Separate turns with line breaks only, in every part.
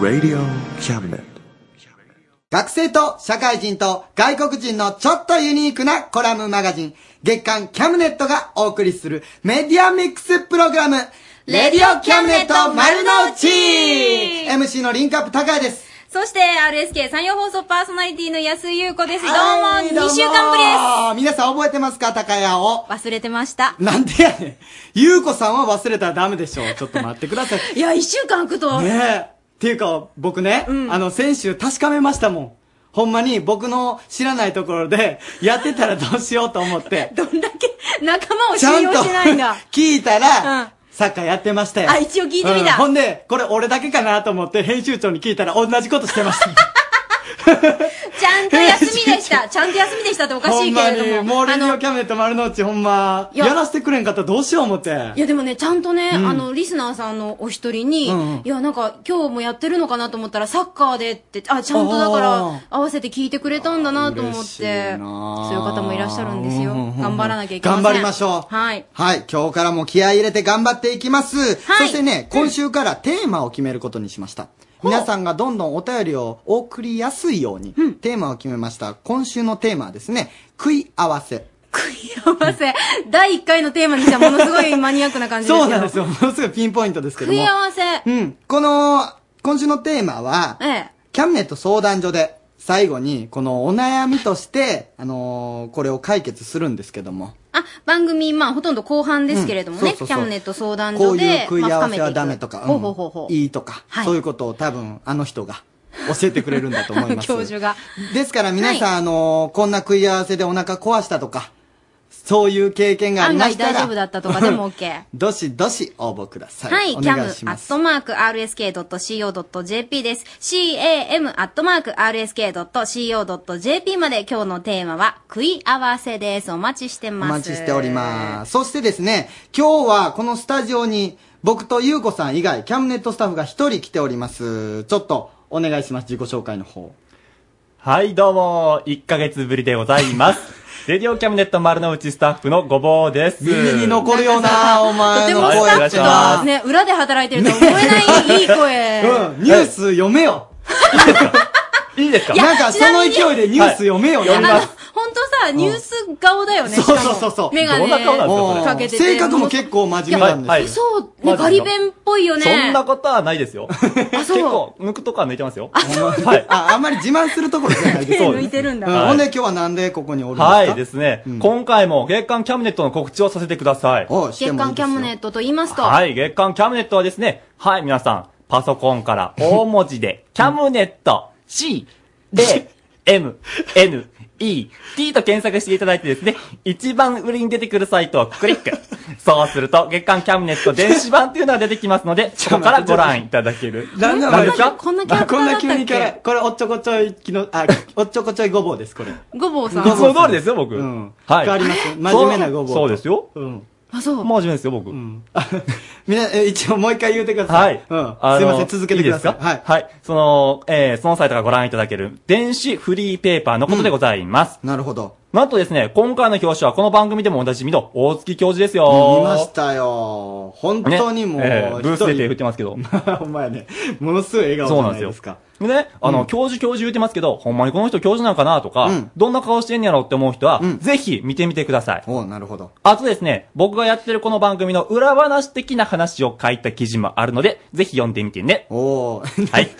Radio Cabinet.
学生と社会人と外国人のちょっとユニークなコラムマガジン、月刊キャムネットがお送りするメディアミックスプログラム、レディオキャムネット丸の内 !MC のリンクアップ高谷です。
そして RSK 山陽放送パーソナリティの安井優子です。どうも、
はいどうも
2週間ぶりで
皆さん覚えてますか高谷を。
す。忘れてました。
なんでやねん。ゆうこさんは忘れたらダメでしょう。ちょっと待ってください。
いや、1週間 空くと。
ねえ。っていうか、僕ね、あの、先週確かめましたもん。ほんまに僕の知らないところ でやってたらどうしようと思って。
仲間を
ちゃ
信
ん
用
と
してないんだ。
聞いたら、サッカーやってましたよ。
あ一応聞いてみた
ほんで、これ俺だけかなと思って編集長に聞いたら同じことしてました。
ちゃんと休みでした。 ちゃんと休みでした っておかし
ほん
い
ま
け
に、
れども。
もうレディオキャメット丸の内ほんま、
いや
やらせてくれんかったらどうしよう思って
い。やでもね、ちゃんとね、
うん
あの、リスナーさんのお一人に、
うんうん
いや、なんか、今日もやってるのかなと思ったら、サッカーでって、あ、ちゃんとだか
あー
ら、合わせて聞いてくれたんだなと思っ
嬉しいな
て、
ー
そういう方もいらっしゃるんですよ。
うんうんうん
頑張らなきゃいけません。
頑張りましょう
はい。
はい、今日からも気合い入れて頑張っていきます。
はい
そしてね、今週からテーマを決めることにしました。皆さんがどんどんお便りをお送りやすいように、テーマを決めました。今週のテーマはですね、食い合わせ。
合わせ、第1回のテーマにしてはものすごいマニアックな感じですよ
そうなんですよ。も のすごいピンポイントですけど
食
も。
い合わせ。
うん。この、今週のテーマは、
ええ。
キャンネット相談所で、最後に、このお悩みとして、あのーこれを解決するんですけども、
あ、番組、まあ、ほとんど後半ですけれどもね、
うんそうそう
キ
そう
ャムネット相談
こ
所
ういう
で、
食い合わせ
まあ
は
深め
ダ
て
メ
いく
とか、
ほうほうほうほう。
いいとか、
はい
そういうことを多分、あの人が教えてくれるんだと思います。
教授が。
ですから皆さん、あのーこんな食い合わせでお腹壊したとか、そういう経験があり
案
ま
外
したら
大丈夫だったとかでも OK。
どしどし応募ください。
はい、
お
cam
願
ア
いしま
ッ
す。
トマーク RSK.CO.JP です。cam アットマーク RSK.CO.JP まで今日のテーマは食い合わせです。お待ちして
お
ます。
待ちしております。そしてですね、今日はこのスタジオに僕と優子さん以外、キャムネットスタッフが一人来ております。ちょっとお願いします。自己紹介の方。
はい、どうも、1ヶ月ぶりでござ います。レディオキャムネット丸の内スタッフのごぼうです。
耳に残るよな、お
と
前
て
の
も
声
スタッフ
お願いし
と、
ます
ね、裏で働いてると思えないいい声。
うん、ニュース読めよ。
いいですか
なんかその勢いでニュース読めよ。
はい読み
あの
ます、
ほんとさ、ニュース顔だよね。
そうそうそうそう
しかもメガネ。
どんな顔なんですかこれ
かけてて
性格も結構真面目なんですよ。
はいはい
そう、ね、
マジですか
ガリ弁っぽいよね。
そんなことはないですよ。結構、抜くとか抜いてますよ。はい。
あ、あんまり自慢するところじゃないです。
手
そう
抜いてるんだ。
うん
はい
ほんで今日はなんでここにおるんですか
はい、ですね
ん。
今回も月刊キャムネットの告知をさせてください。
おうして
月
もい
刊
いです
キ
よ
ャムネットと言いますと、
はい、月刊キャムネットはですね、はい、皆さん、パソコンから大文字で、キャムネット C、A、M、N、E、T と検索していただいてですね、一番売りに出てくるサイトをクリッ ク。そうすると、月刊キャムネット電子版というのが出てきます ので、そこからご覧いただける。
なんだ
なんですか
こんなキャラクタ
こ
ー
ん
だ
な
った
急
っ
にキャラ、
け
これおっちょこちょい、きの、あ、おっちょこちょいごぼうです、これ。
ごぼうさ
いつ
ご
ん。
ぼ
も通りですよ、僕。
うん。
はい。
変わります。真面目なごぼうと。
そうですよ。
うん。
あ、そう。
真面目ですよ、僕。
みんな、え一応もう一回言うてくださ。
はいい。
うん。
あの
すいません、続けてください。
いですかはい。その、えー、そのサイトがご覧いただける、電子フリーペーパーのことでございます。
なるほど。
なんとですね、今回の表紙はこの番組でもおなじみの大月教授です
うん
よ。
見ましたよ。本当にもう、
ねえーブースで手振っ
一
てますけど。
人 お前ね、ものすごい笑顔
そ
じゃ
うなん
な
で
い
すよ。
ですか。
でね、あの、教授教授言ってますけど、ほんまにこの人教授なんかなとか、
うん
どんな顔してんやろって思う人は、
うん
ぜひ見てみてください。
おうなるほど。
あとですね、僕がやってるこの番組の裏話的な話を書いた記事もあるので、ぜひ読んでみてね。
おお。
はい。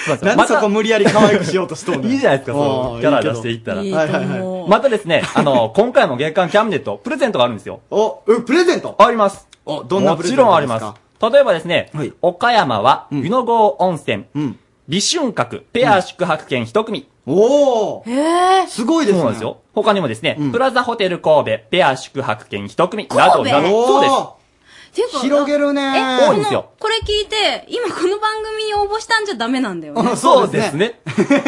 すいません
なんでそこ無理やり可愛くしようとしとんの
いいじゃないですか、そ
お
の
ー
キャラ出して
い
い
い
ったら
い。い
はいはいはい
と思う。
またです ね、あの、今回も月刊キャムネット、プレゼントがあるんですよ。
けどお、うんプレゼント
あります。
おどんなプレゼン
も
ト
ちろんあ
で
り
すか
ます。例えばですね、
はい
岡山は湯の郷温泉、
うん。
美春閣、ペア宿泊券一組。
おお
ええ
すごいです
そ
ね。
うなんですよ。他にもですね、
うん
プラザホテル神戸、ペア宿泊券一組、などなど、
お
そうです。
お
ていうか、
広げるね
え、
多
こ
い
んです
の
よ、
これ聞いて、今この番組に応募したんじゃダメなんだよね。
あ
そうです。ね。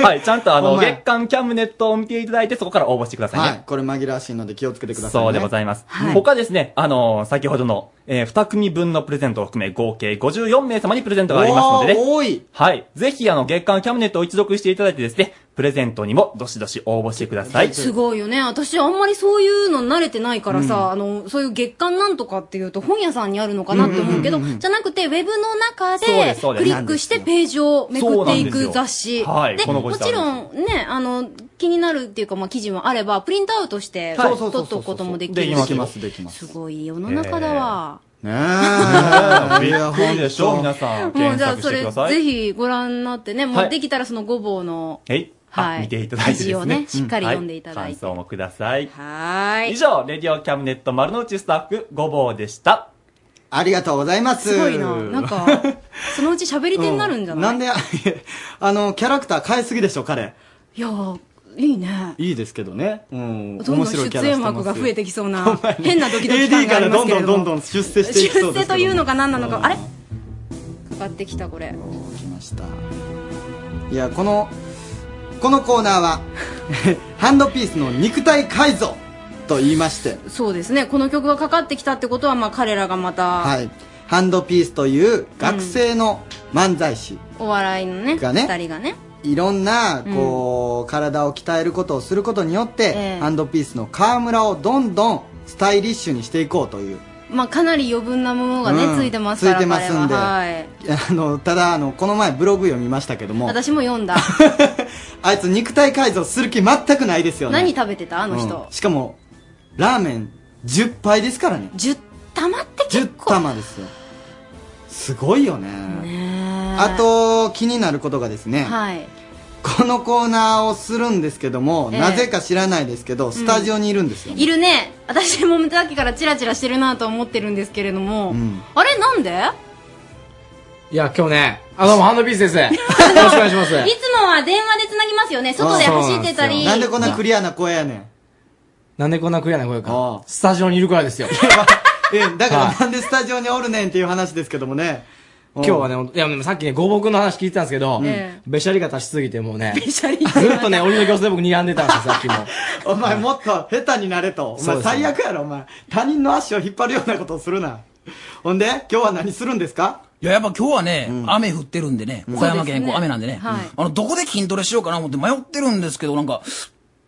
はい、ちゃんとあ
お
の、
前
月刊キャムネットを見ていただいて、そこから応募してくださいね。
はい。これ紛らわしいので気をつけてくださいね。
そうでご
い
ざいます。
はい
他ですね、あのー先ほどの、えー、2組分のプレゼントを含め合計54名様にプレゼントがありますのでね。
多い。
はい。ぜひ、あの、月間キャムネットを一読していただいてですね、プレゼントにもどしどし応募してください。
すごいよね。私あんまりそういうの慣れてないからさ、
うん
あの、そういう月間なんとかっていうと本屋さんにあるのかなって思うけど、
うんうんうんうん
じゃなくてウェブの中で
そうですそうです
クリックしてページをめくってい
そうなんです
く
よ
雑誌。
はい
で、
このご
も
時
ち
世
ろんね、あの、気になるっていうか、まあ、記事もあれば、プリントアウトして、
はい
取っとくこともできる
で
し。。
きますよ
できます
すごい世の中だわ。
ね
ねえ
え。
びっくりでしょ皆さん。
もう
検
じゃあ
索し
そ
てく
れ、
ださ
ぜ
い。
ひご覧になってね、も
は
う
い
できたらそのごぼうの、
えい
は
あ、
い
見ていただいて
記事
です
を
ね
ね。しっかり読んでいただいて
は感想もください。
はーい。
以上、レディオキャムネット丸の内スタッフ、ごぼうでした。
ありがとうございます。
すごいな。なんか、 そのうち喋り手になるんじゃない、
うんなんで、 あの、キャラクター変えすぎでしょ、彼。
いやー、いいね。
いいですけどね。うん。
どんど
面
ん
白いキャ
出
ラしてます
演枠が増えてきそうな、 変なドキドキ
AD
感が
か
あり
ら
ま
ど
す
ん
け
ど
れ
んど
ど
ん
も。
どん出世していきそ
出
うですけど
世というのか何なの
う
か、
ん
あれかかってきたこれ。
来ましたいやこのこのコーナーは ハンドピースの肉体改造と言いまして
そうですね、この曲がかかってきたってことは、まあ彼らがまた、
はいハンドピースという学生の漫才師、
お笑いのね、
がね
二人がね。
いろんなこう、体を鍛えることをすることによって、
ええ
ハンドピースの河村をどんどんスタイリッシュにしていこうという
まあかなり余分なものがね、
うん
ついてますから、
ついてますんで
彼ははい。
あのただあのこの前ブログ読みましたけども
私も読んだ。
あいつ肉体改造する気全くないですよね
何食べてたあの人
うん。しかもラーメン10杯ですからね
10玉って結
10
構。
玉ですよすごいよね
ねー
あ、と気になることがですね、
はい。
このコーナーをするんですけども、
ええ
なぜか知らないですけどスタジオにいるんですよ、
いるね私もさっきからチラチラしてるなと思ってるんですけれども、
ん
あれなんで
いや、今日ね、あ、どうも、ハンドピースです。よ ろしくお願いします。
いつもは電話でつなぎますよね外で走ってたり
なんでこんなクリアな声やねん
なんでこんなクリアな声
あ
か。スタジオにいるからですよ。
ええだから
はい
なんでスタジオにおるねんっていう話ですけどもね
今日は
ね
ね、いや、でもさっきね、ごぼうくんの話聞いてたんですけど、
ええ
べしゃりが足しすぎて、もう ね、
シャリ
ずっとね、俺の様子で僕睨んでたんですよ、さっきも。
お前もっと下手になれとお
そう
前
ですね
最悪やろお前他人の足を引っ張るようなことをするなほんで今日は何するんですか
いや、やっぱ今日はね、雨降ってるんでね、岡山
そうです
県、
ね
こう雨なんでね、
はい
あの、どこで筋トレしようかな思って迷ってるんですけど、なんか、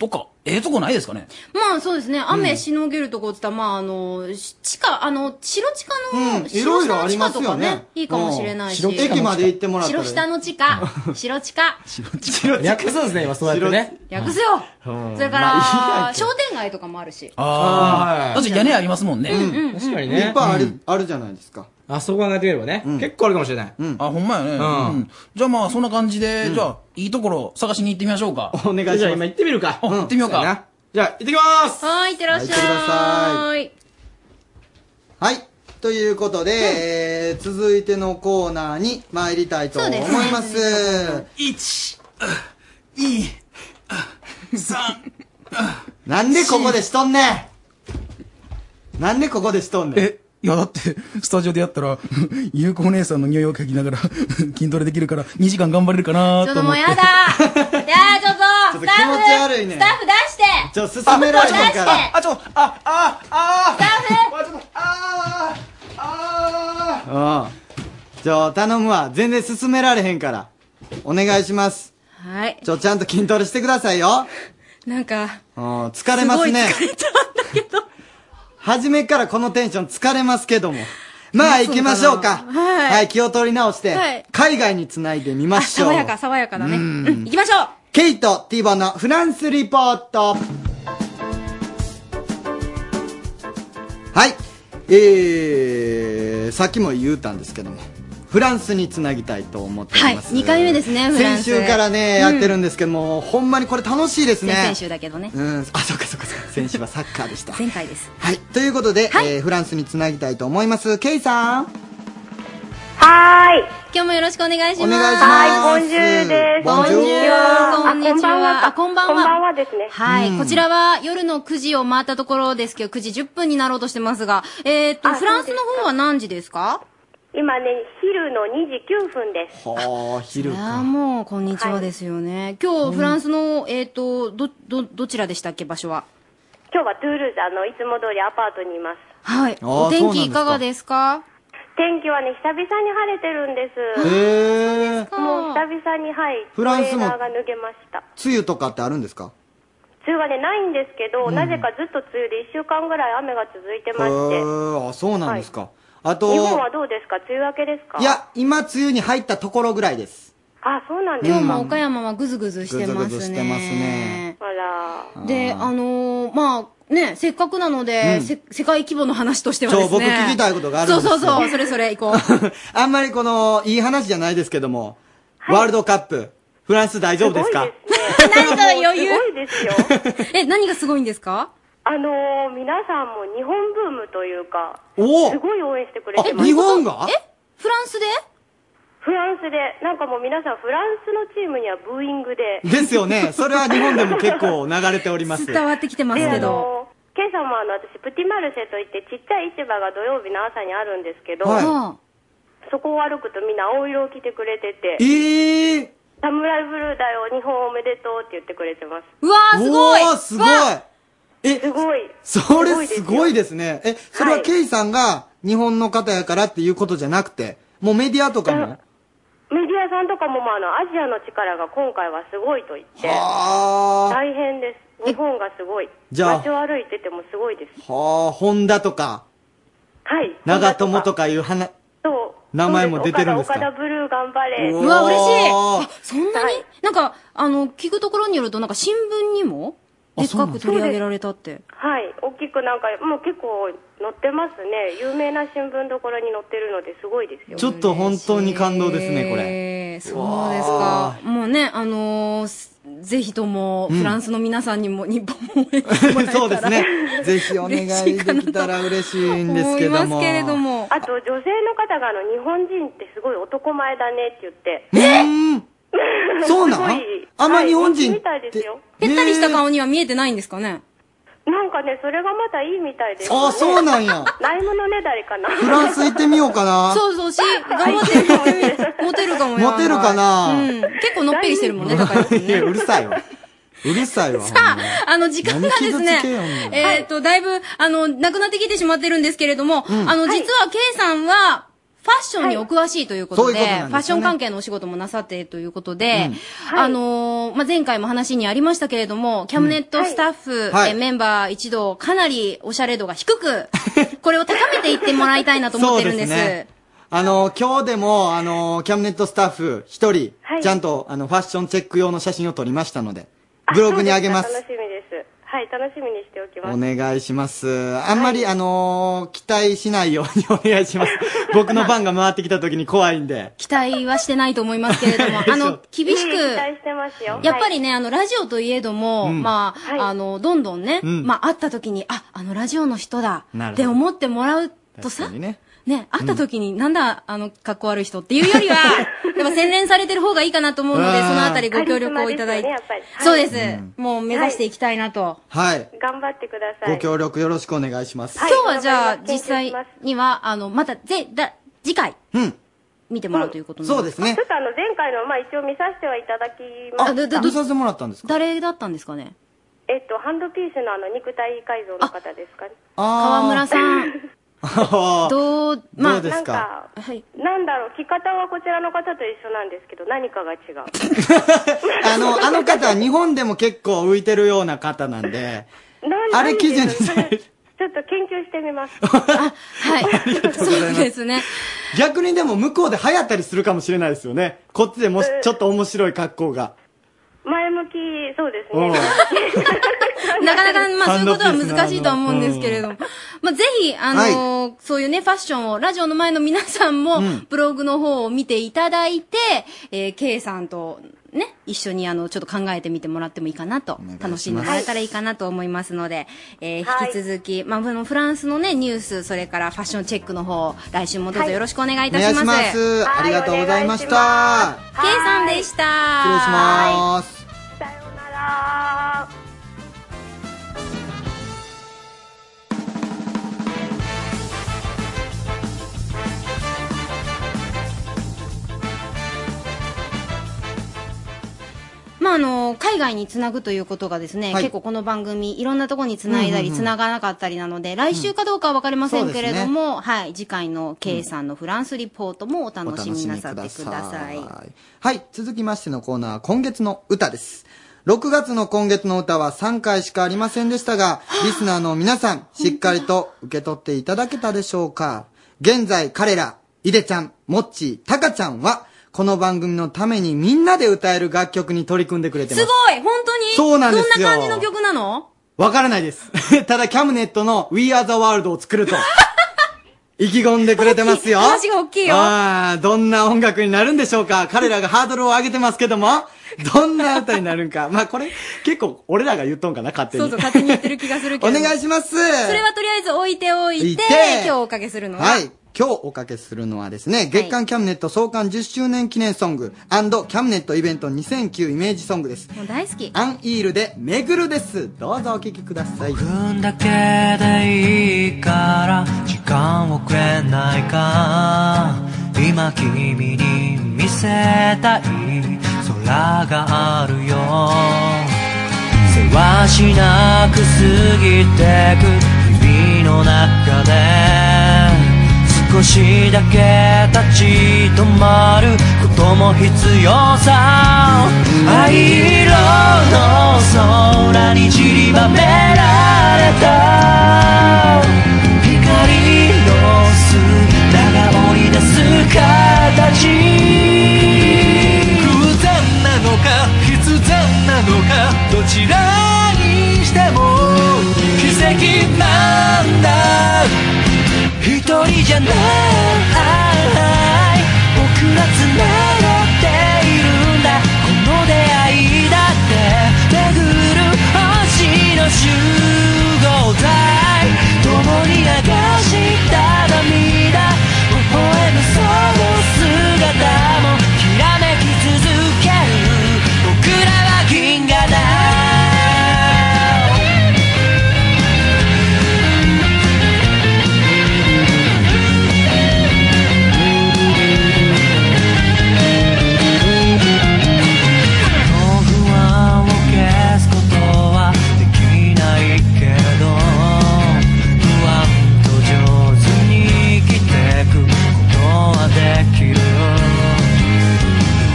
どっか、ええとこないですかね
まあそうですね雨しのげるとこって言ったら、まああのし地下あの白地下
う
の、
ん
白
いろい
下
ろ
の
あり
地
ま
下
す
と
よ
か
ね
ねいいかもしれないし
うん白地下
駅まで行ってもらったら
白下の 地下白地下
白地
略すんですね、今、そうやってね。
略すよ、
うん
それから、
まあいいやけど
商店街とかもあるし
あ
あ
ー
あ。だって屋根ありますもんね。
確かに
い
ね
っ。ぱいある,、あるじゃないですか
あそこ考えてみればね、結構あるかもしれない。
あ、ほんまやね。
うん
うんじゃあまあ、そんな感じで、じゃあ、いいところ探しに行ってみましょうか。
お願い
じ
し
ゃあ、
ま
今
す
行ってみるか。
あ行ってみようか
そな。じゃあ、行ってきます
はーいいってらっしゃ
はいはいということで、えー続いてのコーナーに参りたいと思います
1、2、3。
なんでここでしとんねんなんでここでしとんねん
え、いやだって、スタジオでやったら、ゆうこお姉さんの匂いを嗅ぎながら、筋トレできるから、2時間頑張れるかな
ちょっ
と
と
思
も
っ
う
て。
やだやだちょっ
ち
と
ょっ
ス
と気持
タッフ
ち悪いね
スタッフ出して
ちょ進められへんか
あ
ら
あ、ちょ、あ、あ、あ、
スタッフ
うんちょ頼むわ全然進められへんからお願いします
はい
ちょちゃんと筋トレしてくださいよ
なんか
うん疲れますね
すごい疲れちゃうんだけど
初めからこのテンション疲れますけども。まあ
ね
行きましょう
そ
か。
うかなはい
気を取り直して、
はい
海外につないでみま
あ
しょう
爽。やか爽やかだねうん行きましょう
ケイト・ティボのフランスリポート。はい。えー、さっきも言うたんですけども、フランスにつなぎたいと思っております。
はい二回目ですねフランス
先週からね、やってるんですけども、ほんまにこれ楽しいですね。
先々週だけどね
うん、あ、そっかそっかそっか。 先週はサッカーでした。
前回です
はい、ということで、えーフランスにつなぎたいと思います。ケイさん、
はーい。
今日もよろしくお願いします
お願いします。
はい、ボンジュールです。
ボンジュール
こんにちは
あ、こんば
あこんば
んはか。
んは
こんばんはですね。
はい、こちらは夜の9時を回ったところですけど、9時10分になろうとしてますが、えーっと、
あ
フランスの方は何時ですか
今ね、昼の2時9分です。
はあ、昼
ああ、
か。
もう、こんにちはですよね。今日、フランスの、えーっと、ど、ど、どちらでしたっけ、場所は。
今日はトゥールーズ、あの、いつも通りアパートにいます。
はい。
あー
お天気いかがですか
天気はね、久々に晴れてるんで
へ
す。
え。
もう久々に、はい、
フランスも
トレーラーが脱げました。
梅雨とかってあるんですか
梅雨はね、ないんですけど、なぜかずっと梅雨で1週間ぐらい雨が続いてまして、
へえあ、そうなんですか。あ
日本は
と、
どうですか梅雨明けですか
い、や、今、梅雨に入ったところぐらいです。
あ、そうなんです
今日
か。
も岡山はぐずぐずしてますね。
ぐずぐずしてますね
あら。
で、あのーまあ、ね、せっかくなので、せ世界規模の話としてはですね。
そう僕聞きたいことがあるんですよ
そうそうそう、それそれ 行こう。
あんまりこの、いい話じゃないですけども、ワールドカップ、フランス大丈夫ですか
すごい
何
ですね
か余裕
もうすごいですよ。
え、何がすごいんですか
あのー、皆さんも日本ブームというか、
お
す
お
ごい応援してくれ
あ
て、ます。
日本が
えフランスで
フランスで、なんかもう皆さん、フランスのチームにはブーイングで、
ですよね。それは日本でも結構流れており ま す。
伝わってきてます
で、あ
けど。
のー、今朝もあの、私、プティマルシェといって、ちっちゃい市場が土曜日の朝にあるんですけど、
はい
あ
そこを歩くとみんな青色を着てくれてて、
ええ
サムライブルーだよ、日本おめでとうって言ってくれてます。
うわー、すごい
おおすごい
わ
え
す、ごい。
それすごい
で
ですね。え、それは
はい
ケイさんが日本の方やからっていうことじゃなくて、もうメディアとかも。
すよ。メディアさんとかも、まあ、あの、アジアの力が今回はすごいと言って、
はあ。
大変です。日本がすごい。
じゃあ
街を歩いててもすごいです。
はあ、ホンダとか、
はい。
長友とかいう話。
そう。
名前も出てるんですか
岡田岡田ブルー頑張れ。
うわ、嬉しい
おー
あそんなに、なんか、あの、聞くところによると、なんか新聞にも、でっかく取り上げられたって。
はい。大きくなんか、もう結構載ってますね。有名な新聞どころに載ってるので、すごいですよ。
ちょっと本当に感動ですね、これ。
れ。そうですか。もうね、あのーすぜひとも、フランスの皆さんにも、日本も応援してもらえたら
そうですね。ぜひお願い
嬉しいか
で
なと
きたら嬉しいんです
思
け
い
ど
ます
も。
けれども。
あと、女性の方が、あの、日本人ってすごい男前だねって言って。
うーん。そうな
すご
ん
い
あんま日本人
は
っ
い人気みたいです
て
よ。
ぺったりした顔には見えてないんですかね
なんかね、それがまたいいみたいです、ね。
あ、そうなんや。
ないものねだりかな。
フランス行ってみようかな。
そうそうし、頑張って、モテるかもよ。
モテるかな
うん。結構のっぺりしてるもんね、高橋君
いや
ね。
うるさいわ。うるさいわ。ほん
さあ
ま、
あの、時間がです
何傷
ね
つけよんね、
えっと、だいぶ、あの、なくなってきてしまってるんですけれども、あの、実は、ケイさんは、ファッションにお詳しいということで、
そういうことなんですよね
ファッション関係のお仕事もなさっているということで、
うん
あのーまあ、前回も話にありましたけれども、キャムネットスタッフ、
はい
えーメンバー一同、かなりおしゃれ度が低 く、これを高めていってもらいたいなと思ってるんです。
そうね。あの、今日でも、あの、キャムネットスタッフ一人、
はい
ちゃんと、あの、ファッションチェック用の写真を撮りましたので、ブログにあげま
楽
す。
しみです。はい、楽しみにしておきます。
お願いします。あんまり、あの期待しないように お願いします。僕の番が回ってきた時に怖いんで。
期待はしてないと思いますけれど も、あの、厳しく、
いえいえ期待してますよ。
やっぱ
はい
りね、あの、ラジオといえども、まあ、
はい
あの、どんどんね、
ん
まあ、会った時に、あ、あの、ラジオの人だ
な
っ
る、ほど
て思ってもらうと
確
さ、
かにね
ね。会った時に、なんだ、あの、格好悪い人っていうよりは、 やっぱ洗練されてる方がいいかなと思うので、
うん
そのあたりご協力をいただいて。
カリスマです
そ
よ
う
ねや
で
っ
す、もう目指していきたいなと。
はい。
頑張ってください。
ご協力よろしくお願いします。
はい
今日はじゃあ、
頑張り
実
ます
際には、あの、また、ぜ、だ、次回、
うん。
見てもらうということにな
そ
る
うですね
ちょ。っとあの、前回の、まあ一応見させてはいただきま
あ、
す。
でで
見させてもらったんですか
誰だったんですかね
えっと、ハンドピースのあの、肉体改造の方ですかね。
川村
ん。
さん、
あー
どう、ま
ど
あ
うで、
なん
すか
か、
はい。
なんだろう、着方はこちらの方と一緒なんですけど、何かが違う。
あの、あの方は日本でも結構浮いてるような方なんで、
なん
あれ基準に
何ですかねちょっと研究してみます。
はい。そうですね。
逆にでも向こうで流行ったりするかもしれないですよね。こっちでもしちょっと面白い格好が。
前向き、そうです
うん
ね。
なかなか、まあ、そういうことは
ハンドピースの
難しいとは思うんですけれども。まあ、ぜひ、あのーそういうね、ファッションを、ラジオの前の皆さんも、ブログの方を見ていただいて、えー、K さんと、ね、一緒に、あの、ちょっと考えてみてもらってもいいかなと、楽しんでもらえたらいいかなと思いますので、えー
はい
引き続き、まあ、あの、フランスのね、ニュース、それからファッションチェックの方、来週もどうぞよろしくお願いい
お
たし
願い
ま
し
す。
ます。
はい
ありがとうございまし
お
た
願いし。
K さんでした。
失礼します。
さようなら。
まああの、海外につなぐということがですね、
はい
結構この番組、いろんなところにつないだ
うんうん
り、
うん
つながなかったりなので、来週かどうかはわかりませ
そ
ん
うで
け
すね
れども、はい、次 回の K さんのフランスリポートもお
お
楽し
楽
み
し
な
み
さ
く
ってく
だ
だ
さ
さ
い
い。。
はい。続きましてのコーナー、今月の歌です。6月の今月の歌は3回しかありませんでしたが、リスナーの皆さん、しっかりと受け取っていただけたでしょうか現在彼ら、いでちゃん、もっちー、たかちゃんは、この番組のためにみんなで歌える楽曲に取り組んでくれて
す
ま
ご
す。
い本当に
そうなんですよ
どんな感じの曲なの
わからないです。 ただ、キャムネットの We Are the World を作る と、意気込んでくれてますよ。
話が大きいよ
ああ、どんな音楽になるんでしょうか。彼らがハードルを上げてます けども、どんな歌になるんか。まあ、これ、結構、俺らが言っとんかな、勝手に。
そうそう、勝手に言ってる気がするけど。
お願いします
それはとりあえず置いておいて、
置いて
今日おかけするのは、
はい。今日おかけするのはですね、月刊キャムネット創刊10周年記念ソングキャムネットイベント2009イメージソングです。
もう大好き。
アンイールで、めぐるです。どうぞお聴きください。
だけでいいから時間をくれないか今君に見せたい空があるよせわしなく過ぎてく日々の中で少しだけ立ち止まることも必要さ愛色の空に散りばめられた光の砂が織り出す形偶然なのか必然なのかどちらにしても奇跡なんだ一人じゃない僕ら繋がっているんだこの出会いだって巡る星の集合体共に流した涙微笑むその姿もきらめき続ける僕らは銀河だ不安を消すことはできないけど不安と上手に生きてくことはできる今日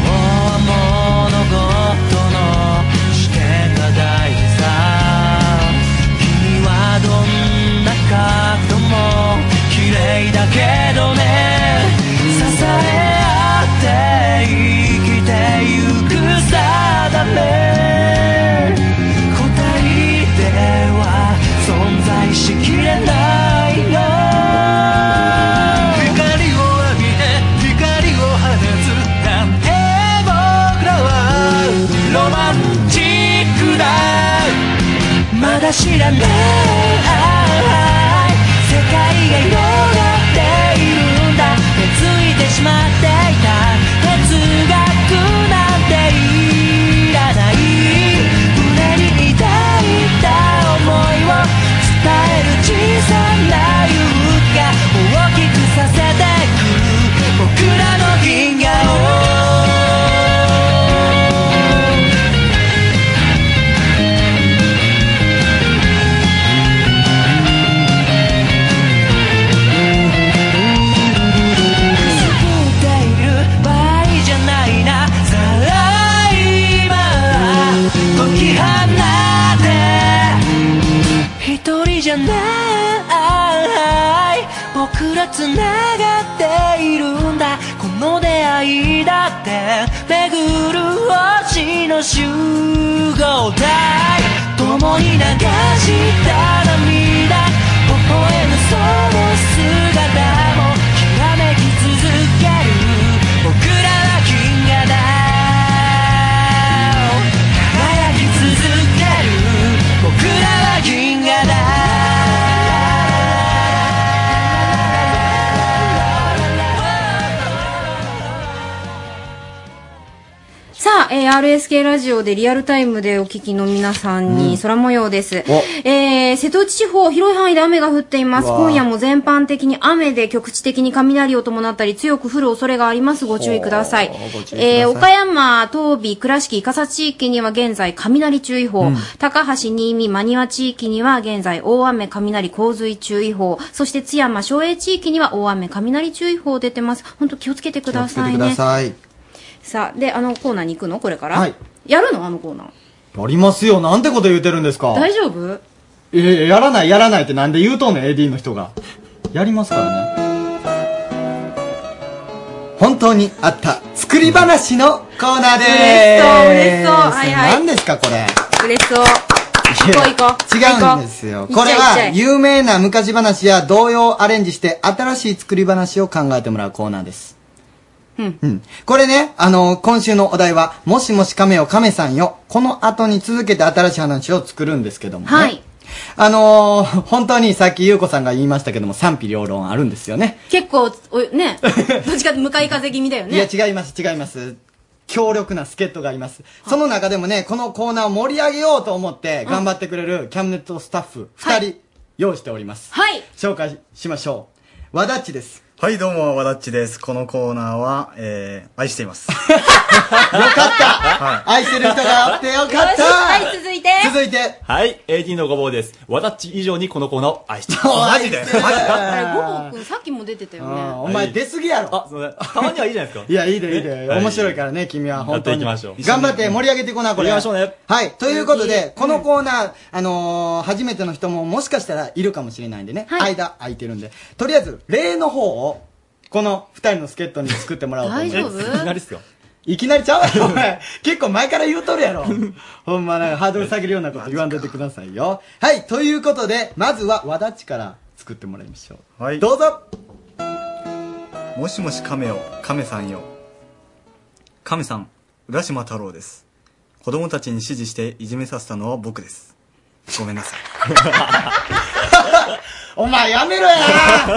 は物事の視点が大事さ君はどんな角も綺麗だけどね支え合って生きてゆく定め答えでは存在しきれないの光を浴びて光を放つなんて僕らはロマンチックだまだ知らない世界が広がっているんだついてしまっていた哲学なんていらない胸に抱いた思いを伝える小さな勇気が大きくさせてく僕らの銀河をくすぶっている場合じゃないなさあ今解き放て一人じゃない僕ら繋がっているんだこの出会いだって巡る星の集合体共に流した涙微笑むその姿もきらめき続ける僕らは銀河だ輝き続ける僕らは銀河だ
さあ、ええー RSK ラジオでリアルタイムでお聞きの皆さんに空模様です。えー瀬戸内地方、広い範囲で雨が降っています。
うわー
今夜も全般的に雨で局地的に雷を伴ったり強く降る恐れがあります。ご注意ください。えー岡山、東美、倉敷、笠地域には現在雷注意報、
うん
高橋、新見、真庭地域には現在大雨、雷、洪水注意報、そして津山、松江地域には大雨、雷注意報出てます。本当気をつけてくだ
気をつけ
さ
て
い
くだ
ね。
さい。
さあ、で、あのコーナーに行くのこれから。
はい
やるのあのコーナー。
やりますよ。なんてこと言うてるんですか。
大丈夫
えー、やらない、やらないってなんで言うとんねん、AD の人が。やりますからね。本当にあった作り話のコーナーで
嬉しそう嬉しそう
ーす。
はいはい
何ですか、これ。
嬉しそう。
いや
行こう行こう。
違うんですよ。
行こ
こ
う
れ
行っちゃ
は
え行っちゃえ
有名な昔話や童謡をアレンジして新しい作り話を考えてもらうコーナーです。
うん。
うん。これね、あの、今週のお題は、もしもし亀を亀さんよ。この後に続けて新しい話を作るんですけどもね。
はい。
あのー本当にさっき優子さんが言いましたけども、賛否両論あるんですよね。
結構、おね、どっちかって向かい風気味だよね。
いや、違います、違います。強力な助っ人がいます。その中でもね、このコーナーを盛り上げようと思って、頑張ってくれるキャムネットスタッフ2人、用意しております。
はい。
紹介しましょう。和田っちです。
はい、どうも、和田っちです。このコーナーは、えー、愛しています。
愛してる人があってよかった
よしはい、続いて。
続いて。
はい、AD のごぼうです。わだっち以上にこのコーナーを愛してい ます。
マジでマジで
あれ、ごぼうくん、さっきも出てたよね。
お前出すぎやろ。
あ、すみません。たまにはいいじゃないですか。
いや、いいでいいで。
はい
面白いからね、君は。本当に。
やっていきましょう
頑張って盛り上げていこうな、これ。
やりましょうね。
はい。ということで、このコーナー、あのー、初めての人ももしかしたらいるかもしれないんでね。間空いてるんで。とりあえず、例の方を、この二人の助っ人に作ってもらおうと思います。
大丈夫いきなり
っすよ。
いきなりちゃうやろ、お前。結構前から言うとるやろ。 ほんま、なんかハードル下げるようなこと言わんといてくださいよ。はい。ということで、まずは、和田っちから作ってもらいましょう。
はい。
どうぞ
もしもし亀を、亀さんよ。亀さん、浦島太郎です。子供たちに指示していじめさせたのは僕です。ごめんなさい。
お前やめろや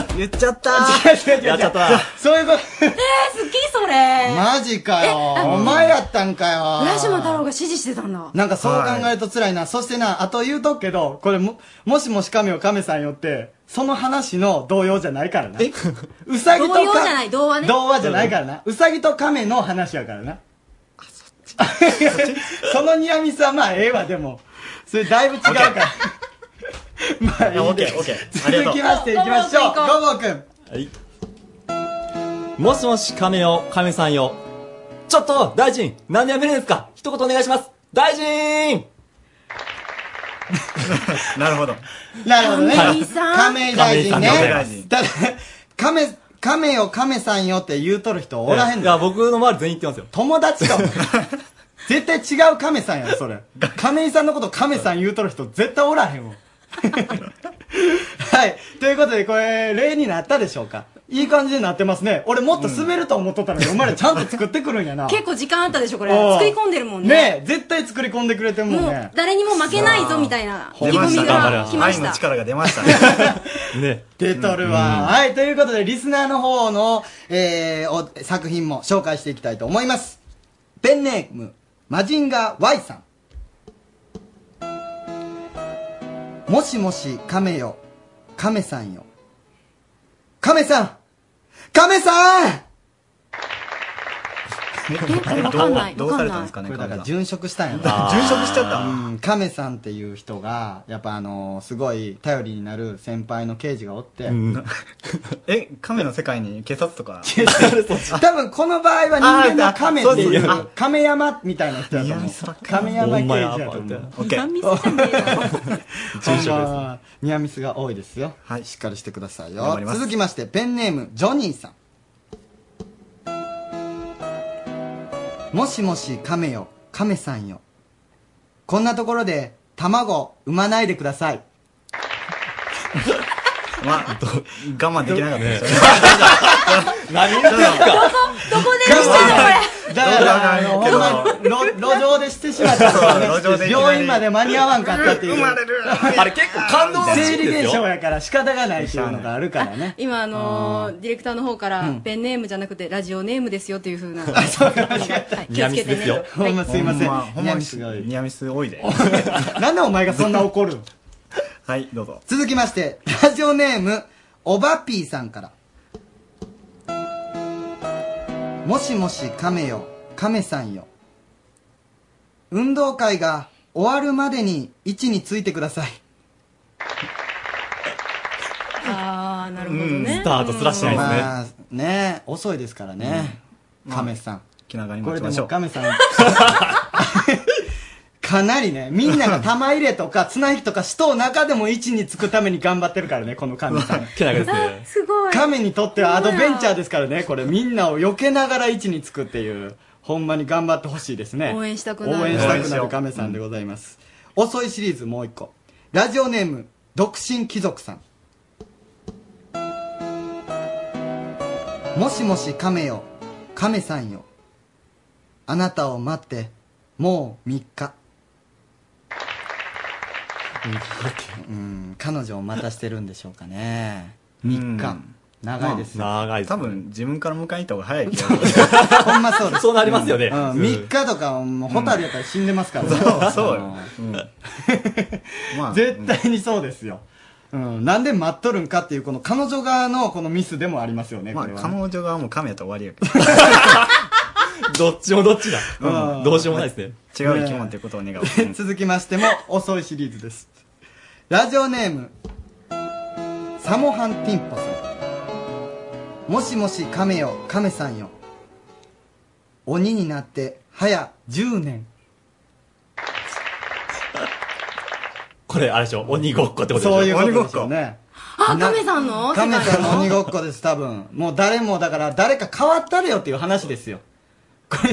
言っちゃった
違う違う違う
やっちゃった
そういうこと
えー、好きそれ。
マジか
えあ
よ。
の
お前やったんかよ。
浦島太郎が支持してたんだ。
なんかそう考えると辛いな。そしてな、あと言うとくけど、これも、もしもし亀を亀さんよって、その話の童謡じゃないからな。えうさぎと
童謡じゃない童話ね
童話じゃないからな。うさぎと亀の話やからな。そのニアミスはまあええわ、でも。それだいぶ違うから。まあいい
オッケ
で
ー、オッケー。ありが
続
と
き
う。
ましていきましょう。
ご
ごぼうくん。
もしもし、亀よ、亀さんよ。ちょっと、大臣、なんでやめるんですか一言お願いします。大臣
なるほど。
なるほどね。
亀井さん
亀井大臣ね。
亀井大臣
ただ、亀、亀よ亀さんよって言うとる人おらへんの
いや、僕の周り全員言ってますよ。
友達 かも。絶対違う亀さんやん、それ。亀井さんのこと亀さん言うとる人絶対おらへんもん。はい。ということで、これ、例になったでしょうかいい感じになってますね。俺もっと滑ると思っとったのに、お前らちゃんと作ってくるんやな。
結構時間あったでしょ、これ。
おう
作り込んでるもんね。
ねえ、絶対作り込んでくれてるもん
も
ね
う、。誰にも負けないぞ、みたいな。意
出
気
ま
込
した
みが来ま
愛
し
の
た。
力が出ましたね。
ね。
出とるわ、はい、ということで、リスナーの方の、えー、お作品も紹介していきたいと思います。ペンネーム、マジンガー Y さん。もしもし、亀よ。亀さんよ。亀さん亀さん
わかんない
どうどうされたんですかね、
これだから
亀さん
殉職したんやな
あー殉職しちゃった
うん亀さんっていう人がやっぱあのすごい頼りになる先輩の刑事がおって、
え、亀の世界に警察とか。
多分この場合は人間の亀ってい
あそう
う
で、
亀山みたいな人だと
宮
思
城
う
さん。
亀山刑事だと思
ほんまや
う。
オッケー。
ミスじゃねえよ
殉職で
ほ
す
んまはニアミスが多いですよ。
はい
しっかりしてください
頑
よ
張り。ます
続きまして、ペンネーム、ジョニーさん。もしもし、亀よ、亀さんよ。こんなところで、卵、産まないでください。
まあ、我慢できなかったですよね。
何言ってんすか
どこで見してんの、これ。
だから、あ
ど
の、ほ
うだ
ん
ろう
まに、路路上でしてしまった
そう路上でいきなり
病院まで間に合わんかったっていう。
生まれるあれ結構感動らしい
生
ですよ
理現象やから仕方がないっていうのがあるからね。
今、あのーディレクターの方から、ペンネームじゃなくて、ラジオネームですよというふうな。はい気をつけてね。
ほんますいません
ほほんまにニアミス多 いで。
なんでお前がそんな怒るの
はい、どうぞ。
続きまして、ラジオネーム、おばぴーさんから。もしもし亀よ、亀さんよ。運動会が終わるまでに位置についてください。
ああ、なるほど
うん
ね。
スタートすらしないですね
まあ、ね遅いですからね。亀さん。
気長に
こ
待
れで
ちま
も
しょ
う
う。
亀さん。 かなりね、みんなが玉入れとか綱引きとかしとう中でも位置につくために頑張ってるからね、この亀 さん。
気長ですね。
すごい。
亀にとってはアドベンチャーですからね、これみんなを避けながら位置につくっていう、ほんまに頑張ってほしいですね。
応援したくなる
応援したくなる亀さんでございます。遅いシリーズもう一個。ラジオネーム、独身貴族さん。もしもし亀よ、亀さんよ。あなたを待って、もう3日。うん、彼女を待たしてるんでしょうかね。3日。長いですよ。
長い多分、自分から迎えに行った方が早い気がする。
ほんまそうです。
そうなりますよね。
うん、3日とかはもうホタルやったら死んでますからね、
そう、そうよ。 うん。まあ、
絶対にそうですよ、うん、なんで待っとるんかっていうこの彼女側のこのミスでもありますよね、
まあ、
これは
彼
ね、
女がもう亀やったら終わりや
どっちもどっちだ。
う
うんんどうしようもないですね。
けど。違う生き物ってことを願う。う ん
続きましても遅いシリーズですラジオネームサモハンティンポさんもしもし亀よ亀さんよ鬼になって早10年
これ、あれでしょ、鬼ごっこってことでしょ。
そういうことですよね
あ、亀さんの
亀さんの鬼
世界
ごっこです多分もう誰もだから誰か変わったれよっていう話ですよ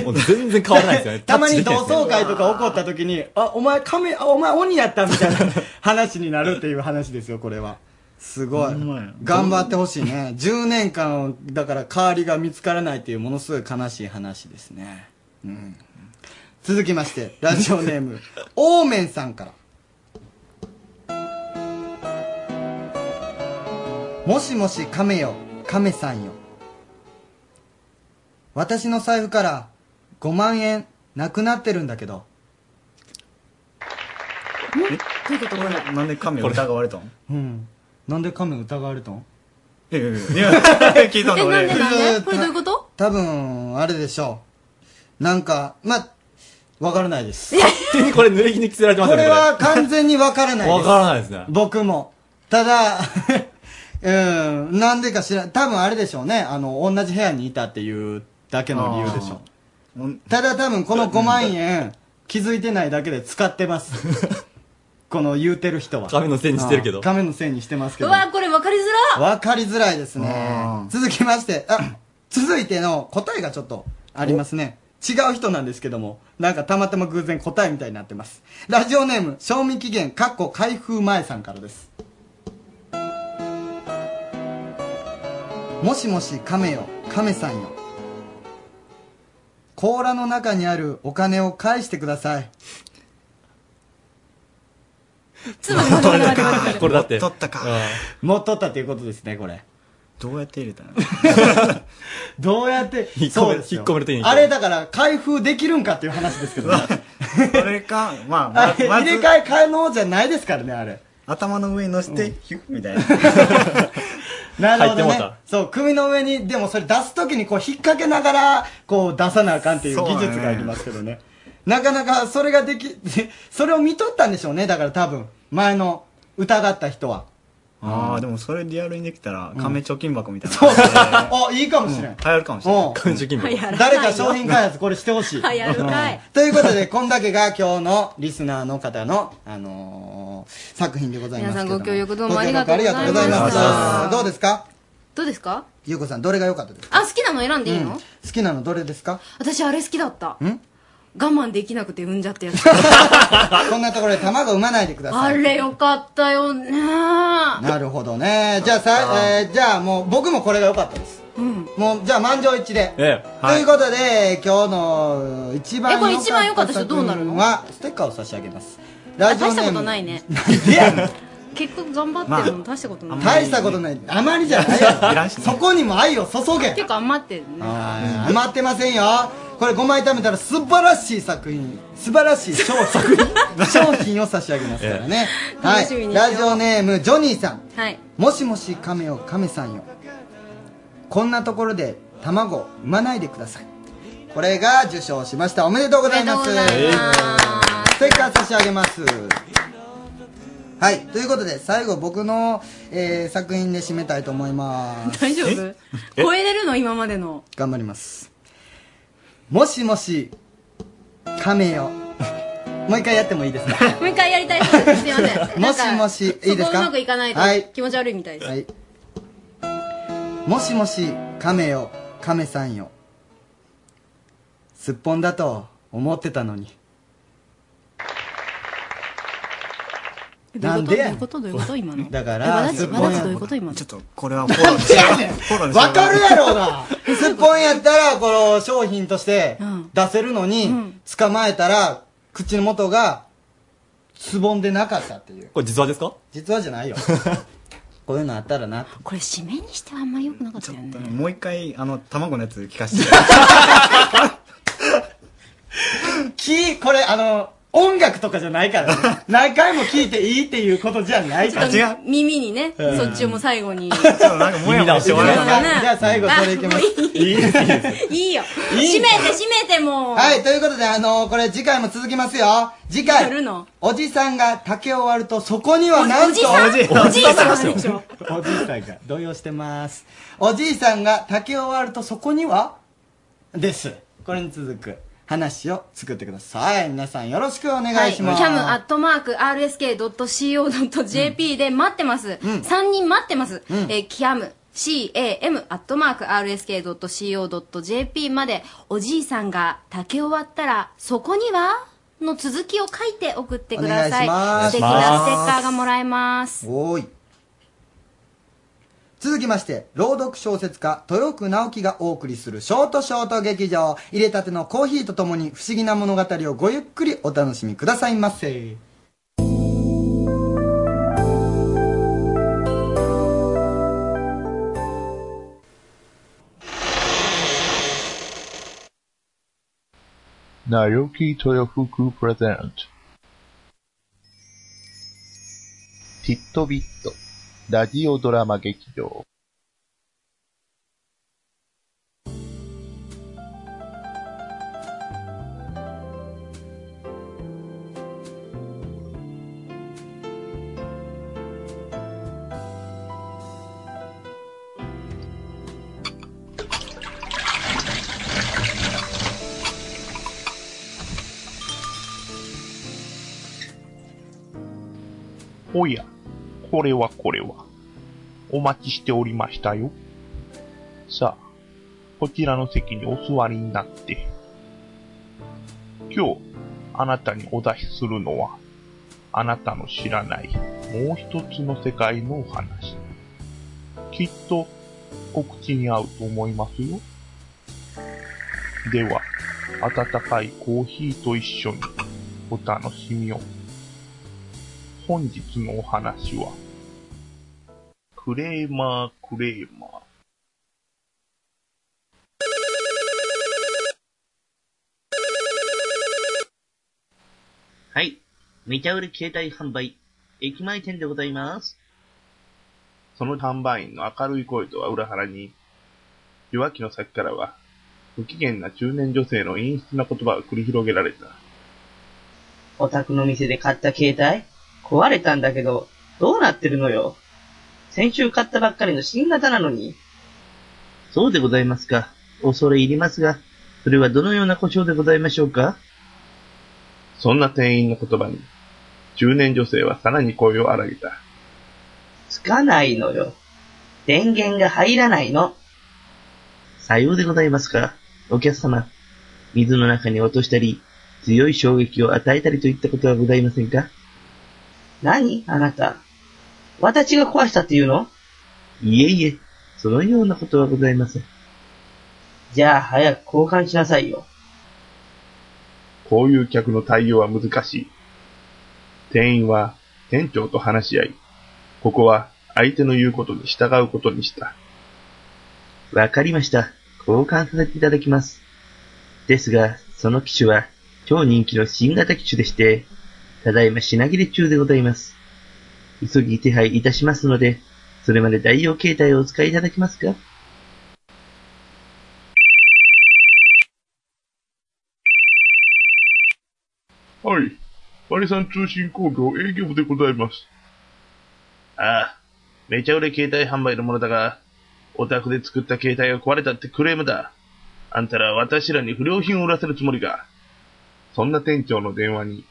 もう全然変わらないですよね。
たまに同
窓
窓会とか起こった時に、あ、お前亀、あ、お前鬼やったみたい な話になるっていう話ですよ、これは。すごい
ほんまや。
頑張ってほしいね。10年間、だから代わりが見つからないっていうものすごい悲しい話ですね。うん。続きまして、ラジオネーム、オーメンさんから。もしもし亀よ、亀さんよ。私の財布から5万円なくなってるんだけど。
どういうことこれ
なんで亀を疑われたの
うん。なんで亀疑われたん
いやいやいや、聞いた
え、なん
んだ
で
俺。
なんでこれどういうこと
多分、あれでしょう。なんか、ま、わからないです。
勝手にこれ、濡れ衣着せられてます
こ
よね。
れは完全にわからない
こ
で
れ、
す。
わからないですね。
僕も。ただ、 うん、なんでか知らん、多分あれでしょうね。あの、同じ部屋にいたっていうだけの理由でしょう。
うん
ただ多分この5万円、気づいてないだけで使ってます。 この言うてる人は。
亀のせいにしてるけど
あ亀のせいにしてますけ
う
ど。
わ、これ分かりづら
わかりづらいです
う
ね
ん。
続きまして、あ、続いての答えがちょっとありますね。違う人なんですけども、なんかたまたま偶然答えみたいになってます。ラジオネーム、賞味期限、かっこ開封前さんからです。もしもし亀よ、亀さんよ。甲羅の中にあるお金を返してください。
つまり、これ
これだって。
取ったか。
持っとったということですね、これ。
どうやって入れたの
どうやって、
引っ込め
そうですよ
引っ込める手に
あれだから開封できるんかっていう話ですけどね。
これか、まあ、
あ
ま
れ、
ま
入れ
ず、
替え可能じゃないですからね、あれ。
頭の上に乗せて、ヒュッみたい な。
なるほどね
入ってもうた。
そう、首の上に、でもそれ出すときにこう引っ掛けながら、こう出さなあかんっていう
そうね
技術がありますけどね。なかなかそれができ、 それを見とったんでしょうね、だから多分。前の疑った人は。
ああ、でもそれリアルにできたら、亀貯金箱みたいな。
そうそう。
流
あ、いいかもしれん。
行るかもしれ ない。
感受金
は
分。
やらない
誰
よ
か商品開発これしてほしい。
はやるか い。
ということで、こんだけが今日のリスナーの方の、あのー作品でございますけども
皆さんご協力どうもありがとうございました
ご協力ありがとうございましたどうですか
どうですか
ゆうこさん、どれが良かったですか
あ、好きなの選んでいいの、
好きなのどれで すか
私、あれ好きだった。
ん
我慢できなくて産んじゃ ったやつ。
こんなところで卵産まないでくださ
あ
い。
れよかったよね
なるほどね。じゃあさ、えーじゃあもう僕もこれが良かったです。
うん。
もう、じゃあ満場一致で。
え
ということで、今日の一番
えこれ一番良かった人
作
どうなるの
品は、ステッカーを差し上げます。
あ
ラジ
大
オ
した
ネ
こ
ー
と
ム。
ないね。結構頑張ってるの大したことない。
大したことない。あまりじゃないよ。そこにも愛を注げ。
結構余ってるね。
はい余ってませんよこれ5枚貯めたら素晴らしい作品素晴らしい商作 品商品を差し上げますからね、は
楽しみ
い
にしよう
ラジオネームジョニーさん
はい。
もしもし亀よ亀さんよこんなところで卵を産まないでくださいこれが受賞しましたおめでとうございま
おめ
す
でとうございます
ステッカー差し上げますはいということで最後僕の、えー作品で締めたいと思いま す
大丈夫超えれるの今までの。
頑張りますもしもし亀よ もう一回やってもいいですか
もう一回やりたい人です。すいません。
もし もしいいです
そこう
か
まくいかないと
はい
気持ち悪いみたいです。
はいもしもし亀よ亀さんよすっぽんだと思ってたのに
どう
ない
うんこと
で
どう
や
い
ね
うんことどういうこと今の。
だか
えわ
ら
だち
すっぽ
わ
ん
だち
や
どういうこと今の
ちょっとこれはフォローフォローにしよう
わかるやろうなすっぽんやったらこの商品として出せるのに、捕まえたら口元がつぼんでなかったっていう
これ実話ですか
実はじゃないよこういうのあったらな
これ締めにしてはあんま良くなかったよね。
もう一回あの卵のやつ聞かせて
きこれあの音楽とかじゃないから、ね、何回も聞いていいっていうことじゃない
ち
か
ょ
ら
っと耳にね、
うん
そっちをもう最後に。
なんかもやもやして
じ
もらえない
ゃあ最後それいきます
いいよ。
いい
締めて締めてもう。
はいということであのこれ次回も続きますよ次
や
回
るの。
おじさんが竹を割るとそこには
お
なんと
じさん。おじいさん。おじいさんでしょ。
おじいさんが動揺してますおじいさんが竹を割るとそこにはですこれに続く話を作ってください皆さんよろしくお願いします、
キャムアットマーク RSK.CO.JP で待ってます。3人待ってます。えーキャム。CAM アットマーク RSK.CO.JP までおじいさんが竹終わったらそこにはの続きを書いて送ってください
お願い
素
します
敵なステッカーがもらえます
おーい続きまして朗読小説家豊久直樹がお送りするショートショート劇場入れたてのコーヒーとともに不思議な物語をごゆっくりお楽しみくださいませ
なよき豊福プレゼント。ティットビット、ラジオドラマ劇場。おや、これはこれは。お待ちしておりましたよ。さあ、こちらの席にお座りになって。今日、あなたにお出しするのは、あなたの知らないもう一つの世界のお話。きっと、お口に合うと思いますよ。では、温かいコーヒーと一緒にお楽しみを。本日のお話は、クレーマークレーマー。
はい。メタ売り携帯販売、駅前店でございます。
その販売員の明るい声とは裏腹に、弱気の先からは、不機嫌な中年女性の陰湿な言葉が繰り広げられた。
お宅の店で買った携帯壊れたんだけど、どうなってるのよ。先週買ったばっかりの新型なのに。そうでございますか。恐れ入りますが、それはどのような故障でございましょうか
そんな店員の言葉に、中年女性はさらに声を荒げた。
つかないのよ。電源が入らないの。さようでございますか。お客様、水の中に落としたり、強い衝撃を与えたりといったことはございませんか何あなた。私が壊したっていうのいえいえ、そのようなことはございません。じゃあ早く交換しなさいよ。
こういう客の対応は難しい。店員は店長と話し合い、ここは相手の言うことに従うことにした。
わかりました。交換させていただきます。ですが、その機種は超人気の新型機種でして、ただいま品切れ中でございます。急ぎ手配いたしますので、それまで代用携帯をお使いいただけますか
はい。バリさん通信工業営業部でございます。
ああ、めちゃ売れ携帯販売のものだが、お宅で作った携帯が壊れたってクレームだ。あんたら私らに不良品を売らせるつもりか。
そんな店長の電話に、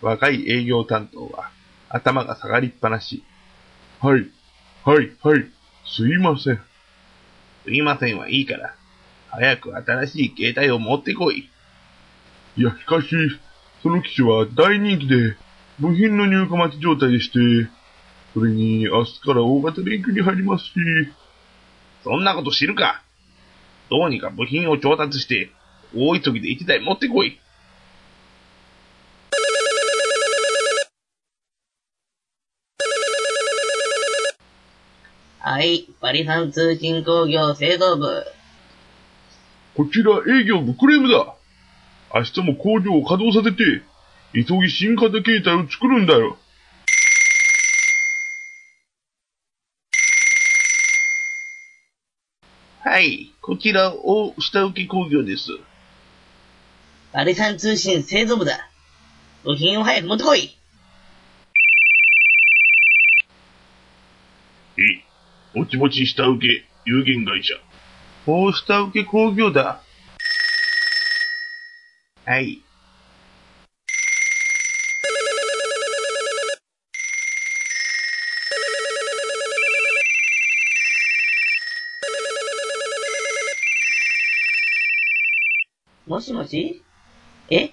若い営業担当は頭が下がりっぱなし。はい、はい、はい、すいません。
すいませんはいいから、早く新しい携帯を持ってこい。
いや、しかし、その機種は大人気で、部品の入荷待ち状態でして、それに明日から大型連休に入りますし、
そんなこと知るか。どうにか部品を調達して、大急ぎで一台持ってこい。
はい、バリさん通信工業製造部。
こちら営業部クレームだ明日も工場を稼働させて、急ぎ新型携帯を作るんだよ。
はい、こちらを下請け工業です。
バリさん通信製造部だ。部品を早く持ってこい。
え、もちもち下請け有限会社。おう下請け工業だ。はい。
もしもしえ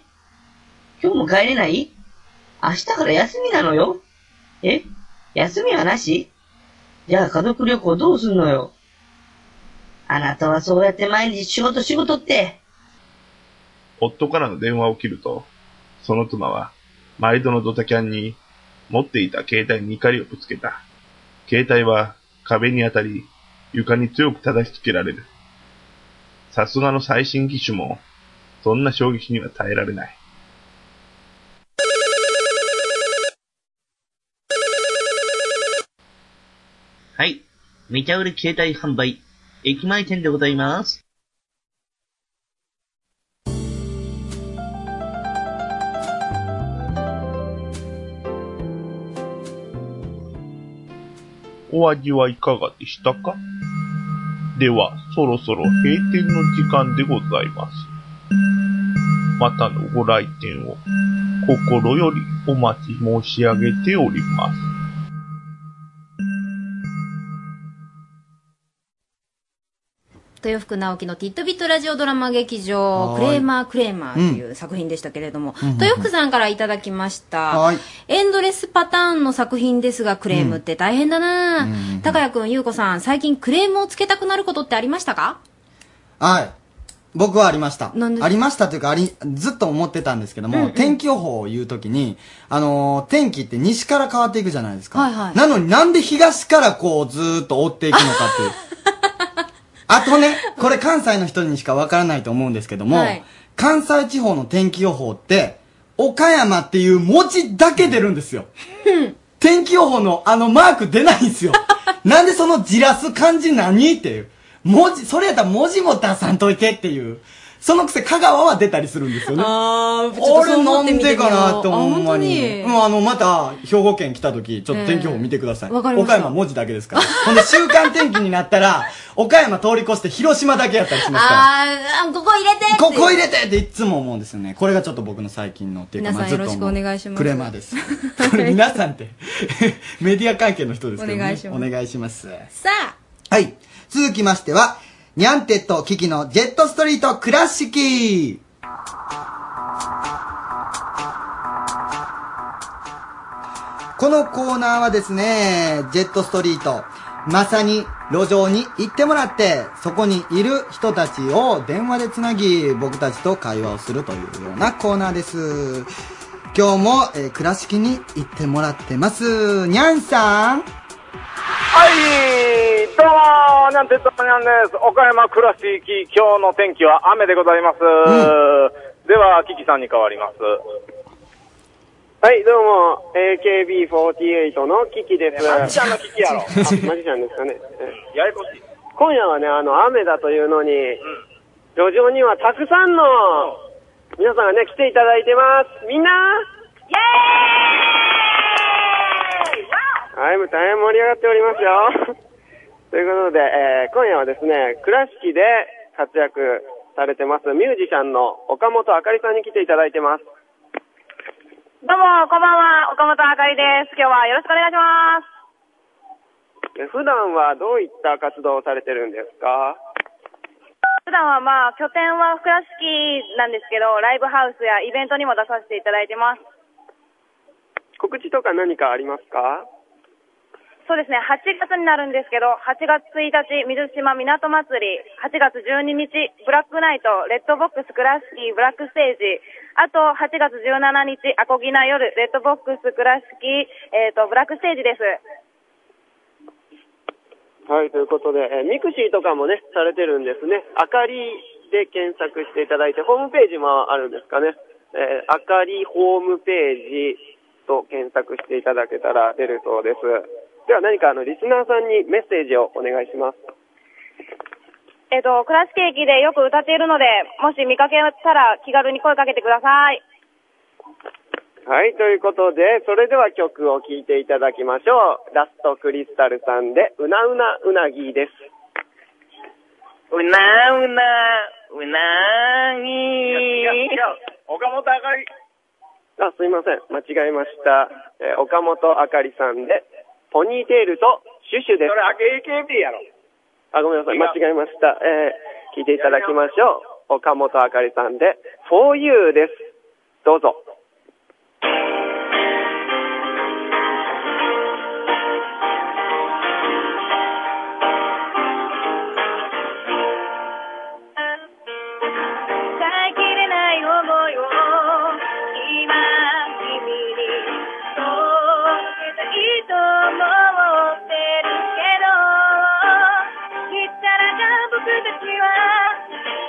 今日も帰れない明日から休みなのよ。え休みはなしじゃあ家族旅行どうすんのよ。あなたはそうやって毎日仕事仕事って。
夫からの電話を切ると、その妻は、毎度のドタキャンに、持っていた携帯に怒りをぶつけた。携帯は壁に当たり、床に強く叩きつけられる。さすがの最新機種も、そんな衝撃には耐えられない。
はい。めちゃ売れ携帯販売、駅前店でございます。
お味はいかがでしたかでは、そろそろ閉店の時間でございます。またのご来店を心よりお待ち申し上げております。
豊福直樹のティットビットラジオドラマ劇場、
はー
ク
い
レーマークレーマーという作品でしたけれども、
うんうんうん
豊福さんからいただきました、
はい
エンドレスパターンの作品ですが、クレームって大変だな、ぁ高谷くん、ゆうこさん、最近クレームをつけたくなることってありましたか
はい。僕はありました。
なんで
ありましたというか、あり、ずっと思ってたんですけども、
うんうん
天気予報を言うときに、あのー天気って西から変わっていくじゃないですか。
はいはい
なのになんで東からこうずーっと追っていくのかっていう。あとね、これ関西の人にしかわからないと思うんですけども、
はい
関西地方の天気予報って、岡山っていう文字だけ出るんですよ。天気予報のあのマーク出ないんで すよ。なんでそのじらす感じ何っていう。文字、それやったら文字も出さんといてっていう。そのくせ香川は出たりするんですよね。
あーちょっとそう
俺
思
な
って
ん
見て
で
みよう
かなって思う
あ
ほんまに。
本当に
もうあの、また、兵庫県来た時、ちょっと天気予報見てください。
ええわかりました
岡山文字だけですから。ほんで、週間天気になったら、岡山通り越して広島だけやったりしますから。
あーあ、ここ入れてって
ここ入れてっていつも思うんですよね。これがちょっと僕の最近のっていうか、
皆さん
まあず
よ
っと
ろしく
思
お
う
願いします。
クレーマ ーです。これ皆さんって、 メディア関係の人ですけどね。
お願いします
お願いします。
さあ、
はい。続きましては、ニャンテッドキキのジェットストリートクラシキこのコーナーはですね、ジェットストリート、まさに路上に行ってもらって、そこにいる人たちを電話でつなぎ、僕たちと会話をするというようなコーナーです。今日も、えー倉敷に行ってもらってます。にゃんさん
はい、どうも、にゃんてっとにゃんです。岡山倉敷、今日の天気は雨でございます。では、キキさんに変わります。
はい、どうも、AKB48 のキキです。
マジシャンのキキやろ
あマジシャンですかね。え
ややこしい。
今夜はね、あの、雨だというのに、路上にはたくさんの皆さんがね、来ていただいてます。みんなはい、もう大変盛り上がっておりますよ。 ということで、えー今夜はですね、倉敷で活躍されてますミュージシャンの岡本あかりさんに来ていただいてます。
どうも、こんばんは、岡本あかりです。今日はよろしくお願いします。
え普段はどういった活動をされてるんですか
普段はまあ、拠点は倉敷なんですけど、ライブハウスやイベントにも出させていただいてます。
告知とか何かありますか
そうですね、8月になるんですけど、8月1日、水島港祭り、8月12日、ブラックナイト、レッドボックス倉敷、ブラックステージ、あと8月17日、アコギな夜、レッドボックス倉敷、えっ、と、ブラックステージです。
はい、ということで、えーミクシーとかもね、されてるんですね。あかりで検索していただいて、ホームページもあるんですかね。えーあかりホームページと検索していただけたら出るそうです。では何かあの、リスナーさんにメッセージをお願いします。
えっ、と、倉敷駅でよく歌っているので、もし見かけたら気軽に声かけてください。
はい、ということで、それでは曲を聴いていただきましょう。ラストクリスタルさんで、うなうなうなぎです。
うなうな、うなぎ。
違う違
岡本あかり。
あ、すいません。間違えました。えー岡本あかりさんで、ポニーテールとシュシュ
そ
で
れ
す。、
AKB やろ。
あ、ごめんなさい。間違えました。えー聞いていただきましょう。岡本あかりさんで、for you です。どうぞ。
伝えきれない思いを今君に届けたいと思ってるけどひったらか僕たちは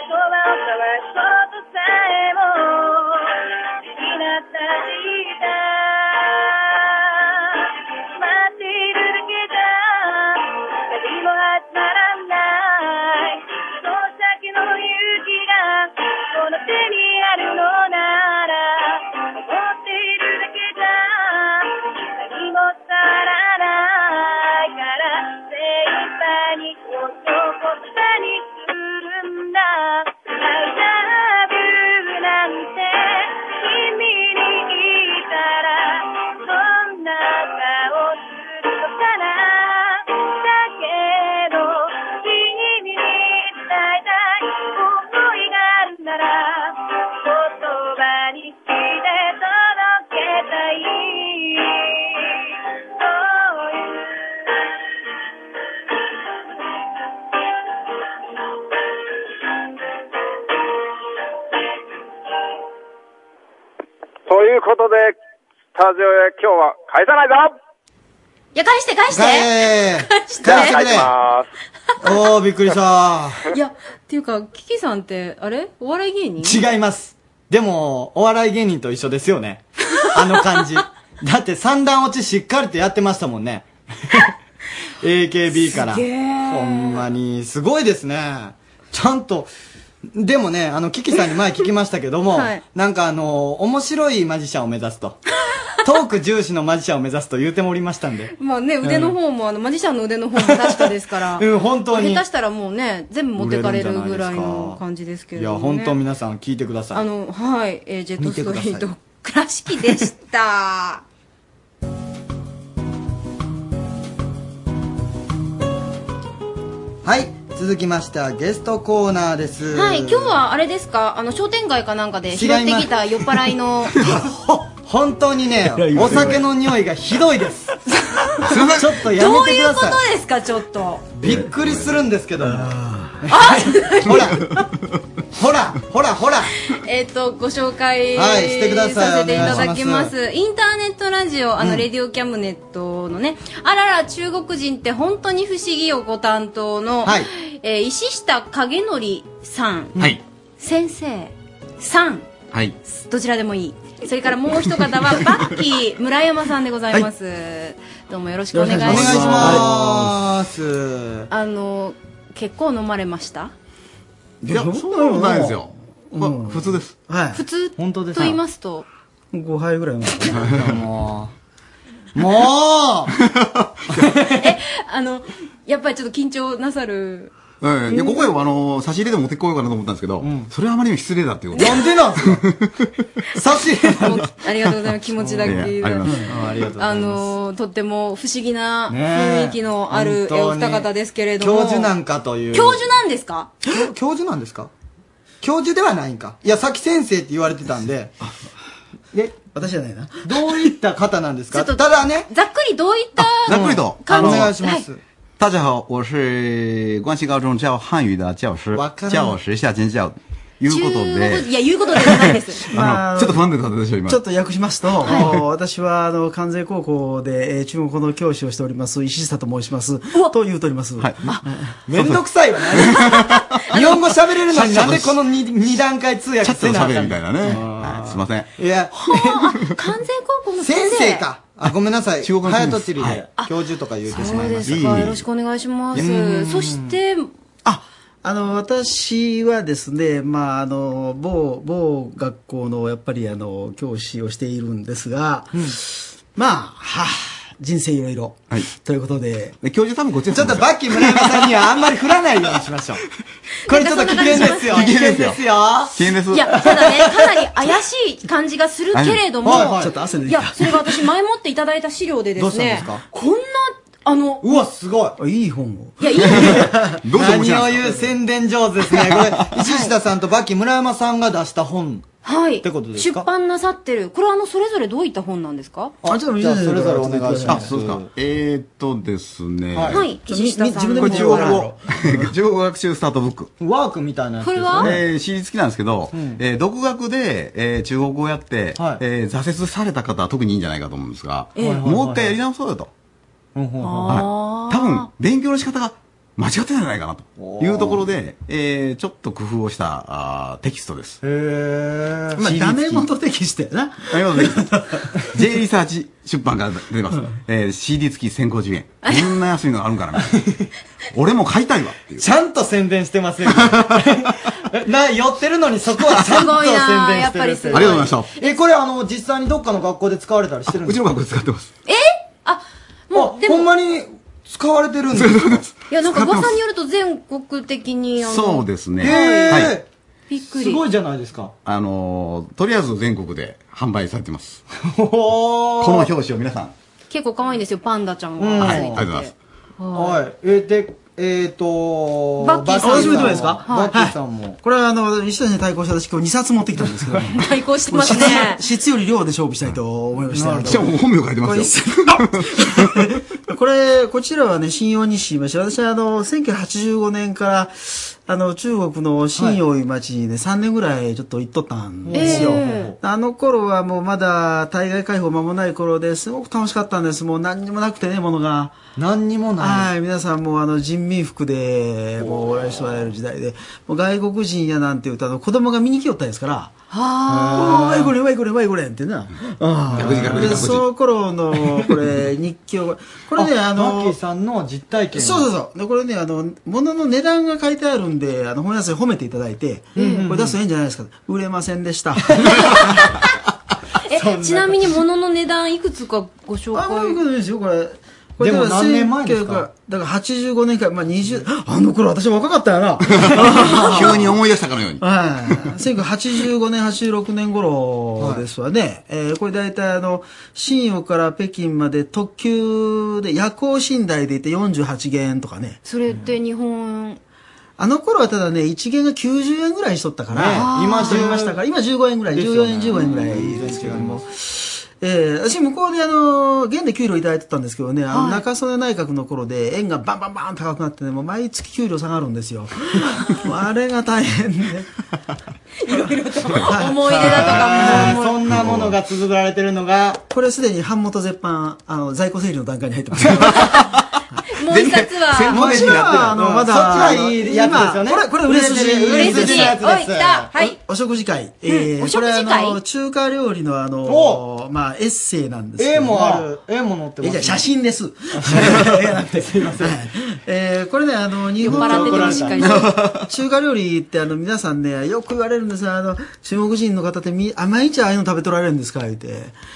そばを交わそうとさえも好きなったりした待っているだけじゃ何も始まらないその先の勇気がこの手にあるのなら思っているだけじゃ何も伝わらないから精一杯に男言葉にするんだ I love you なんて君に言ったらそんな顔するのかなだけど、君に伝えたい。この想いを、があるなら、言葉にして届けたい。そういう。
ということで、スタジオへ今日は返さないぞ
いや、返して返して
えー
返して
返して
返しま
くれおー、びっくりした。
いや、っていうか、キキさんって、あれお笑い芸人
違います。でも、お笑い芸人と一緒ですよね。あの感 じ。だって三段落ちしっかりとやってましたもんね。AKB から。
すげー
ほんまに、すごいですね。ちゃんと、でもね、あの、キキさんに前聞きましたけども、
はい
なんかあの、面白いマジシャンを目指すと。 トーク重視のマジシャンを目指すと言うてもおりましたん で。。
まあね、腕の方も、あの、マジシャンの腕の方も確かですから
うん本当に
下手したらもうね、全部持ってかれるぐらいの感じですけれ
いや、
ども、ね。
本当皆さん聞いてくださ
あ
い。
の、はい、えージェットストリ
見
ー
てくだ
ト
さい、
倉敷で した。
はい、続きましてはゲストコーナーです。
はい、今日はあれですか、あの、商店街かなんかで拾っ
違
て
います
きた酔っ 払いの、
本当にね
えらい、
お酒の匂いがひどいです。 ちょっとや
どう
めてく
いう
だ
こ
さい
とですか、ちょっと。
びっくりするんですけどもほらほらほらほら
えっ、と、ご紹介、
はいしてください
せていただきます。
お願いします
インターネットラジオ、あの、
うん
レディオキャムネットのね、あらら、中国人って本当に不思議をご担当の、
はい
えー石下影則さん、
はい。
先生、さん、
はい。
どちらでもいい。それからもう一 方は、バッキー村山さんでございます。どうもよろしくお願いします。
お願いします
あの、結構飲まれました
いや、そんなことないですよ。まあ、普通です。
はい。
普通
本当
と
です
言いますと、
5杯ぐらい飲んだ
もうも
あの、やっぱりちょっと緊張なさる。
うん。で、ここへ、あの、差し入れでも持ってこようかなと思ったんですけど、それはあまりにも失礼だっていうこと。
なんでなんすか差し入れ
もうありがとうございます。気持ちだけ
いやありがとうございます
ありがとうござ
あ
います
の、とっても不思議な
ねえ
雰囲気のある、えお
本当に
二方ですけれ
う
ども。
教授なんかという
教授なんですか
教教授なんですか教授ではないんかいやさっき先生って言われてたんでえ私じゃないなどういった方なんですかただね
ざっくりどういった
ざっくりと。
感じ
あの
お願いします
大家好，我是关西高中教汉语的教师
から、ん
教師夏金教。いうこ
中
と
国い
で、
や、言うことではないです。
あの、ちょっと不安定だったでしょ、今。
ちょっと訳しますと、私は、あの、関西高校で、えー中国語の教師をしております、石下と申します。と言うとります。はい。
めんどくさいわね。日本語喋れるのになんでこの 2, 段階通訳
ちょっと
せな
喋
あ
る
かん
みたいなね。はいすいません。
いや
関西高校の
先生かあごめんなさい
中国人
ハ
です
ヤトチリ
はい
で教授とか言うてし
そ
ま
う
いま
で
した
すか。よろしくお願いしま
うん
す。そして、
あの、私はですね、まあ、あの、某、某学校の、やっぱり、あの、教師をしているんですが、まあ、はあ、人生いろいろ。ということで。
教授多分こっち
ちょっとバッキー村山さんにはあんまり振ら ないようにしましょう。
これちょっと危険ですよ
危険ですよ
危険ですよ
危険です。
いや、ただね、かなり怪しい感じがするけれども、
はいはいちょっと汗出
い
てきた
や、それが私前もっていただいた資料でですね、
どうしたんですか
こんな、あの、
うわ、すご
い。いい本を。
いや、いい
どうして面白いん
何を
ですか
言う宣伝上手ですね。これ、石下さんとバッキー村山さんが出した本。
はい。
ってことです
出
か
版なさってる。これはあの、それぞれどういった本なんですか
あちょっと見せてじゃあそれぞれお願いします
あ、そうですか。えーっとですね。
はいはいちょ石下さん
これ中国語。 中国語学習スタートブック。
ワークみたいなやつですねこれは
えー、シリーズ付きなんですけど、えー独学で、えー中国語をやって、えー挫折された方は特にいいんじゃないかと思うんですが、
ええ
もう一回やり直そうよと。はい多分、勉強の仕方が間違ってたんじゃないかなというところで、えーちょっと工夫をしたあーテキストです。
へ
まあ、ダメ元的してな。
ありがとうございます。J リサーチ出版から出てます。えー、CD 付き1050円。こんな安いのがあるんから、俺も買いたいわっていう。
ちゃんと宣伝してますよ。な、寄ってるのにそこはちゃんと
すごいな
宣伝してる
やっぱりすごいありがとう
ございま
した。え、これあの、実際にどっかの学校で使われたりしてるんですかうちの
学校で使ってます。
えあ、もう、ほんまに使われてるんです
いや、なんか噂によると全国的に、あの、
そうですね。
へー
はい。
びっくり。
いじゃないですか。
あのーとりあえず全国で販売されてます。
こ
の表紙を皆さん。
結構可愛いんですよ、パンダちゃん
はい、
が。
ありがとうございます。
はい。えーで、えっと、
バッキーさん
あ私も言ってもいいですか
バッキーさんも。
これはあの、石田に対抗した私今日2冊持ってきたんですけど。
対抗してますね。
質より量で勝負したいと思いました。
なるほどしかも本名書いてます
よ。これ、こちらはね、信用にしまして、私はあの、1985年から、あの、中国の信用いう町にね、3年ぐらいちょっと行っとったんですよ。
え
あの頃はもうまだ、対外解放間もない頃ですごく楽しかったんです。もう何にもなくてね、ものが。
何にも
ない。はい、皆さんもうあの、人民服で、もうお会いしておられる時代で、もう外国人やなんて言うと、あの、子供が見に来よったんですから。
は
あ。ワイゴレン、ワイゴレン、ワイゴレンってな。あ
逆字逆字
で
逆字
その頃の、これ、日記を、これね、あの、
さんの実体験。
そうそうそう。で、これね、あの、物の値段が書いてあるんで、あの、本屋さんに褒めていただいて、これ出すといいんじゃないですか。売れませんでした。
え、ちなみに物の値段いくつかご紹介。あ、
いですよ、これ。これ
でも
だら
何年前ですか
1900だから85年から、まあ20、あの頃私若かったよな。
急に思い出したかのように。
はい。1985年、86年頃ですわね。えーこれ大体あの、新陽から北京まで特急で夜行寝台で行って48元とかね。
それって日本、
あの頃はただね、1元が90円ぐらいにしとったから、
ね今
今ましたから、今15円ぐらい、
です
14
よね
円、15円ぐらいですけども。えー私、向こうで、あの、現で給料いただいてたんですけどね、あの
はい
中曽根内閣の頃で、円がバンバンバン高くなってね、もう毎月給料下がるんですよ。 もうあれが大変で。
思い出だとかも
そんなものが綴られてるのが、これすでに版元絶版、あの、在庫整理の段階に入ってます。
もう一冊は
全部専門誌になってる
あのまだ
そっちはいいやつですよね
今これこれ売れ筋
売れ
売れ
筋
筋
の
の
や
や
つ
つ
で
ですす
お食事会。え
うん
ー
お食事会
これあの中華料理のあの、まあ、エッセイなんですけど。
絵もある。絵も載ってます
えじゃあ写真 です絵なんてすいません。えーこれね、あの、日本
酔っ払っててもしっかりね
中華料理ってあの、皆さんね、よく言われるんですよ。あの、中国人の方ってみ、あ、毎日ああいうの食べとられるんですか言って。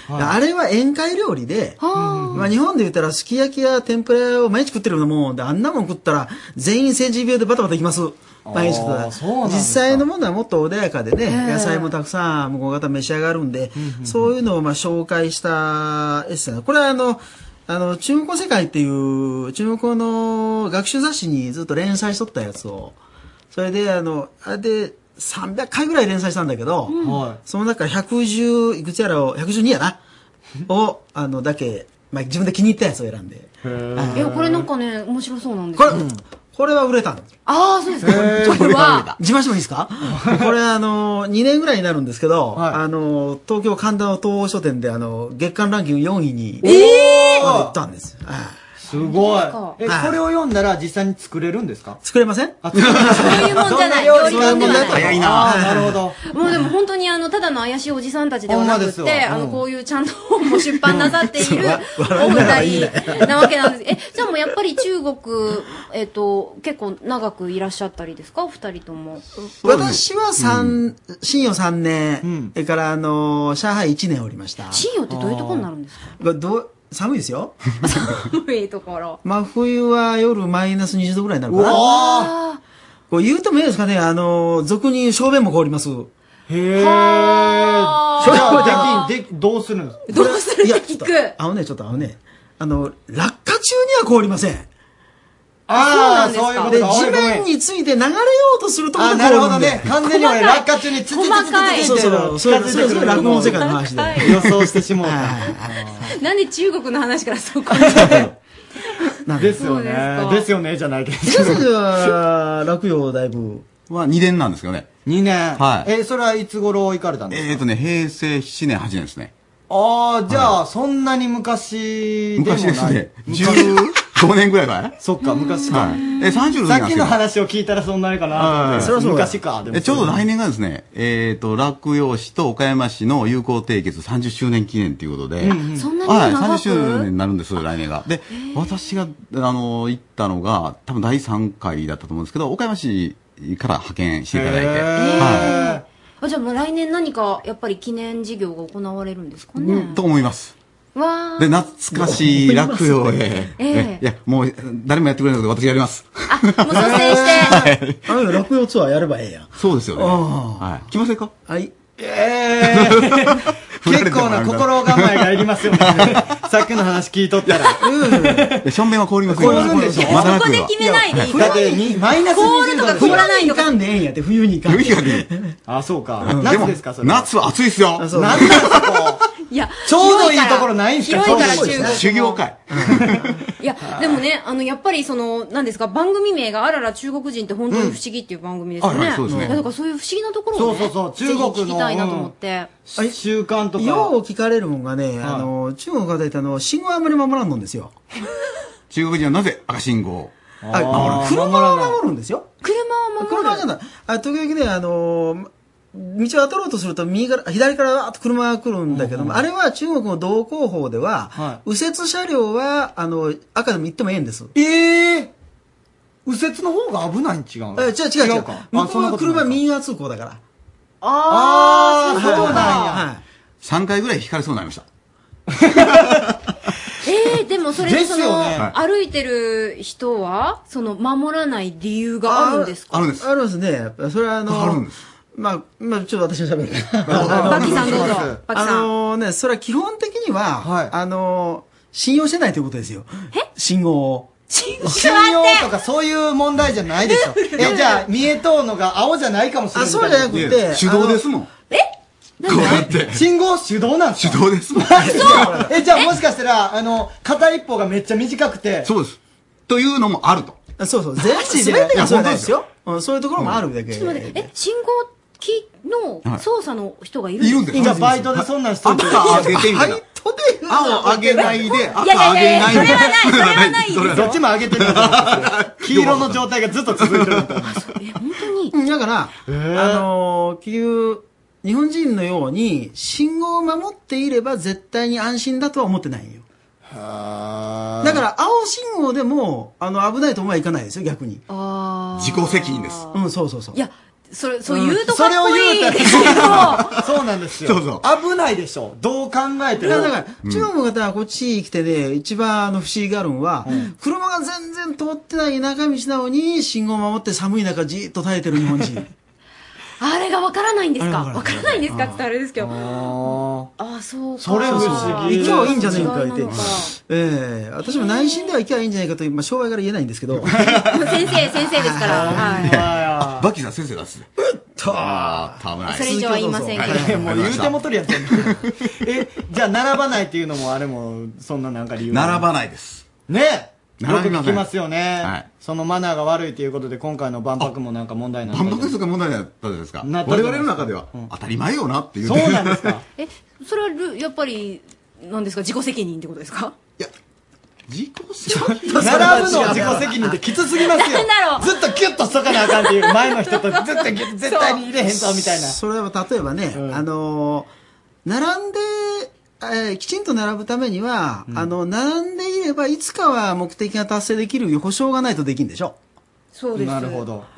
はい
あれは宴会料理で、まあ日本で言ったらすき焼きや天ぷらを毎日食ってるようなもんで、あんなもん食ったら全員成人病でバタバタいきます。毎日食った
あー
ら。
そうなんですか
実際のものはもっと穏やかでね、
ええ
野菜もたくさん向こう方召し上がるんで、そういうのをまあ紹介したエッセイなこれはあの、あの、中国語世界っていう、中国語の学習雑誌にずっと連載しとったやつを、それで、あの、あれで、300回ぐらい連載したんだけど、
うんはい
その中から110、いくつやらを、112やな、を、あの、だけ、まあ、自分で気に入ったやつを選んで。
いや、これなんかね、面白そうなんです
これ
よ。、
これは売れたの。
あ あ、そうですか。これは、
自慢してもいいですか これあの、2年ぐらいになるんですけど、あの、東京神田の東宝書店であの、月間ランキング4位に、
え
ま
ー
で行ったんです。す
ごいえ
はい
これを読んだら実際に作れるんですか
作れません
そういう
もんじゃない
料理
料理本ではない
早いななるほど
もうでも本当にあの、ただの怪しいおじさんたちではな
ほんま
く
です
て、
ようん
あの、こういうちゃんと本も出版なさっているお
笑いながらいい
二
ね
人なわけなんです。え、じゃあもうやっぱり中国、えっと、結構長くいらっしゃったりですかお二人とも。
私は三、新与3年、それからあの、上海1年おりました。
新洋ってどういうとこになるんですか
がどう寒いです よ。
寒いところ。
真冬は夜マイナス20度ぐらいになるか
う
な。
わ
こう言うてもいいですかね、あの、俗に小便も凍ります。へえ。
はーじゃあ
できでどうするんです
どうするって聞く。
あのね、ちょっとあのね、あの、落下中には凍りません。
あーそうなんですかそういうことか
で
ごめん
地
ごめん
面について流れようとするところ
あ
で
なるほ
凍る
ど
ん
ね
で
完全に俺
細かい
落下中にツツツツツツツ
そう
ツ
そう、そ
ツ
れ
ツ
それ
ツ
そ
ツ
れ落語の世界の話で。
予想してしもうた
なんで中国の話からそこに。
です
そ
よね
うですか
ですよねじゃないけど
皆さんは、落葉だいぶ。
は2年なんですよね。
2年
はい
えそれはいつ頃行かれたんですか
えっとね、平成7年、8年ですね。
ああじゃあそんなに昔でも
昔です
な
ね
い。
15年ぐらい前
そっか、昔
か。はいえ、30の時
さ
なん
っ
です
き
けど
の話を聞いたらそんなにかなと思っ
は
て
い
昔かでも
えちょうど来年がですね、えっ、と、落葉市と岡山市の友好締結30周年記念ということで、
うんうんそんなに
はい、
長く
30周年になるんですよ、来年が。で、私が、あの、行ったのが、多分第3回だったと思うんですけど、岡山市から派遣していただいて、は
あじゃあもう来年何かやっぱり記念事業が行われるんですか
い、
ね、
と思います。
わ
で、
ー
懐かしい落 葉へ、
ええ
いや、もう、誰もやってくれないので、私やります。
あのよ落葉ツアーやればええやん。
そうですよね。
あ
はい。来ませんか
はい。
えー結構な心構えがいりますよね。さっきの話聞いとったら。
いや正面は凍りますよ。
凍るんでしょ
まだ落葉は
だってに、マイナス20度
ないのか。んでええんやって、冬に行かんで。
冬に
あ、そうか
う。ん
夏ですか、それ。
夏は暑いですよ。
そう夏だそこ。
いや
ちょうどいいところないんですか
広いから
そうです
広いから中国も
修行会。
いやでもねあのやっぱりその何ですか番組名が「あらら中国人って本当に不思議」っていう番組ですよね、
うんはいはいそうですね
いやだからそういう不思議なところ
そ
を、
う
ね、
そうそう、中国の。
ぜひ聞きたいなと思って、
習慣とか。
よう聞かれるもんがね、あの、中国の方ってあの、信号あんまり守らんのんですよ。
中国人はなぜ赤信号を
あ
守る
車は守るんですよ。
車は守る
車じゃない。あ、時々ね、あの、道を渡ろうとすると右から、左からわーっと車が来るんだけども、あれは中国の道交法では、右折車両は、あの、赤でも行ってもええんです。
ええ右折の方が危ないん違うの
え、違う違う違う。
か。
向
あ、
こ
そうんな
は
こと
車右側通行だから。
あー
ー
そうなんや。
はい
3回ぐらい引かれそうになりました。
えー、でもそれ
で
ですそ
よ
の
ね
歩いてる人はその守らない理由があるんですか
あるんです。あるんですね。やっぱそれはあの、まあ、まあ、ちょっと私が喋る。バ
キさんどうぞバキさん
あのね、それは基本的には、あの、信用してないということですよ。信号を。
信用とかそういう問題じゃないでしょ。え、じゃあ、見えとうのが青じゃないかもしれない。
あそうじゃなくていや手動です
もん。
え
こうやって。信号手動なんですか手動です。 え、じゃあもしかしたら、あの、片一方がめっちゃ短くて。
そうです。というのもあると。
そうそう、全
マジで
全てがそうなん
いや本当で
ですす
よ
よ。うんそういうところもあるだけ。
ちょっと待って、え、信号機の操作の人がいる
いるんです
か
よ
んなん
赤上げてみたいな。青上げないで、赤上げない
いやいやいやいやそれは
それはない
それはないどっちも上げてる黄色の状態がずっと続いてるみたいな。
うんだから、あのー、結局、日本人のように、信号を守っていれば絶対に安心だとは思ってないよ。だから、青信号でも、あの、危ないと思えばいかないですよ、逆に。
あ
自己責任です。
うん、そうそうそう。
いや、それ、そう言うと
そ
かっ
れを
こいい
言う
け
と
ど、
そうなんですよ。
そうそ
危ないでしょ。どう考えて
いや
も。
だから、中国の方はこっち来てね、一番あの、不思議があるのは、車が全然通ってない中道なのに、信号を守って寒い中じーっと耐えてる日本人。
あれがわからないんですか
あれ
わ
わ
か
から
ないんですかって言ったらあれですけど。
あ
あ、そうか。
それ不思議
そう
行けばいいんじゃない か言って
そうなの
ええ私も内心では行きゃいいんじゃないかと、まあ、商売から言えないんです けど。
もう先生、先生ですから。はい。
あバッキーさん先生がですね。うっとあー、危ない。
それ以上は言いませんけど
はい
もう言うてもとるやつ やんえ、じゃあ並ばないっていうのもあれも、そんななんか理由。
並ばないいです。
ねよく
並びま
聞
せ
き
ん
ますよね。
はい
そのマナーが悪いということで、今回の万博もなんか問題になった
万博ですが問題だったじゃないですか。
なっ
我
たじゃな
々
い
の中では当たり前 よなっていう。
そうなんですか。
え、それはル、やっぱり、なんですか自己責任ってことですか
並ぶのは自己責任ってきつすぎますよ
なんだろう。
ずっとキュッとしとかなあかんっていう、前の人とずっ とギュッ絶対に入れへんと、みたいな。
それは例えばね、あのー並んで、えーきちんと並ぶためには、あの、並んでいれば、いつかは目的が達成できる保証がないとできんでしょ。
そうです。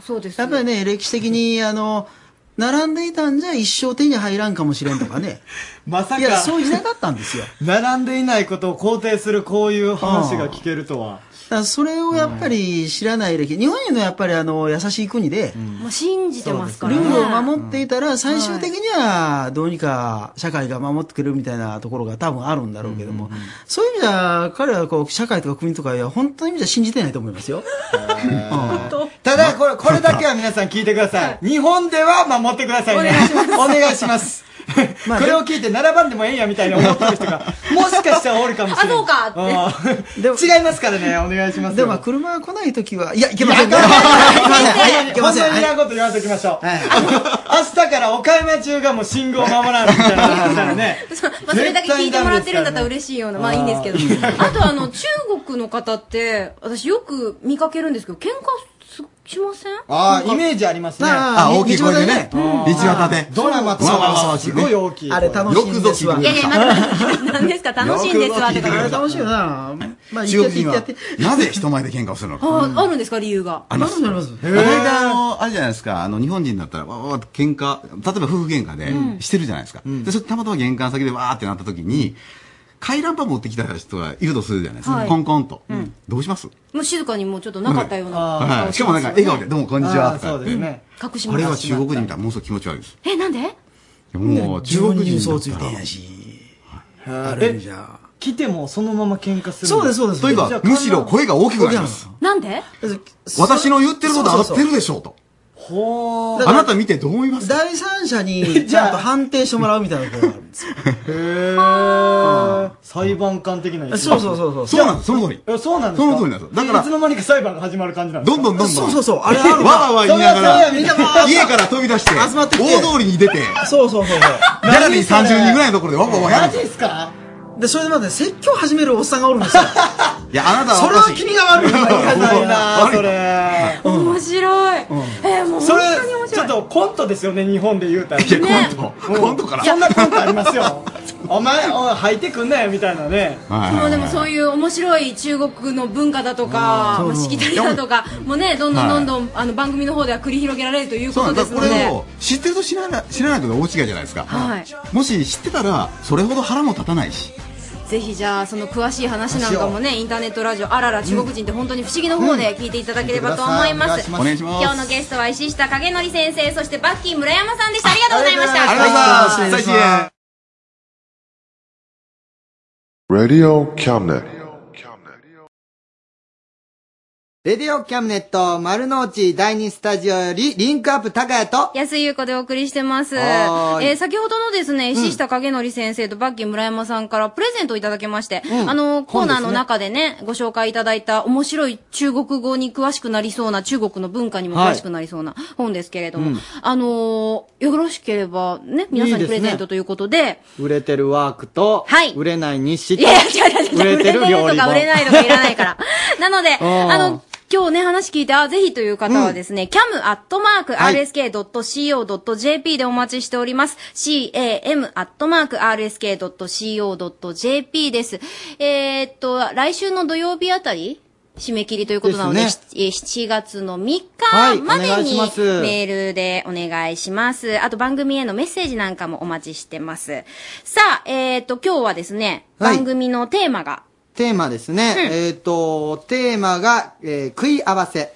そうです。
やっぱりね、歴史的 に、あの、並んでいたんじゃ一生手に入らんかもしれんとかね。
まさか
いや、そういう時代だったんですよ。
並んでいないことを 肯定するこういう話が聞けるとは。
だからそれをやっぱり知らない歴、日本人のやっぱりあの、優しい国で、
もう信じてますから
ル
ね。
ールを守っていたら、最終的にはどうにか社会が守ってくれるみたいなところが多分あるんだろうけども、そういう意味では、彼らはこう社会とか国とか、いや本当の意味じゃ信じてないと思いますよ。
ただ、これ、これだけは皆さん聞いてください。日本では守ってくださいね。お願いします。これを聞いて並ばんでもええんやみたいな思って る人が、もしかしたらおるかもしれな
あ
い。
そうかって
うん違いますからね、お願いしますよ。
でも、車が来ないときは、いや、いけません。いけません。いけ
こ
ま
ん
せん。
な
は
嫌
い
なこと言わんときましょう。明日から岡山中がもう信号を守らないみたいなことしたらね。
まあ、それだけ聞いてもらってるんだったら嬉しいような、まあいいんですけど。あとあの、中国の方って、私よく見かけるんですけど、喧嘩すしません
ああ、イメージありますね。
ああ、大きい声でね。道端で。
ドラマと
わわわ
か
わ
すごい大きい声。あれ
楽しいんですわ
いやいや、なんなんですか楽しいんですわって
あ
感
れ
じ。
楽しいよな。まあ、
中
言っ
国
て
人
や
は
って。
なぜ人前で喧嘩をするのか。
ああるんですか理由が。
あります。
あります。
この間、あの、あれじゃないですか、あの、日本人だったら、わわわって喧嘩、例えば夫婦喧嘩
うん
で、してるじゃないですか。で、それたまたま玄関先でわーってなった時に、回覧板持ってきた人がいるとするじゃないです
は
か。
い
コンコンと
うん。
どうします
もう静かにもうちょっとなかったような顔
はい。しかもなんか笑顔で、どうもこんにちは、とか
そうですね。
隠し
あ
持
れ
ち
は中国人みたらものすごい気持ち悪いです。
え、なんで
もう、中国人そうついてんや
し。
あるじゃ。来てもそのまま喧嘩する。
そうですそうです
というか、むしろ声が大きくなります。
なんで
私の言ってること
そう
合
そうそ
っ
う
てるでしょうと。
ほ
あなた見てどう思いますか
第三者に、ちゃんと判定してもらうみたいなことがあるんですよ。
へえ。裁判官的な。
そうそうそうそう
そうなんです、その通り。
えそうなんです
そ
か
の通りなんですよだから
いつの間にか裁判が始まる感じなんです
ど
か
んどんどんどん。
そうそうそうあれあ
わ
るわ
わわ言いなが
そ
ら、
りゃそうやみん なわー
家から飛び出して、大
集まってきて
通りに出て、ギ
そうそうそうそう。
ャラリー30人ぐらいのところでわわわやるんですよ。
ですか
で、それでまで説教始めるおっさんがおるんですよ。
いや、あなた
それ
は
は君が 悪いよ。
嫌だよなそれ
面白い。えー、もう本
それ
当に面
ちょ
白
っ
い。
とコントですよね日本で言うたら
いやコントコントから
そんなコントありますよお前おい入ってくんなよみたいなね
もうでもそういう面白い中国の文化だとか、
うん
まあしきたりだとか、もうね、どんどんどんどん、あの番組の方では繰り広げられるという
そう
こ
な
と
んで
ですすの
こ
で。
れを知ってると知らない知らないとで大違いじゃないですか。
はい。
もし知ってたら、それほど腹も立たないし。
ぜひじゃあその詳しい話なんかもねインターネットラジオあらら中国人って本当に不思議の方で聞いていただければと思います,、
うんお願いします
今日のゲストは石下影則先生そしてバッキー村山さんでしたありがとうございました
ありがとうございます。再生。
Radio Cabinet.
レディオキャムネット丸の内第2スタジオよりリンクアップ高谷と、
安井優子でお送りしてます。え
はーい
ー、先ほどのですね、石下影則先生とバッキー村山さんからプレゼントをいただきまして、
うん
あの、コーナー
本です
の
ね
中でね、ご紹介いただいた面白い中国語に詳しくなりそうな、中国の文化にも詳しくなりそうな本ですけれども、
うん
あのーよろしければね、皆さん
い
に
い
プ
です
レ
ね
ゼントということで、
売れてるワークと、売れない日誌
いやいや、違う違う違う。売れてる
料
と
理
か
本
売れないとかいらない から。なので、
うん
あの、今日ね、話聞いて、あ、ぜひという方はですね、
はい
cam.rsk.co.jp でお待ちしております。cam.rsk.co.jp です。えーっと、来週の土曜日あたり締め切りということなので、
ですね
えー7月の3
はい
日まで
お願い
に
します
メールでお願いします。あと番組へのメッセージなんかもお待ちしてます。さあ、えーっと、今日はですね、
はい
番組のテーマが、
テーマですね。えっ、と、テーマが、えー食い合わせ。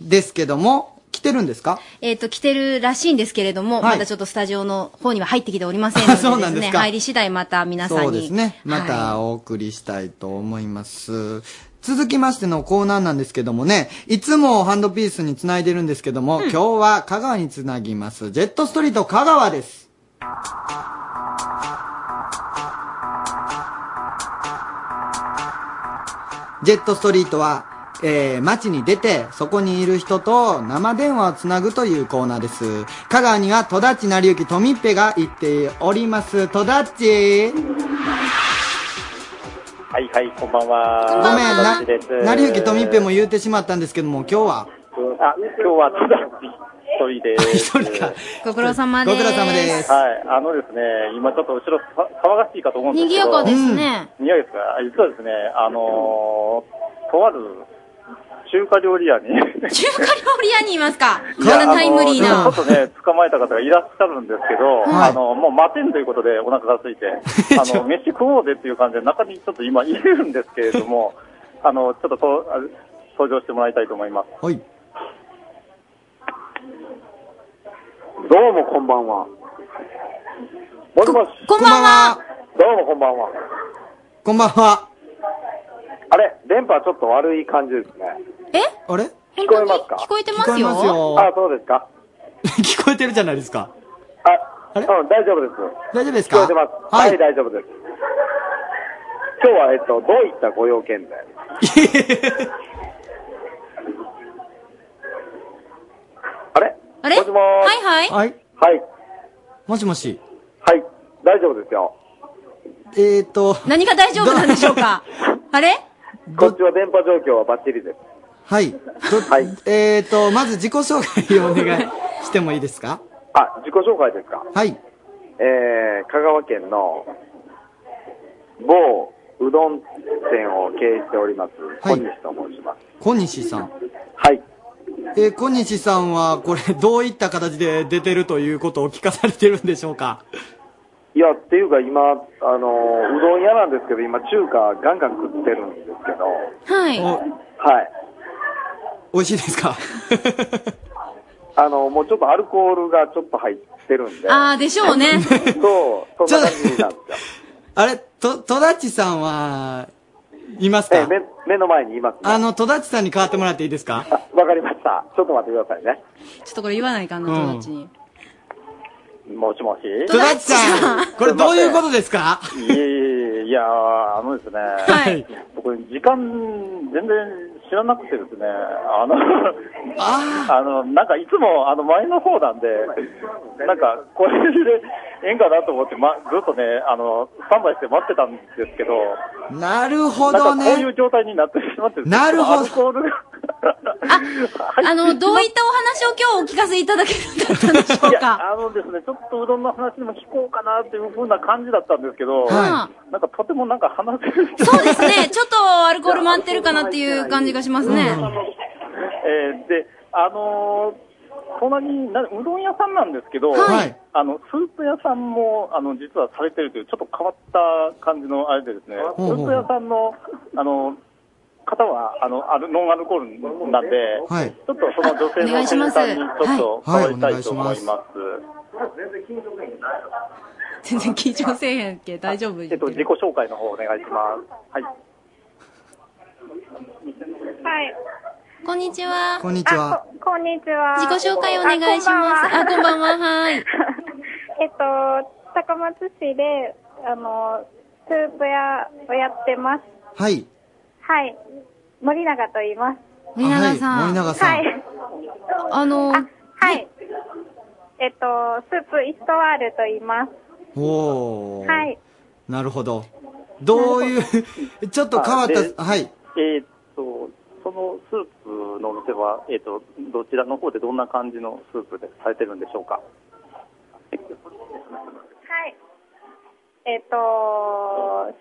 ですけども、来てるんですか
えっ、と、来てるらしいんですけれども、
はい
まだちょっとスタジオの方には入ってきておりませんのでです
そ
ね、
うなんですか
入り次第また皆さんに。
そうですね。ま
はい
たお送りしたいと思います。続きましてのコーナーなんですけどもね、いつもハンドピースにつないでるんですけども、今日は香川につなぎます。ジェットストリート香川です。ジェットストリートは、えー街に出て、そこにいる人と生電話をつなぐというコーナーです。香川には戸田っち成幸富っぺが行っております。戸田っち
はいはい、こんばんは。
ごめんな
私です。
成幸富っぺも言ってしまったんですけども、今日は、
あ、今日はただ一人です。一人か。
ご苦労様です。
はい、あのですね、今ちょっと後ろさ騒がしいかと思うんですけど。
賑やかですね
うん。賑やかですが、実はですね、あのーとある中華料理屋に。
中華料理屋にいますか
い
まだ
や
タイムリーな。
あのちょっとね、捕まえた方がいらっしゃるんですけど、
はい
あの、もう待てんということでお腹が空 いて、あの、飯食おうぜっていう感じで中にちょっと今いるんですけれども、あの、ちょっととあ登場してもらいたいと思います。
はい。
どうもこんばんは。もしもし。
こんばんは。
どうもこんばんは。
こんばんは。
あれ、電波ちょっと悪い感じですね。
あれ
聞こえますか
聞こえて
ますよ聞こえますよ
あ、そうですか。
聞こえてるじゃないですか。
あ、うん、大丈夫です。
大丈夫です
聞こえ
か
てます。はい、大丈夫です。今日は、えっと、どういったご用件で
あれはいはい。
はい。
はい。
もしもし。
はい。大丈夫ですよ。
えっ、ー、と。
何が大丈夫なんでしょう かあれ
こっちは電波状況はバッチリです。
はい。はい。えっ、ー、と、まず自己紹介をお願いしてもいいですか
あ、自己紹介ですか
はい。
えー、香川県の某うどん店を経営しております、小西と申します。
小西さん。
はい。
えー小西さんは、これ、どういった形で出てるということを聞かされてるんでしょうか
いや、っていうか今、あのーうどん屋なんですけど、今中華ガンガン食ってるんですけど、
はい。
はい。
美味しいですか
あのーもうちょっとアルコールがちょっと入ってるんで。
あーでしょうね。
そう、そんな感じな んですよ。
あれ、と、戸田っちさんは、いますか、
目、目の前にいます、
あの、戸田っちさんに代わってもらっていいですか
わかりました。ちょっと待ってくださいね。
ちょっとこれ言わないかな、
うん
友達に。
もしもし
戸田っちさん、これどういうことですか
いやいやいや、あのですね、はい、僕、時間、全然知らなくてですね、あの、あの、なんかいつも、あの、前の方なんで、なんか、これで、ええんかなと思って、ま、ずっとね、あの、スタンバイして待ってたんですけど、
なるほど
なんかこうい
ね。
う状態になってしまって、
なるほど
アルコールが
あの、どういったお話を今日お聞かせいただけるんだったんでしょう
い
か
や、あのですね、ちょっとうどんの話でも聞こうかなっていうふうな感じだったんですけど、
は
なんかとてもなんか話せる
そうですね、ちょっとアルコール回ってるかなっていう感じがしますね。
えーで、あのー隣にな、うどん屋さんなんですけど、あの、スープ屋さんも、あの、実はされてるという、ちょっと変わった感じのあれでですね、ス
ほうほう
ープ屋さんの、あの、方は、あの、あるノンアルコールなんで、
はい
ちょっとその女性
あお願
の
いしま
店
す
さんにちょっと
はい
変わりたいと
はいお
思
願い
い
し
ま。
ます
全然緊張せえへんけ、大丈夫
えっと、自己紹介の方お願いします。はい。
はい。
こんにちは。
こんにちは
あ。
あ
こんにちは。
自己紹介お願いします
あ、こんばん は。
あこんばんははい
えっと、高松市で、あの、スープ屋をやってます。
はい。
はい。森永と言います。
森永さん。
はい森永さん
はい。
あの、
はい。えっと、スープイストワールと言います。
おー。
はい。
なるほど。どういう、ちょっと変わ
あで
った、はい。
えーっと、そのスープのお店は、えーっと、どちらの方でどんな感じのスープでされてるんでしょうか
はい。えっ、と、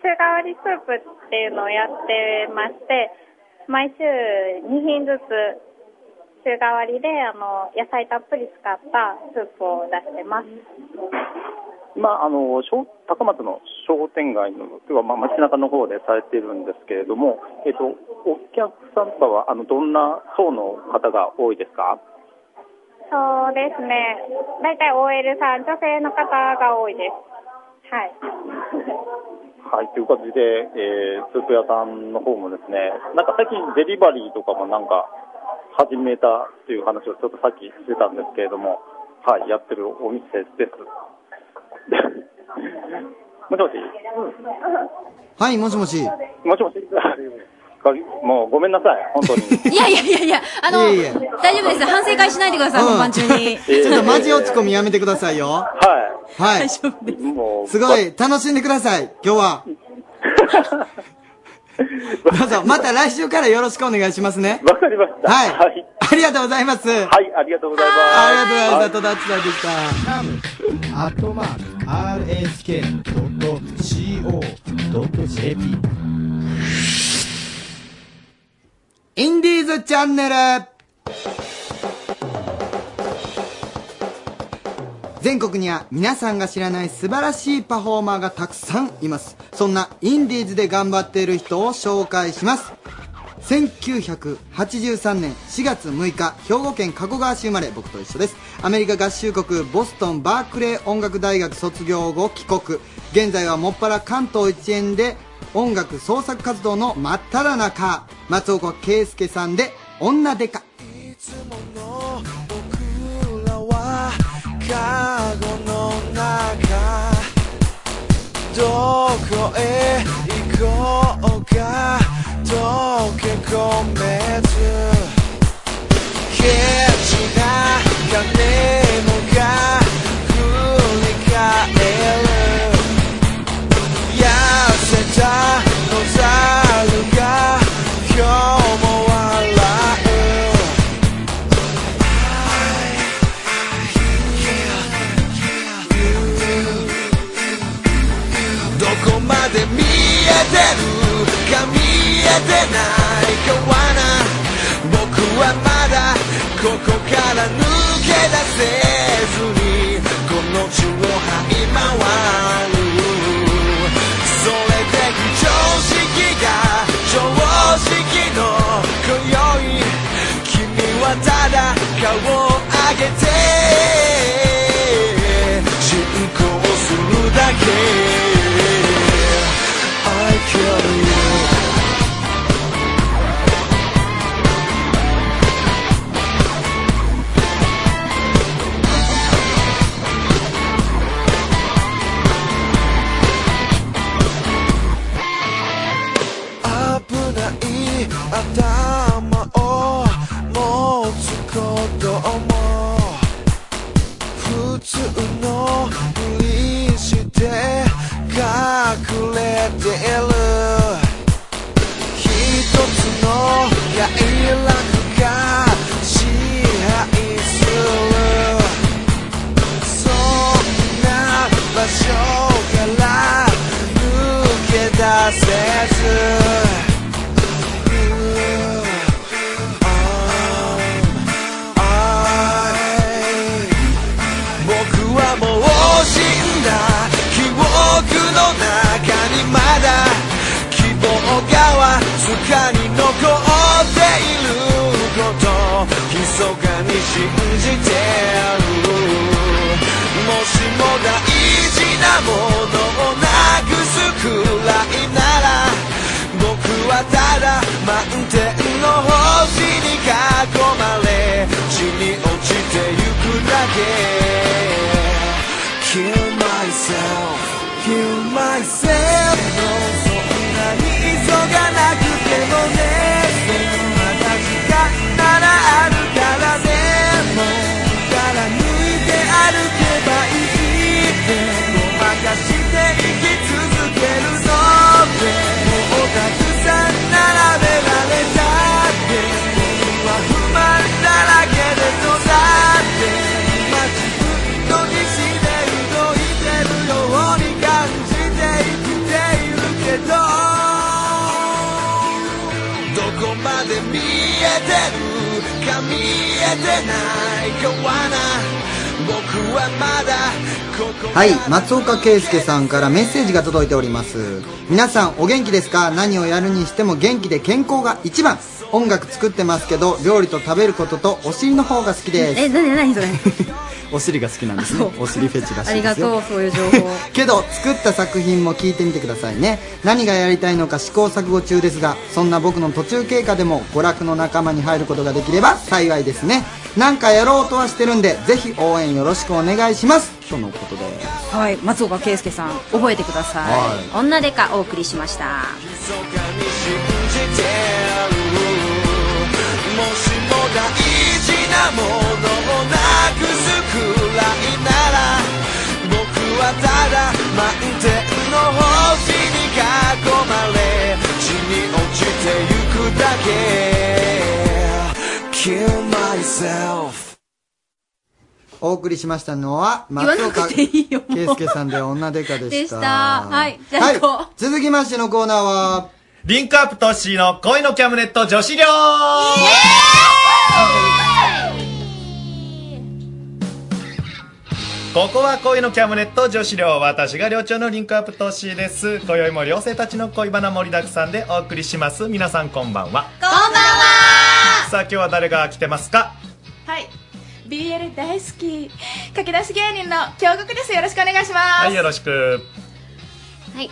週替わりスープっていうのをやってまして、毎週2品ずつ週替わりであの野菜たっぷり使ったスープを出してます。
まあ、あの商高松の商店街の、というかまあ、街中の方でされているんですけれども、えっと、お客さんとかはあのどんな層の方が多いですか
そうですね。大体 OL さん、女性の方が多いです。はい。
はい、という感じで、えースープ屋さんの方もですね、なんか最近デリバリーとかもなんか始めたという話をちょっとさっきしてたんですけれども、はい、やってるお店です。もしもし
はい、もしもし。
もしもしかもう ごめんなさい、本当に。
いやいやいやいや、あの、
いえいえ
大丈夫です。反省会しないでください、本番中に。
ちょっとマジ落ち込みやめてくださいよ。はい。はい。
大丈夫です。
もう
すごい、楽しんでください、今日は。どうぞ、また来週からよろしくお願いしますね。
わかりました。、
はい。ありがとうございます。はい
ありがとうございます。
ありがとうございます。戸田つなでした。
アットマーク RSK.CO.JP
インディーズチャンネル全国には皆さんが知らない素晴らしいパフォーマーがたくさんいます。そんなインディーズで頑張っている人を紹介します。1983年4月6日、兵庫県加古川市生まれ、僕と一緒です。アメリカ合衆国ボストンバークレー音楽大学卒業後帰国。現在はもっぱら関東一円で音楽創作活動の真っ只中、松岡圭介さんで女デカ。
僕らはカゴの中どこへ行こうか溶け込めずケチな金もが振り返る痩せたのザルが今日も笑うどこまで見えてるか見えてないかはな僕はまだここから抜け出せずにこの地を這い回るそれで非常識が常識の今宵君はただ顔を上げて進行するだけ I kill you 危ない頭を持つことも普通のふりして隠れてる一つの快楽が支配するそんな場所から抜け出せず I 僕はもう死んだ記憶の中にまだ希望がわずかに残っていること密かに信じてるもしも大事なものをなくすくらいなら僕はただ満点の星に囲まれ地に落ちてゆくだけ Kill myself Kill myself そんなに急がなくてもねまだ時間ならあるからねもうから抜いて歩けばいいってごまかして生き続けるぞってもうたくさん並べられたって君は不満だらけで育って今自分の意志で動いてるように感じて生きているけどどこまで見えてるか見えてないかはな僕はまだここ
はい、松岡圭介さんからメッセージが届いております。皆さんお元気ですか何をやるにしても元気で健康が一番。音楽作ってますけど、料理と食べることとお尻の方が好きです。
え、なになにそれ。
お尻が好きなんです
ね。
お尻フェチら
ありがとう、そういう情報。
けど作った作品も聞いてみてくださいね何がやりたいのか試行錯誤中ですがそんな僕の途中経過でも娯楽の仲間に入ることができれば幸いですねなんかやろうとはしてるんでぜひ応援よろしくお願いしますとのことで
はい、松岡圭介さん、覚えてくださ
はい
い。女でかお送りしました。
もしも大事なものをなくすくらいなら僕はただ満点の星に囲まれ地に落ちてゆくだけ Kill myself
お送りしましたのは松岡圭介さんで女でかでした
でした。はい、じゃあ行こう。
はい、続きましてのコーナーは
リンクアップトッシーの恋のキャムネット女子寮ここは恋のキャムネット女子寮私が寮長のリンクアップトッシーです今宵も寮生たちの恋バナ盛りだくさんでお送りします皆さんこんばんはこんばんはさあ今日は誰が来てますか
はい。BL 大好き。駆け出し芸人の京極です。よろしくお願いします。
はいよろしく
はい、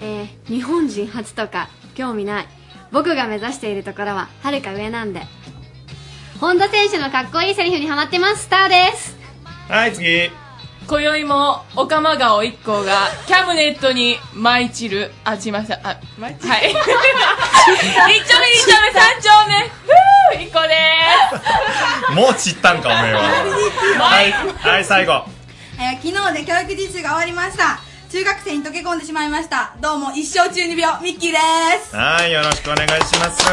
えー、日本人初とか興味ない僕が目指しているところははるか上なんで本田選手のかっこいいセリフにハマってますスターです
はい次
今宵もオカマ顔一行がキャムネットに舞い散るあちまさあ舞い散るはい一丁目二丁目三丁目 ふう一行で
もう散ったんかお めえははいはい最後
えー昨日で教育実習が終わりました中学生に溶け込んでしまいましたどうも一生中二病ミッキーです
はい、よろしくお願いします。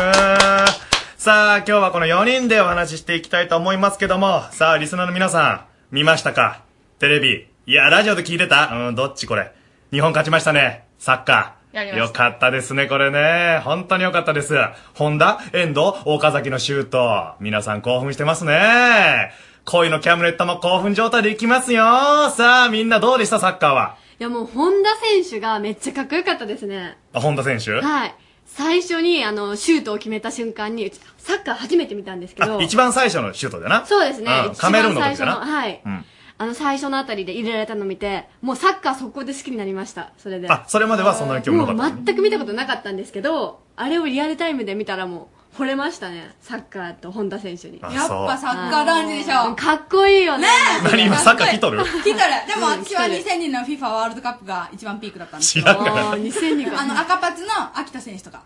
さあ、今日はこの4人でお話ししていきたいと思いますけども、さあ、リスナーの皆さん、見ましたかテレビ。いや、ラジオで聞いてたうん、どっちこれ。日本勝ちましたね。サッカ
やり
ー。
ました
よかったですね、これね。本当によかったです。本田、遠藤、岡崎のシュート。皆さん興奮してますね。恋のキャムレットも興奮状態でいきますよ。さあ、みんなどうでした、サッカーは。
いやもう本田選手がめっちゃかっこよかったですね
あ本田選手
はい最初にあのシュートを決めた瞬間にうちサッカー初めて見たんですけ
あ
ど、
一番最初のシュートだな。
そうですね、
ん、
一
カメルー
番
ン
最
の時
初
だ
の
な。
はい、
うん
あの最初のあたりで入れられたの見てもうサッカー速攻で好きになりましたそれで
あ、それまではそんなに興味なかった
も。う全く見たことなかったんですけどあれをリアルタイムで見たらもう惚れましたねサッカーと本田選手に
あやっぱそうサ
ッカー男子でしょ
ょかっこいいよね
何今サッカー 来とる
来てるでも
うん
私は
来てる
2002の FIFA ワールドカップが一番ピークだったんです
知らんからあー
2002か
あの赤パツの秋田選手とか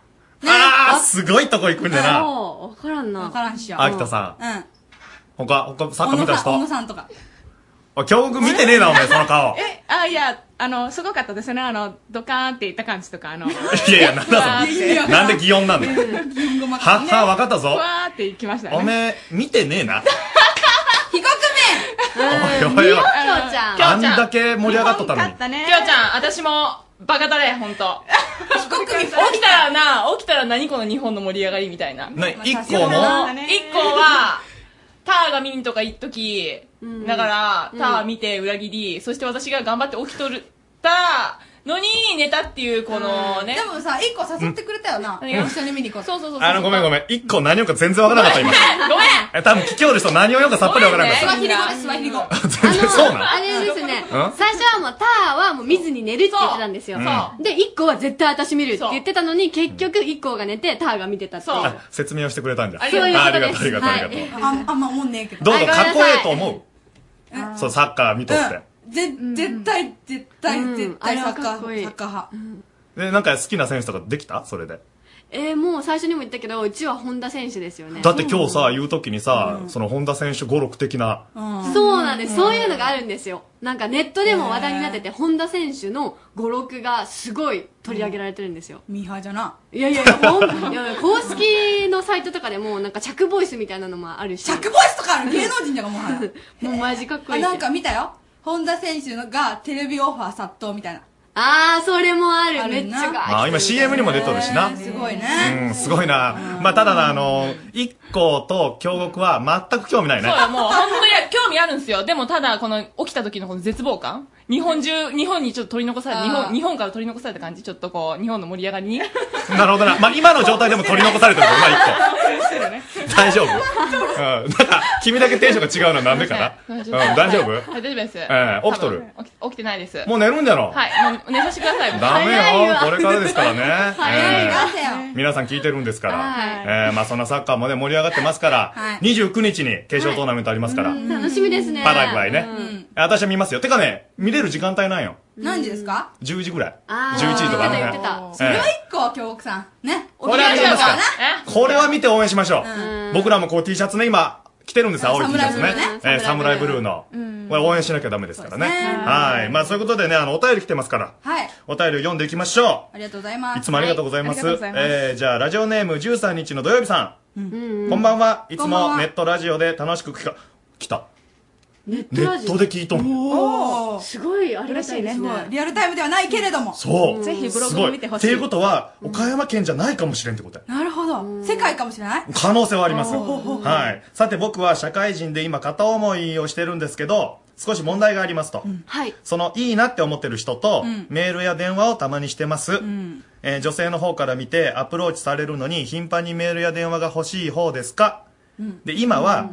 あー、すごいとこ行くんだな。
もう分からんな分
からんっしょ
秋田さ
んうん
他、他、サッカ
小
ー見
野
た
さん小野
人。
さんとか
あ、教育見てねえ な、お前、その顔。
えあいやあのすごかったですねあのドカーンっていった感じとかあの
いやいや、なんだ
いやい
そ
や
れ。なんで擬音なんだよ。
は
はっは、わかったぞ。
わーっていきましたね
おめえ、見てねえな。
被告
おいおいおい見よう
ちゃん
あんだけ盛り上がっとったのに。
だね。きょうちゃん、私も、バカだね、ほ んと。起きたらな、起きたら何この日本の盛り上がりみたいな。
な一
一
個も
一個は、ターが見んとか一時、だから、ター見て裏切り、そして私が頑張って起きとる、たら、のにネタっていうこのね。
でもさ、一個誘ってくれたよな。
何が
一緒に見に行こう。そうそうそう
あの、ごめんごめん。一個何をか全然わからなかった、今。
ごめん
え、多分、桔梗で人何を言うかさっぱりわからなかっ
スワ
た。
ヒリ語です、スワヒリ語。
全然そうな
あれですね、最初
うん
はもう、ターはもう見ずに寝るって言ってたんですよ
そうう。
で、一個は絶対私見るって言ってたのに、結局一個が寝て、ターが見てたっていう。
あ、説明をしてくれたんじゃ。
ありがとうご
あ
ざ
あり
い
が
ま
とう、
す
ありがとう、ありがとう。
あんあんま思んねえけど。
どうぞ、かっこええと
う。
思う。そう、サッカー見とって。
ぜ、絶対、絶対、絶対、サッカー、サッカー派。
で、なんか好きな選手とかできたそれで。
えー、もう最初にも言ったけど、うちは本田選手ですよね。
だって今日さ、言うときにさ、その本田選手5、6的な。
そうなんです。そういうのがあるんですよ。なんかネットでも話題になってて、本田選手の語録がすごい取り上げられてるんですよ。
ミーハーじゃな。
いやいやいや、ほんいや公式のサイトとかでも、なんか着ボイスみたいなのもあるし。着
ボイスとかある芸能人じゃがもう
もうマジかっこい
あ、
い。
なんか見たよ。本田選手のがテレビオファー殺到みたいな。
あー、それもある。
ある
めっちゃか。
あ、今 CM にも出とるしな。
すごいね。
うん、すごいな。まあ、ただな、あの、一個と京極は全く興味ない
そ
ね。
うよ、もう、本当に興味あるんですよ。でも、ただ、この、起きた時のこの絶望感日本中、日本にちょっと取り残された、日
あー
本、日本から取り残された感じ、ちょっとこう、日本の盛り上がりに。
なるほどな。まあ、今の状態でも取り残されてるけど、まあ、一 個。大丈夫う ん。なんか、君だけテンションが違うのはなんでかなうん、大丈夫
はい、大丈夫です。
ええ起きとる
多分起き起きてないです。
もう寝るんじゃろ
はい、もう寝させてください。
ダメ
早い
よ
わ。
これからですからね。
早い
え
わ
え皆さん聞いてるんですから。
は
えーまあそんなサッカーもね、盛り上がってますから、
はい
29日に決勝トーナメントありますから。
楽しみですね。
パラグアイね
うん。
私は見ますよ。てかね、見れる時間帯なんよ。
何時ですか
10時ぐらい。
あー
11時とか
言ってた言
ね
っ。それ
え
は一個、京極さん。ね。
これは見れますからえこれは見て応援しましょ
う
う。僕らもこう T シャツね、今、着てるんですよ、青い T シャツね
サムライブルーね。
えーサムライブルーの。これ応援しなきゃダメですからね。はい。まあそういうことでね、あの、お便り来てますから。
はい。
お便りを読んでいきましょう。
ありがとうございます。
いつもありがとうございます。
は
えー、じゃあ、ラジオネーム13日の土曜日さん。こんばんは。いつもネットラジオで楽しく聞か、来た。
ネ
ネットで聞いとん。
おー
すごい、ありがたいですね。
リアルタイムではないけれども。
そう。
す
す
ご
ごっていうことは、岡山県じゃないかもしれんってことや。
なるほど。世界かもしれない
可能性はあります。
おー
はい。さて僕は社会人で今片思いをしてるんですけど、少し問題がありますと。
はい。
そのいいなって思ってる人と、
うん
メールや電話をたまにしてます、えー女性の方から見てアプローチされるのに頻繁にメールや電話が欲しい方ですか、で、今は、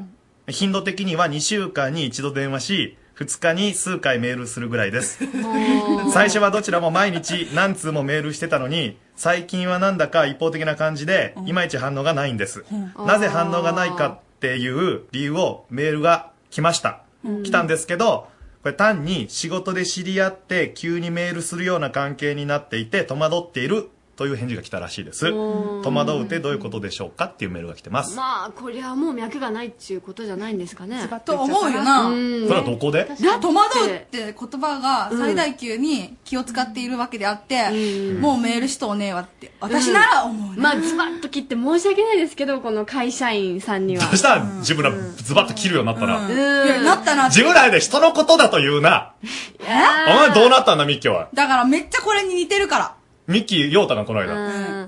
頻度的には2週間に一度電話し、2日に数回メールするぐらい です。 最初はどちらも毎日何通もメールしてたのに、最近はなんだか一方的な感じで、いまいち反応がないんです。なぜ反応がないかっていう理由をメールが来ました。
うん
来たんですけど、これ単に仕事で知り合って急にメールするような関係になっていて戸惑っているという返事が来たらしいです。
おー
戸惑うってどういうことでしょうかっていうメールが来てます。
まあ、これはもう脈がないっていうことじゃないんですかね。
と思うよな。
それはどこで
だ戸惑うって言葉が最大級に気を使っているわけであって、もうメールしとうねえわって、私なら思うね。
まあ、ズバッと切って申し訳ないですけど、この会社員さんには。
そしたら自分らズバッと切るようになったら、
いやなったなって
自分らで人のことだと言うな。
え
お前どうなったんだ、ミッキーは。
だからめっちゃこれに似てるから。
ミッキー、ヨータがこの
うん
間。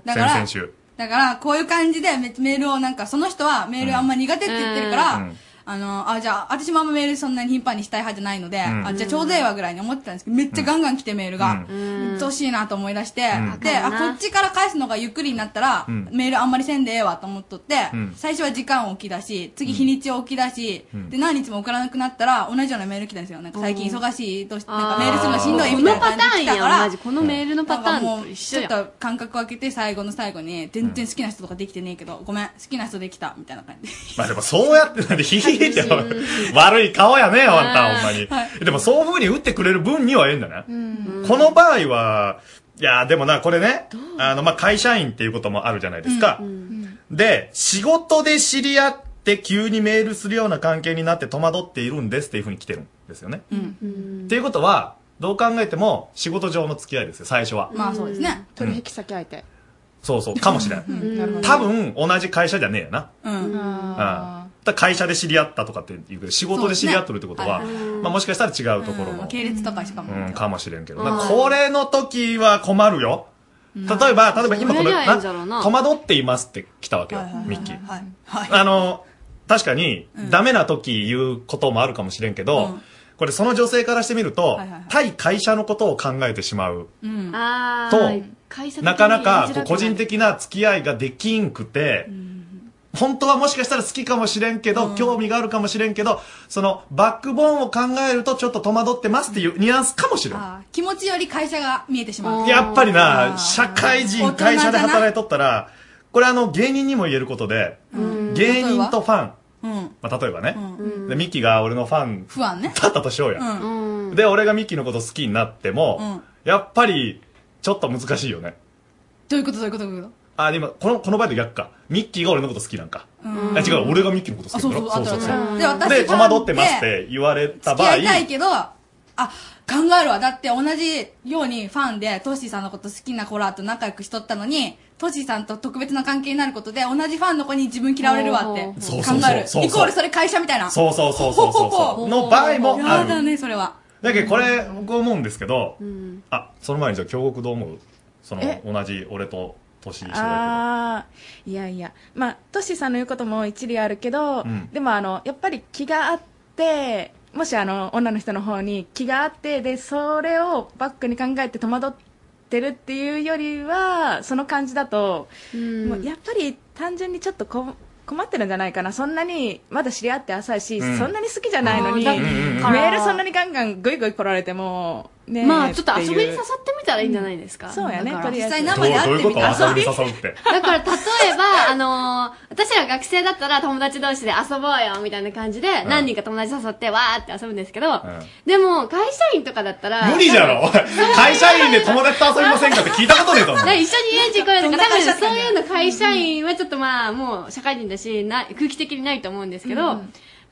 だ
先
から
々週。
だから、こういう感じでめメールをなんか、その人はメールあんま苦手って言ってるから、
うん
あの、あ、じゃあ、私もあんまメールそんなに頻繁にしたい派じゃないので、
うん
あ、じゃあちょうどええわぐらいに思ってたんですけど、めっちゃガンガン来てメールが、ううっとうしいなと思い出して、うんで、あ、こっちから返すのがゆっくりになったら、
うん
メールあんまりせんでええわと思っとって、
うん
最初は時間を置き出し、次日にちを置き出し、
うん
で、何日も送らなくなったら、同じようなメール来たんですよ。なんか最近忙しい、どうし
あー
なんかメールするのしんどいみたいな感じで来た
このパターンや
か
ん
ら、
マジこのメールのパターンと
なんかもう
一緒やん
ちょっと間隔を空けて最後の最後に、全然好きな人とかできてねえけど、ごめん、好きな人できた、みたいな感じ。
まあでもそうやってなんで、ひひひって、 悪い顔やね、あんた、
あー
ほんまに
は。
でもそういう風に打ってくれる分にはええんだね。
ん
この場合は、いやーでもな、これね、あの、まあ、会社員っていうこともあるじゃないですか。で、仕事で知り合って急にメールするような関係になって戸惑っているんですっていう風に来てるんですよね。っていうことは、どう考えても仕事上の付き合いですよ、最初は。
まあそうですね。
取引先相手。
そうそう、かもしれない。多分、同じ会社じゃねえよな。うん。だから会社で知り合ったとかって言うけど、仕事で知り合っとるってことは、
そうですね
まあもしかしたら違うところも、
系列とかしかも。
うん、かもしれんけど。
うん
まあこれの時は困るよ。例えば、例えば今この、
それよりはいいんじゃろうな
な戸惑っていますって来たわけよ
はいはいはい、
ミッキー。
はい。
あの、確かに、ダメな時言うこともあるかもしれんけど、これその女性からしてみると、
はいはいはい
対会社のことを考えてしまう。
うん、あ
と
ー会社的に
なかなかこ
やりづらく
う
る
個人的な付き合いができんくて、本当はもしかしたら好きかもしれんけど、興味があるかもしれんけど、そのバックボーンを考えるとちょっと戸惑ってますっていうニュアンスかもしれん。
気持ちより会社が見えてしまう。
やっぱりな、社会人、会社で働いとったら、これあの芸人にも言えることで、芸人とファン、
うん。
まあ例えばね、
うん
でミキが俺のファン
不安ね。
だったとしようや。
うん。
で、俺がミッキーのこと好きになって
う
も、
ん。
やっぱり、ちょっと難しいよね。
どういうことどういうことどういうこ
あ、でも、この、この場合と逆か。ミッキーが俺のこと好きなんか。
うん
あ違う、俺がミッキーのこと好きだろ。
あそうそうあったあったで私
で、戸惑ってますって言われた
と
場
付き
合
合、いたいけど、あ、考えるわ。だって同じようにファンで、トッシーさんのこと好きな子らと仲良くしとったのに、トッシーさんと特別な関係になることで、同じファンの子に自分嫌われるわって考
そうそうそうそう
える。イコールそれ会社みたいな。
そうそうそうそうそうそう。の場合もあ
やだ
る。
ね、それは。
だけど、これ、僕思うんですけど、
うん。
あ、その前にじゃあ、京極どう思うその
え、
同じ俺と年一緒だけど。
あーいやいやまあトシさんの言うことも一理あるけど、
うん
でもあのやっぱり気があってもしあの女の人の方に気があってでそれをバックに考えて戸惑ってるっていうよりはその感じだと、もうやっぱり単純にちょっとこ困ってるんじゃないかなそんなにまだ知り合って浅いし、
うん
そんなに好きじゃないのに
あ
メ
ーだから
ールそんなにガンガングイグイ来られてもねえ
まあちょっと
ていう
遊びに誘ってみたらいいんじゃないですか、
うんそうやね
だから
とりあえず実際
どう
生で会
どういうこと
って
遊
み
び
た
に誘うって。
だから例えば、あ のー私ら学生だったら友達同士で遊ぼうよみたいな感じで、
うん
何人か友達誘ってわーって遊ぶんですけど、
うん
でも会社員とかだったら
無理じゃ ろおい会社員で友達と遊びませんかって聞いたことねえと思う
な。一緒に遊園地行こうよとか、多分
そんな会社
そういうの会社員はちょっとまあ、もう社会人だし、な、空気的にないと思うんですけど、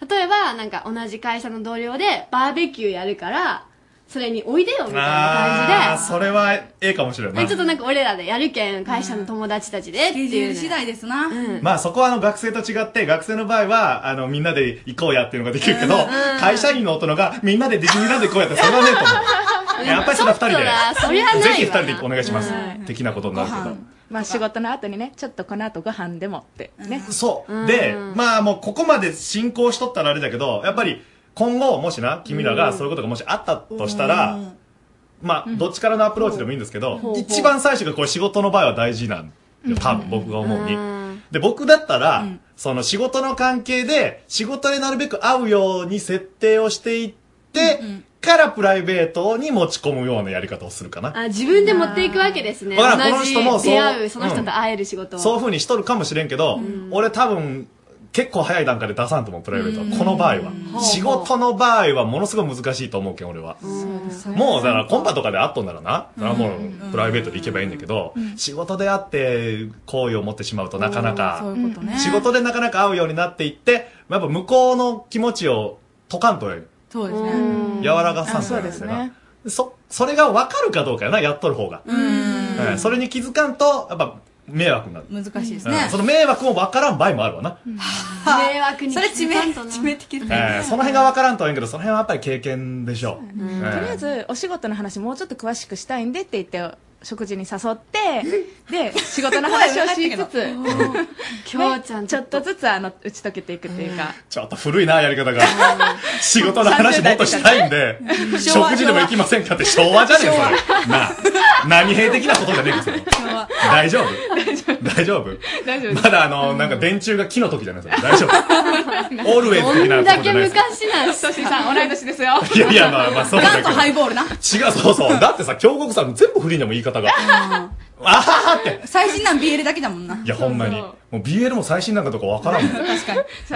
例えば、なんか同じ会社の同僚でバーベキューやるから、それにおいでよみたい
あ
な
あ、
感
それはええかもしれ
じ
な
で、
い
でちょっとなんか俺らでやるけん、会社の友達たちでっていう、次
第ですな。
うん。
まあそこはあの学生と違って、学生の場合は、あのみんなで行こうやっていうのができるけど、会社員の大人がみんなでディズニーランド行こうやって、それはねえと思う。やっぱりそれは二
ちょ
人
っとなそりゃない
で。
わ
ぜ
な
ひ二人でお願いします
う。
的なことになるけど。
まあ仕事の後にねちょっとこの後ご飯でもってね、
そう。で、まあもうここまで進行しとったらあれだけど、やっぱり今後もしな、君らがそういうことがもしあったとしたら、まあどっちからのアプローチでもいいんですけ
ほう
ど、
ほう
一番最初がこれ仕事の場合は大事なんよ。多分僕が思うに。で、僕だったら、その仕事の関係で、仕事でなるべく合うように設定をしていって、からプライベートに持ち込むようなやり方をするかな。
あ自分で持っていくわけですね。
だからこ
同
の
じ
人もそう
出会う、その人
うん
と会える仕事を。
そういう風にしとるかもしれんけど、俺多分、結構早い段階で出さんと思う、プライベートは。この場合は。仕事の場合はものすごい難しいと思うけん、俺は。もう、だからコンパとかで会っとんならな、それはもう、プライベートで行けばいいんだけど、仕事で会って、好意を持ってしまうとなかなか、
そういうことね。
仕事でなかなか会うようになっていって、やっぱ向こうの気持ちを解かんとやる。
そうですね。
柔らかさんと
そ
や
う
る
ですね。
そ、それが分かるかどうかやな、やっとる方が。うんそれに気づかんと、やっぱ迷惑になる。
難しいです
うん
ね
そ。の迷惑も分からん場合もあるわな。
迷惑にそれ致命、致命的です
えー
ね。
その辺が分からんとは言うけど、その辺はやっぱり経験でしょう。
とりあえずお仕事の話もうちょっと詳しくしたいんでって言って食事に誘ってで仕事の話をしつつ
今日 ちゃん
ちょっとずつあの打ち解けていくっていうか、
ちょっと古いな、やり方が。仕事の話もっとしたいんで、
昭和
食事でも行きませんかって昭和じゃねえ
昭和
それ。なあ何兵的なことじゃねえか、それ。大丈夫大丈夫
大丈夫
まだあの、なんか電柱が木の時じゃないですか。大丈夫。オールウェイズ
ど
的なんと
だ
こ
け
じゃないです
昔なん
トシさん同い年ですよ
いやいや、まあまあ、そうだけど。
ハイボールな。
違う、そうそう。だってさ、京極さん全部フリーでも言い方が。あははって。
最新なん BL だけだもんな。
いや、ほんまに。もう BL も最新なんかとかわからんもん。
確かに。
最新です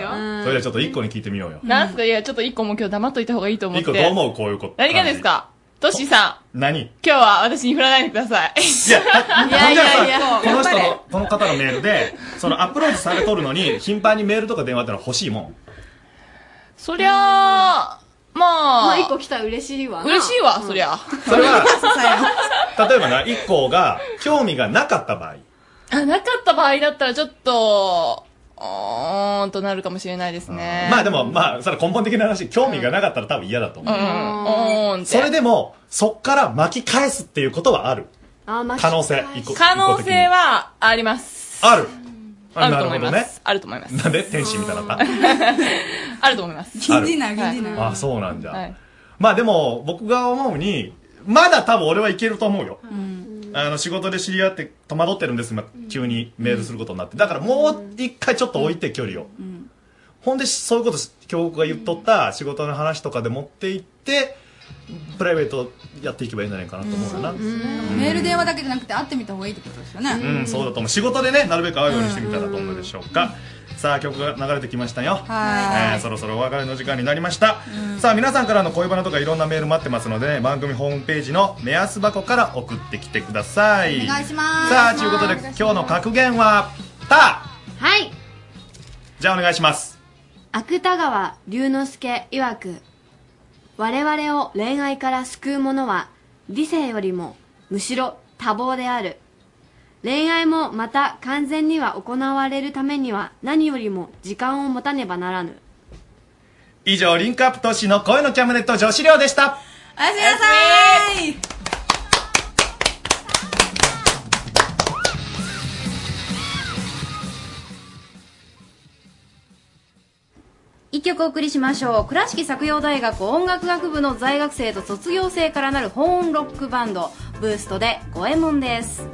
よ
あーそれじゃあちょっと一個に聞いてみようよ。
なんすかいや、ちょっと一個も今日黙っといた方がいいと思っ
一
て。
個どう思うこういうこと。
何がですかトシさん、
何い
今日は私に振らないでください。い
や、
いやいや
この人
頑張れ
の、この方のメールで、そのアプローチされとるの に、頻繁にメールとか電話ってのは欲しいもん。
そりゃあ、ま
ま
あ
あ、一個来たら嬉しいわな。
嬉しいわ、そりゃ。
それは、例えばな、一個が興味がなかった場合。
あなかった場合だったらちょっと、うーんとなるかもしれないですね。
まあでも、まあ、それは根本的な話、興味がなかったら多分嫌だと
うん、う
思う。
ん、うーんって。
それでも、そっから巻き返すっていうことはある。
あ
可能性。一個
可能性。
一個的に
はあります。
ある。
あると思います。あると思います。
なんで天使みたいになった
あると思 います。
あるあ、そうなんじゃ。まあでも、僕が思うに、まだ多分俺はいけると思うよ。あの、仕事で知り合って戸惑ってるんです、今、急にメールすることになって。だからもう一回ちょっと置いて、距離を。ほんで、そういうこと、京子が言っとった仕事の話とかで持っていって、プライベートやっていけばいいんじゃないかなと思うよな。
メール電話だけじゃなくて会ってみた方がいいってことですよね。
うん、そうだと思う。仕事でね、なるべく会うようにしてみたらどうなるでしょうか。さあ、曲が流れてきましたよ。
は
えーそろそろお別れの時間になりました。さあ、皆さんからの恋バナとかいろんなメール待ってますのでね、番組ホームページの目安箱から送ってきてください。
お願いします
さあ、ということで今日の格言は、た
はい
じゃあお願いします。
芥川龍之介曰く我々を恋愛から救うものは理性よりもむしろ多忙である恋愛もまた完全には行われるためには何よりも時間を持たねばならぬ
以上、リンクアップ都市の声のキャムネット女子寮でした。
おやすみなさい
一曲お送りしましょう倉敷作陽大学音楽学部の在学生と卒業生からなるホーンロックバンドブーストで「五右衛門」です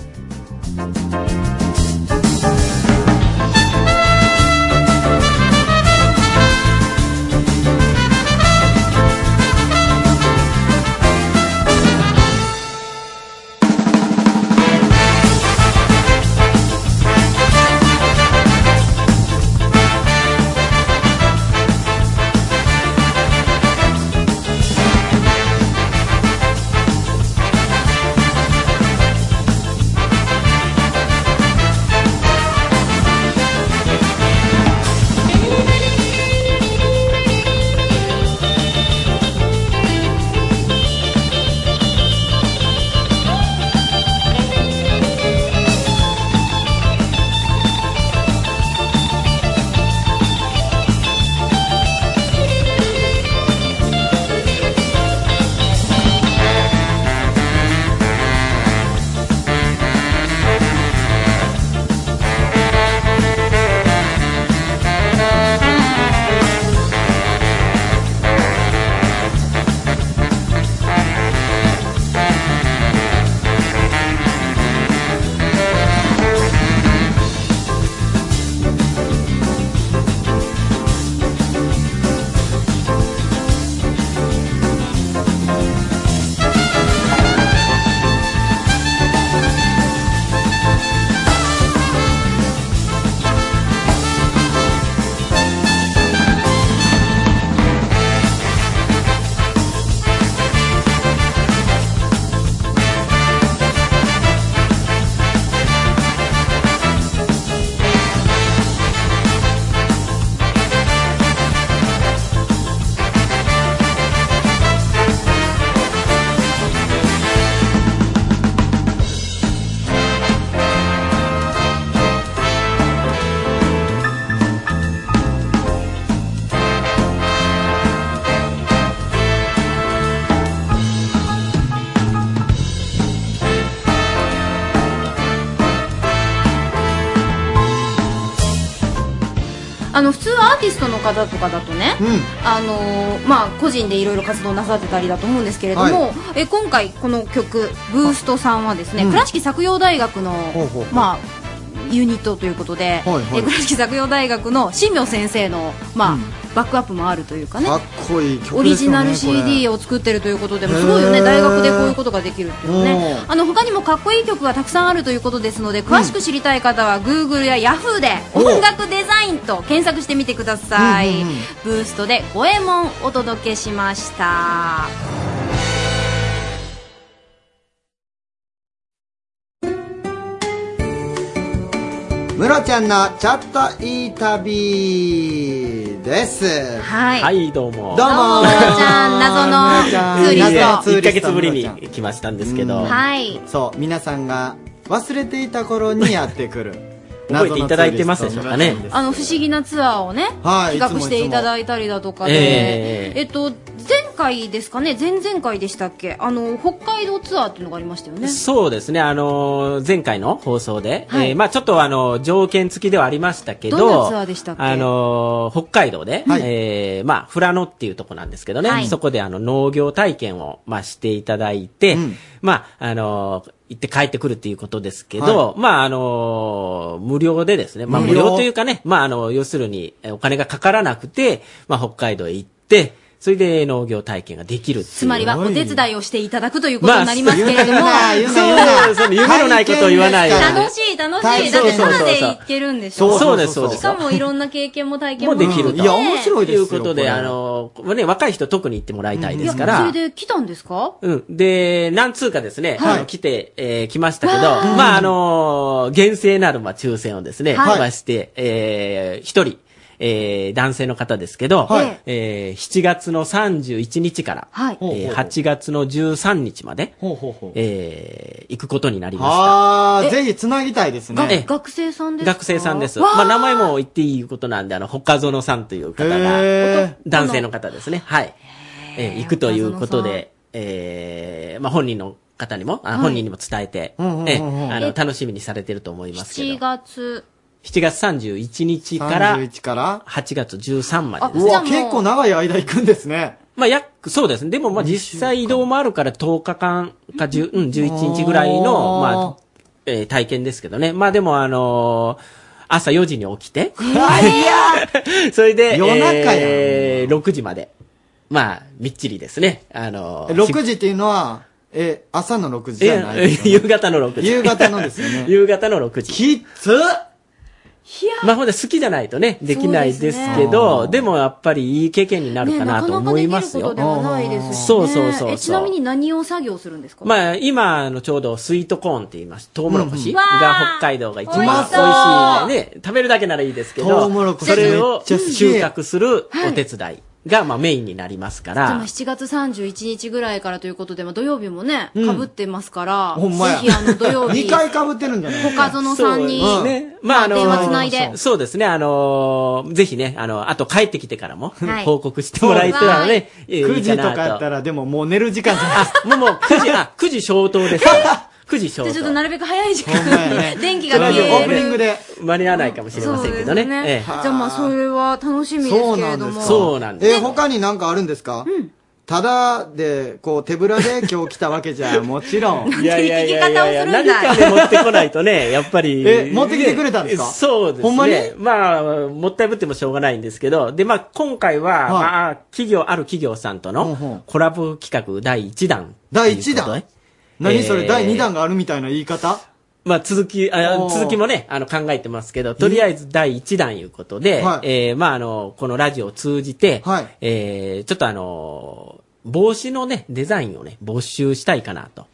あの普通アーティストの方とかだとね、あのーまあ、個人でいろいろ活動なさってたりだと思うんですけれども、
はい
え今回この曲ブーストさんはですね、
うん
倉敷作陽大学の
ほうほうほう
まあユニットということで、
はいはい
え倉敷作陽大学の新明先生の、まあバックアップもあるというかね
かっこいい
オ
曲
リ
です
ジ
よね
ナル CD
を
を作ってるということでもすごいよね
へー
大学でこういうことができるっていうのね
うん
あの他にもかっこいい曲がたくさんあるということですので詳しく知りたい方は Google や Yahoo で
おう
音楽デザインと検索してみてください
うんうんうん
ブーストで「五右衛門」お届けしました
ムロちゃんのちょっといい旅です。
はい。
はい、どうも。
どうもムロち
ゃん謎のツーリスト
1ヶ月ぶりに来ましたんですけど、
はい
そう皆さんが忘れていた頃にやってくる
覚えていただいてますでしょうかね。
あの不思議なツアーをね
はい
企画していただいたりだとか
いつもい
で
つも
えっと前回ですかね前々回でしたっけあの北海道ツアーっていうのがありましたよね
そうですね、あのー前回の放送で、えーまあ、ちょっと、あのー条件付きではありましたけど、
どんなツアーでしたっけ
あのー北海道で、えーまあ、富良野っていうとこなんですけどね、
はい
そこであの農業体験を、まあ、していただいて、まあ、あのー行って帰ってくるっていうことですけど、まあ、あのー無料でですね、まあ、
無
無
料
料というかね、まあ、あの、要するに、えお金がかからなくて、まあ、北海道へ行って、それで農業体験ができるっていう
つまりはお手伝いをしていただくということになりますけれども、
まあそう言うな言うなそう夢のないことを言わない
楽しい楽しいだ
そ
って
うそうそうそう
ただで行けるんでしょ
そうそうですそうです
しかもいろんな経験も体験
も
も
できると。
ね
ということで、あの、こね、若い人特に行ってもらいたいですか
いや
ら
そ。れで来たんですか
うん。で、何通かですね、
はい
あの来て、えー来ましたけど、
わー
まあ、あのー厳正なる、まあ、抽選をですね、
はい
まして、えー一人、えー男性の方ですけど、
はい
えー7月の31日から、
はい
えー8月の13日まで、えー行くことになりました。
あー、ぜひ繋ぎたいです
ええ
ね。
学生さんですか
学生さんです。
わー
まあ、名前も言っていいことなんで、あの、北園さんという方
へ
が
ー、
男性の方ですね。はい。えー行くということで、えーまあ、本人の方にも、あ
はい
本人にも伝えて、え
うんうんうんうん
ーあ
え
の、楽しみにされてると思いますけど。
7月
7月31日から、
31から
8月13まで
うわ、結構長い間行くんですね。
まあ、約、そうですね。でも、まあ、実際移動もあるから10日間か10、うん、11日ぐらいの、
あー
まあ、えー体験ですけどね。まあ、でも、あのー朝4時に起きて、 それで、
夜中やん
えー6時まで。まあ、みっちりですね。あのー、
6時っていうのは、え、朝の6時じゃない
え ー夕方の6時。
夕方のですよね
夕方の6時。きつまあほんで好きじゃないとね、できないですけど、でもやっぱりいい経験になるかなと思いますよ。
ねなかなかできることではないですよね
そうそうそうそう。
えちなみに何を作業するんですか
まあ、今あのちょうどスイートコーンって言います。トウモロコシ
うんう
が
ん
北海道が一番
う
美
ま
味し
そう
いね。食べるだけならいいですけど、
トウモロコシ
それを
めっちゃすげ
収
え
穫するお手伝いがまあメインになりますか
でも
ら。
7月31日ぐらいからということで、まあ、土曜日もね、
うん
かぶってますから、
ほんまや
ぜひあの土曜日、
2回被ってるんじゃない
他園さんに、
そうですねまあ、あの
電話つないで。
そうですね、あのーぜひね、あの、あと帰ってきてからも
はい、
報告してもらえたらね、えーい
9
い
時と
かな
かやったら、でももう寝る時間じゃないです
か。もうもう9時、あ、9 時消灯です。9時消
で
灯。
ちょっとなるべく早い時間、 電気
ち
が
ょっ
消
と
える。
で。間に合わないかもしれませんけどね。ええ
じゃあまあ、それは楽しみですけれども。
そうなんです
え、他になんかあるんですかただで、こう、手ぶらで今日来たわけじゃ、もちろん。
いやいやいやいやいや、何かで持ってこないとね、やっぱり。
え持ってきてくれたんですか
ねそうですね。
ほんまに
まあ、もったいぶってもしょうがないんですけど、で、まあ、今回は、
い
まあ、企業、ある企業さんと
ほうほ
のコラボ企画第1弾。
第1弾何それ、第2弾
弾
があるみたいな言い方
まあ、続き、あ
おー
続きもね、あの、考えてますけど、とりあえず第1弾いうことで、
は
えーまあ、あの、このラジオを通じて、えーちょっとあのー帽子のね、デザインをね、募集したいかなと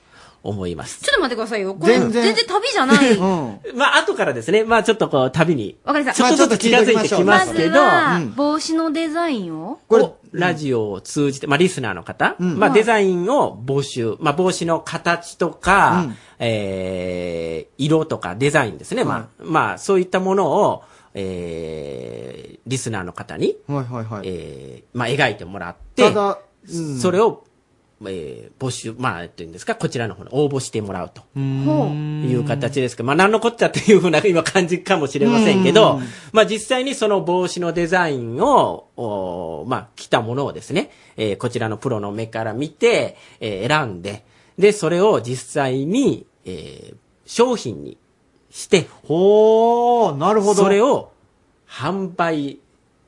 思います。
ちょっと待ってくださいよ。これ全然
全然
旅じゃない。
まあ、後からですね、まあ、ちょっとこう、旅に、
わかりまし
ちょ
た。
っとずつ近づいてきますけど、
まずは
うん
帽子のデザインを
これ、ラジオを通じて、まあ、リスナーの方、まあ、デザインを募集、まあ、帽子の形とか、えー、色とかデザインですね、まあ、まあ、そういったものを、えー、リスナーの方に、えー、まあ、描いてもらって、
ただうん
それを、えー、募集、まあ、っていうんですか、こちらの方に応募してもらうと。
ほ
いう形ですけど、まあ、何のこっちゃっていうふうな今感じかもしれませんけど、まあ、実際にその帽子のデザインを、おまあ、着たものをですね、えーこちらのプロの目から見て、えー選んで、で、それを実際に、えー商品にして、ほー、なる
ほど
それを販売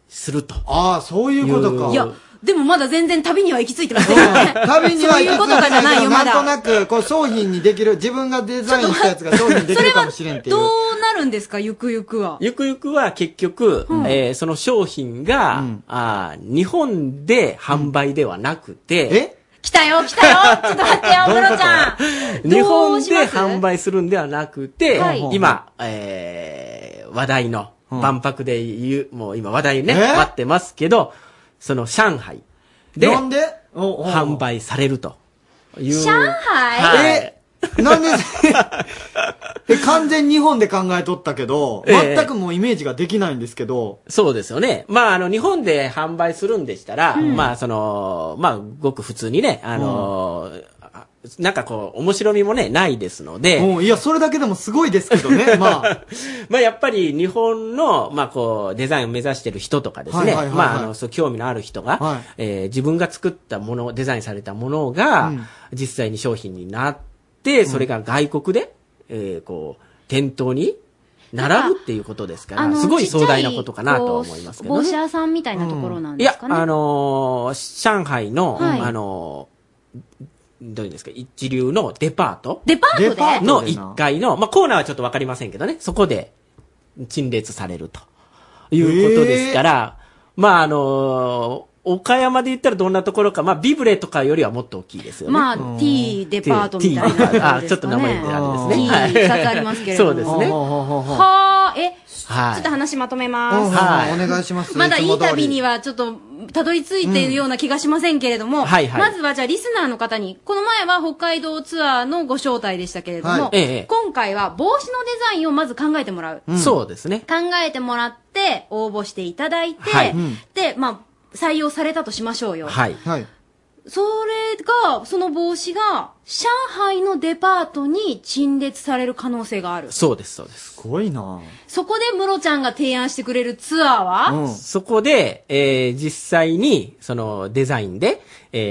すると。ああ、そういう
ことか
いや、でもまだ全然旅には行き着いてません。
旅には
そう
行
い
き
う
つ
こと
つ
かじゃないよ、まだ。
なんとなく、こう、商品にできる、自分がデザインしたやつが商品にできるかもしれんっていう。
どうなるんですか、ゆくゆくは。
ゆくゆくは結局、えーその商品が、あー日本で販売ではなくて、
来たよ、来たよちょっと待ってよ、ムロちゃん
日本で販売するんではなくて、
はい
今、えー話題の、万博で言う、もう今話題ね、待ってますけど、その上海で、
なんで
販売されるという。
上海
はい
えなんで、え、完全日本で考えとったけど、
ええ
全くもうイメージができないんですけど、
そうですよね。まあ、あの、日本で販売するんでしたら、
うん
まあ、その、まあ、ごく普通にね、あの、あなんかこう、面白みもね、ないですので。
うんいや、それだけでもすごいですけどね、まあ。
まあ、やっぱり日本の、まあ、こう、デザインを目指してる人とかです
はい
ね、
はいはいはい
まあ、あの、そう、興味のある人が、えー自分が作ったもの、デザインされたものが、実際に商品になって、それが外国で、えーこう、店頭に、並ぶっていうことですから、 すごい壮大なことかなとは思いますけど、ね。
ちっちゃいこう帽子屋さんみたいなところなん
い
です
や、
かね。
あのー上海の、
はい
あのーどういうんですか、一流のデパート。
デパートでデパートでな
の1階の、まあコーナーはちょっとわかりませんけどね、そこで陳列されるということですから、まああのー岡山で言ったらどんなところか、まあビブレとかよりはもっと大きいですよね。
まあ、T デパートみたいな感じですかね。
あ、ちょっと名前であれですね。
T 二つありますけれども。
そうですね。
はあ、え、
はい
ちょっと話まとめます。
はい
お願いします。
まだいい
つも通り
旅にはちょっと、たどり着いているような気がしませんけれども、
うんはいはい
まずはじゃあリスナーの方に、この前は北海道ツアーのご招待でしたけれども、
はいええ
今回は帽子のデザインをまず考えてもらう。
そうですね。
考えてもらって、応募していただいて、
はい
で、まあ、採用されたとしましょうよ。
はい。
それが、その帽子が、上海のデパートに陳列される可能性がある。
そうです、そうです。
すごいな
そこでムロちゃんが提案してくれるツアーは、
そこで、えー実際に、そのデザインで、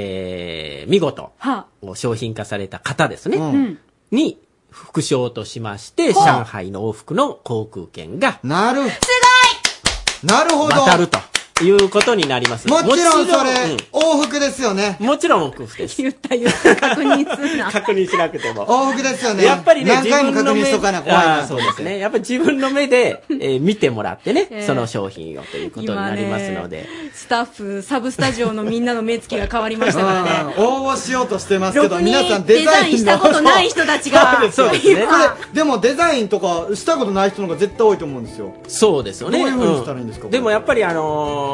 えー見事、
は
商品化された方ですね、
ん
に、副賞としまして、
ほう
上海の往復の航空券が、
なる、
す
なるほど。
渡るということになります。
もちろんそれ
うん、
往復ですよね。
もちろん往復です。
言った言った、確認するな。
確認しなくても。
往復ですよね
やっぱりね、
何回も
自分の目
確認しとかな怖いな
あーそうですね。やっぱり自分の目で、えー見てもらってね、
ええ
その商品をということになりますので。
スタッフ、サブスタジオのみんなの目つきが変わりましたからね。
うん応募しようとしてますけ
ろ
ど、
くに
皆さんデザイン
デ
の
ザインしたことない人たちが
そうです
今
これでもデザインとかしたことない人の方が絶対多いと思うんですよ。
そうですよね。
どういう風にしたらいいんですか
うでもやっぱりあのー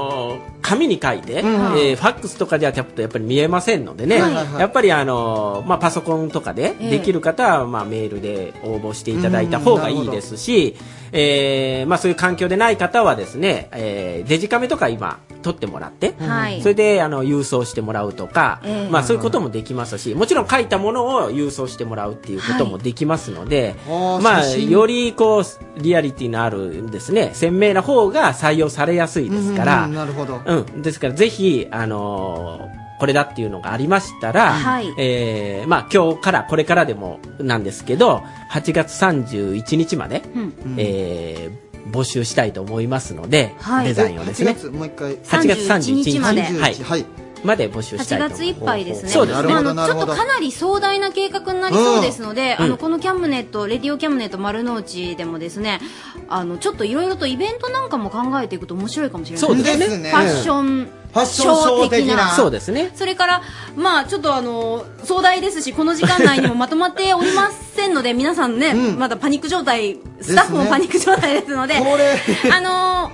紙に書いて、
うん
えーファックスとかではちょっとやっぱり見えませんのでね、
はいはいはい
やっぱりあのーまあパソコンとかで
ええ
できる方は、まあメールで応募していただいた方がいいですし、えーまあそういう環境でない方はですね、えーデジカメとか今撮ってもらって、
はい
それであの郵送してもらうとか、
ええ
まあそういうこともできますし、もちろん書いたものを郵送してもらうっていうこともできますので、
あー
まあ
写真
よりこうリアリティのあるですね鮮明な方が採用されやすいで
う
すか
んうん
ら、
なるほど。
うん、ですからぜひあのーこれだっていうのがありましたら、
はい
えーまあ今日からこれからでもなんですけど、8月31日まで、
うん
えー募集したいと思いますので、
はい
デザインをですね。
8月もう一回。
8月31日
まで
はい。まで募集した
8
いと思います。
月いっぱいですね。
そうですね。
まああのちょっとかなり壮大な計画になりそうですので、
うん
あ
う
の
ん
このキャムネット、レディオキャムネット丸の内でもですね、あのちょっといろいろとイベントなんかも考えていくと面白いかもしれない
そうですね
ファッション、
ファッションショー的なそうですすね。
それから、まあ、ちょっとあの、壮大ですし、この時間内にもまとまっておりませんので、皆さんね、まだパニック状態、スタッフもパニック状態ですので、あの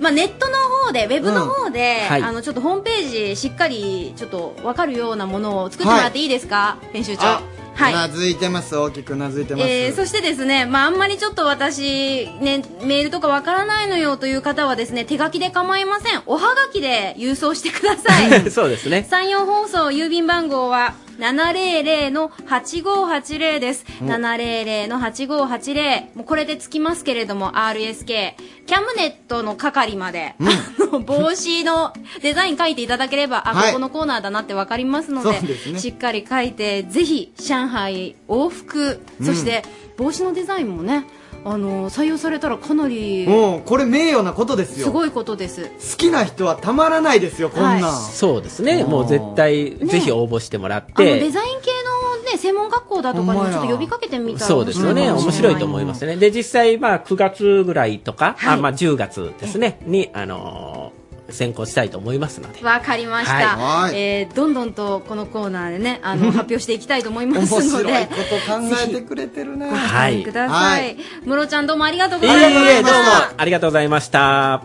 まあ、ネットの方で、ウェブの方で、
うんはい
あの、ちょっとホームページしっかり、ちょっとわかるようなものを作ってもらっていいですか、編集長。
あ
は
う
い。
なずいてます。大きくうなずいてます。
えーそしてですね、まあ、あんまりちょっと私、ね、メールとかわからないのよという方はですね、手書きで構いません。おはがきで郵送してください。
そうですね。
山陽放送郵便番号は700の8580です。
うん
700の8580。もうこれでつきますけれども、RSK。キャムネットの係まで、あの帽子のデザイン書いていただければ、あ、
はい
ここのコーナーだなってわかりますので、
そうですね
しっかり書いて、ぜひ、上海往復、そして、帽子のデザインもね、あの、採用されたらかなり、
うん、これ名誉なことですよ。
すごいことです。
好きな人はたまらないですよ、こんなん。
はい
そうですね。もう絶対、ぜひ応募してもらっ
あの
て。
デザイン系のね専門学校だとかに
ほん
も
ま
ち
や
ょっと呼びかけてみたら
そうですよね。面白いと思いますね。で、実際、まあ、9月ぐらいとか、あまあ、10月ですね、に、あのー先行したいと思いますので。
わかりました、
はい
えーどんどんとこのコーナーでね あの発表していきたいと思いま
面
すの
白い
で
こと考えてくれてるね。
は
はい
いください、ムロちゃんどうもありがとうご
え
ざいま
いえ、
し
どうも
た、
ありがとうございました。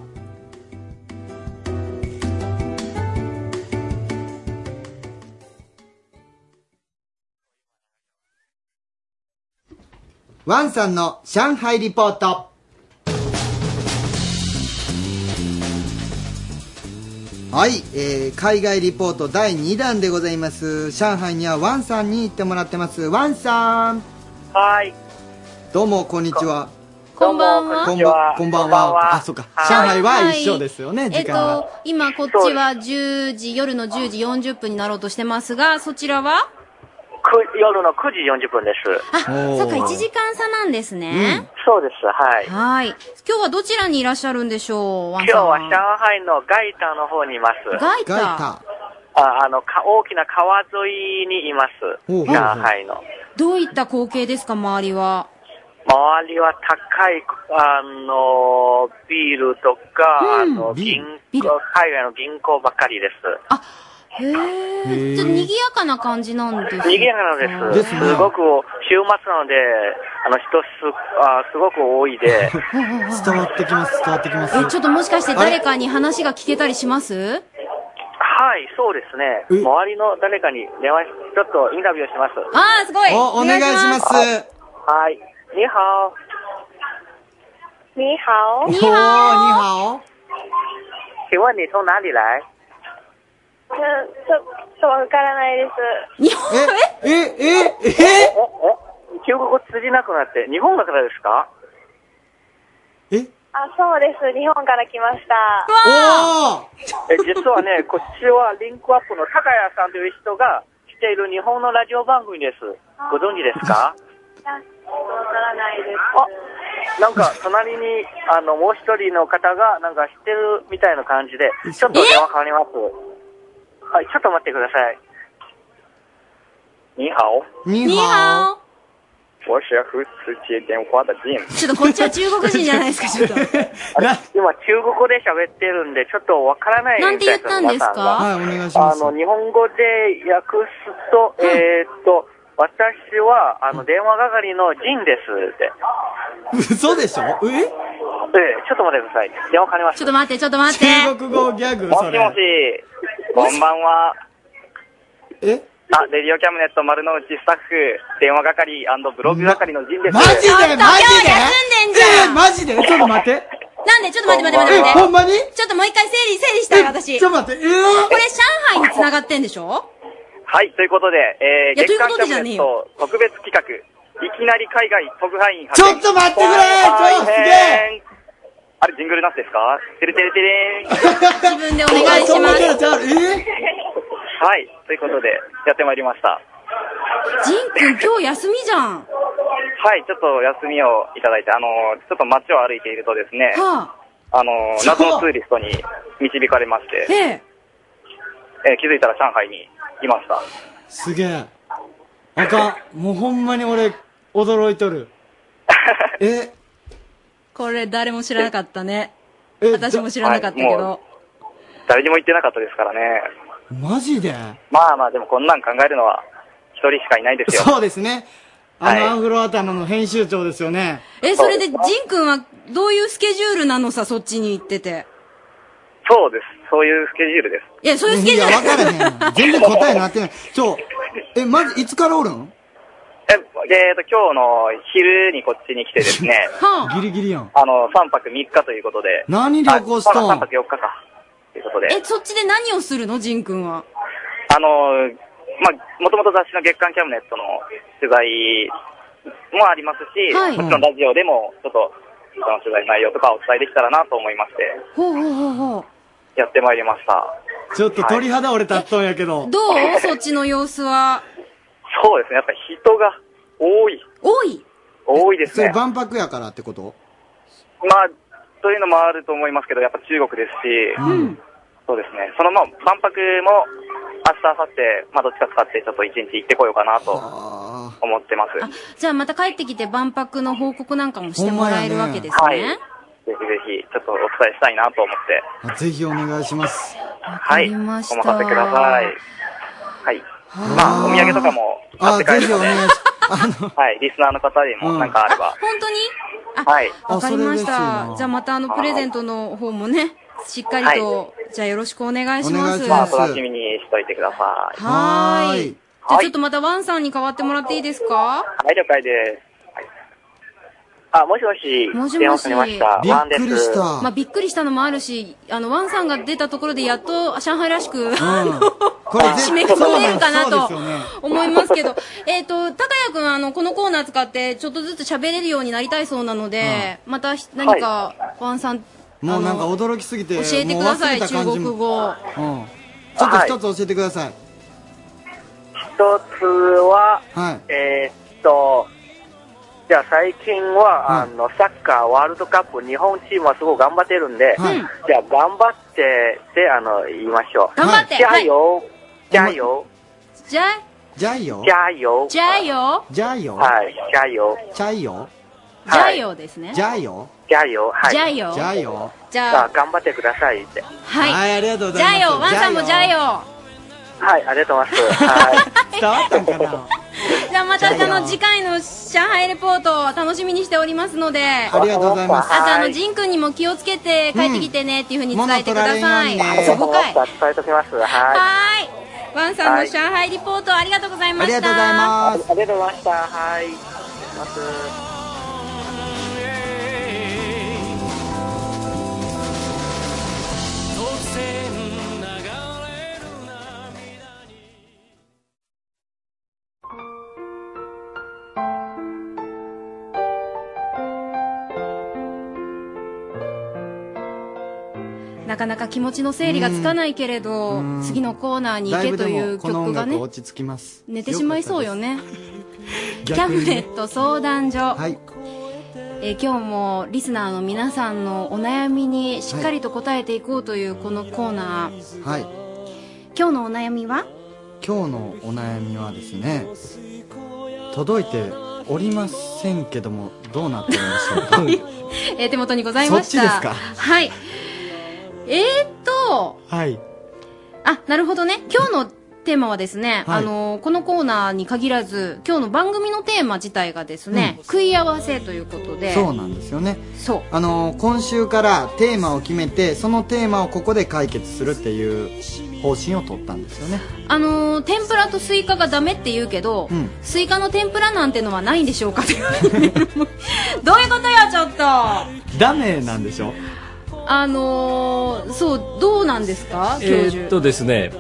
ワンさんの上海リポート。はい、えー海外リポート第2弾でございます。上海にはワンさんに行ってもらってます。ワンさん。
はい。
どうも、こんにちは。
こんばんは
こんばんこんばんは。あ、そうか。上海は一緒ですよね、
えっ
時
と
間は。、
今こっちは10時、夜の10時40分になろうとしてますが、そちらは
く夜の9時40分です。
あそっか、1時間差なんですね。
そうです、はい。
はい。今日はどちらにいらっしゃるんでしょう、ワ
今
ン
日
さん
は上海のガイターの方にいます。
ガイターガイタ
ああのか大きな川沿いにいます。
ほうほうほう
上海の。
どういった光景ですか、周りは。
周りは高い、あの、ビールとか、あの、銀行、海外の銀行ばっかりです。
へえ。ちょっと賑やかな感じなんです
賑やかなんです。すごく、週末なので、あの、人す、あすごく多 いで、
伝わってきます、伝わってきます。
え、ちょっともしかして誰かに話が聞けたりします
はい、そうですね。周りの誰かに電話し、ちょっとインタビューします。
あーすごいおお願いしますお願いし
はい。你好。
你好。
你好你
好。
请问你从哪里来？
うん、ちょっとわからないです。
え、え、え、え
おお中国語通じなくなって、日本だからですか
あ、そうです。日本から来ました。
お
え実は ね、こっちはリンクアップの高谷さんという人がしている日本のラジオ番組です。ご存知ですか
わからないです。
なんか、隣に、あの、もう一人の方が、なんか知ってるみたいな感じで、ちょっと電話変わります。はい、ちょっと待ってください。你好。
你
好。
我是何时接电话的人。
ちょっとこっちは中国人じゃないで すか、ちょっと。
あれ今、中国語で喋ってるんで、ちょっとわからないみたい
なんて言ったんですか
皆さ
はい、お願いし
が
ま
あ
す。
の、日本語で訳すと、えーっと、私は、あの、電話係のジンですって。
嘘でしょえ
ええ、ちょっと待ってください。電話かかります。
ちょっと待って、ちょっと待って。
中国語ギャグ、
も
そ
し
れ。
もし、こんばんは。
え
あ、レディオキャムネット丸の内スタッフ、電話係ブログ係のジンです。
マジでマジで
んでんじゃん
えマジでちょっと待って。
なんで、ちょっと待って待って待って。
えほんまに
ちょっともう一回整理、整理したい、私。
ちょっと待って、えー
これ上海に繋がってんでしょ
はい、ということで、えー、
いやとい
月
うこ
刊
と
キ
でじ
ャ
ゃね
ム
え
ネッ
よ
ト特別企画、いきなり海外特派員
ちょっと待ってくれちょっとすげ
えあれ、ジングルなしですかてれてれてれー
自
ん。
分でお願いします。
はい、ということで、やってまいりました。
ジンくん今日休みじゃん。
はい、ちょっと休みをいただいて、あのー、ちょっと街を歩いているとですね、
は
あのー、謎のツーリストに導かれまして、
え
えー気づいたら上海にいました。
すげえ。あかん。もうほんまに俺、驚いと る。え、
これ誰も知らなかったね。私も知らなかったけど。
はいも誰にも言ってなかったですからね。
マジで
まあまあ、でもこんなん考えるのは一人しかいないですよ。
そうですね。あ
はい
の、アフロアタナの編集長ですよね。
え、それでジンくんはどういうスケジュールなのさ、そっちに行ってて。
そうです。そういうスケジュールです。
いや、そういうスケジュール。
いやわからへん。全然答えになってない。ちょ、え、マジ、いつからおるん
え、えーと、今日の昼にこっちに来てです ね、
ギリギリやん。
あの、3泊3日ということで。
何旅行したん
あまあ ?3 泊4日か。ということで。
え、そっちで何をするの、ジンくんは。
あの、まあ、もともと雑誌の月刊キャムネットの取材もありますし、
はい
もちろんラジオでも、ちょっと、その取材内容とかお伝えできたらなと思いまして、
ほうほうほうほう。
やってまいりました。
ちょっと鳥肌俺立っとんやけど。
どうそっちの様子は。
そうですね、やっぱり人が多い。
多い
多いです
それ
ね。
万博やからってこと
まあ、そういうのもあると思いますけど、やっぱ中国ですし、そうですね、そのまあ、万博も明日、明後日、まあ、どっちか使って、ちょっと一日行ってこようかなと思ってます。
じゃあまた帰ってきて万博の報告なんかもしてもらえるわけです
はい。
ね。
ぜひぜひ、ちょっとお伝えしたいなと思って。
あぜひお願いします。
はい。お任せください。はい。まあ、お土産とかも買
あー、
って帰
ぜ
る
ひ
の
お
で、
願いし
はい。リスナーの方にもなんかあれば。
本当に
はい。
わかりまし
あそれ嬉しい
た
な。
じゃあまたあのプレゼントの方もね、しっかりと、じゃあよろしくお願いします。
まあ、
は
楽しみにしといてください。
ーい。じゃあ
は
ちょ
い
っとまたワンさんに代わってもらっていいですか
はい、了解です。
あ、もしもし、
もし
電
も
話
し
かけました。ワンです。
まあ、びっくりしたのもあるし、あの、ワンさんが出たところでやっと、上海らしく、あの、
これ
締めくくれるかなと
そうですよね
思いますけど、えっと、高谷くん、あの、このコーナー使って、ちょっとずつ喋れるようになりたいそうなので、またひ何か、ワンさん、
もうなんか驚きすぎて
教えてください、
もう忘れた
中
感じ
国
も
語。
うんちょっと一つ教えてください
一つは、
は
えーっと、じゃあ最近は、あの、サッカーワールドカップ、日本チームはすごく頑張ってるんで、
はい
じゃあ頑張ってって、あの、言いましょう。
頑張って
じゃあよ、じゃあよ、
じゃ、
じゃあよ
じゃあよ、
じゃあよ、
じゃあよ
はい、じゃあよ、
じゃあよ
じゃあよですね。
じゃあよ
じゃあよ、はい。
じゃあよ
じゃあよ
じゃあ
さあ、頑張ってくださいって。
はい。
ありがとうご
じ
ざ
ゃ
い
あ
ます
よ、ワンさんもじゃあよ。
はい、ありがとうございます。はい。
伝わったんかな
じゃあまた
じゃあよ
あの次回の上海レポートを楽しみにしておりますのであ
りがとうございます
あとあ
は
の
い
ジン君にも気をつけて帰ってきてねっていうふうに伝えてください、
ありがとう
5
ござい
回
ました伝えときます。は
はいワンさんの上海リポートありがとうござい
い。
ました
ありがとうございました。はい。
なかなか気持ちの整理がつかないけれど
うん
次のコーナーに行
だい
け
ぶ
と
で
いう
もこの
曲
音
が
楽
ね
落ち着きます
寝てしまいそうよね キ
よか
ャ
った
ム
です
ネット相談所、
はい
えー今日もリスナーの皆さんのお悩みにしっかりと答えていこうというこのコーナー、
はい
今日のお悩みは
今日のお悩みはですね届いておりませんけどもどうなってる んでしょうか
えー手元にございました
そっちですか
はいえー、っと
はい
あなるほどね今日のテーマはですね、
はい
あのーこのコーナーに限らず今日の番組のテーマ自体がですね、食い合わせということで
そうなんですよね
そう
あのー今週からテーマを決めてそのテーマをここで解決するっていう方針を取ったんですよね
あのー天ぷらとスイカがダメって言うけど、
うん
スイカの天ぷらなんてのはないんでしょうかってどういうことよちょっとあ
ダメなんでしょ
のーそうどうなんですか教
え
授、
ーっとですね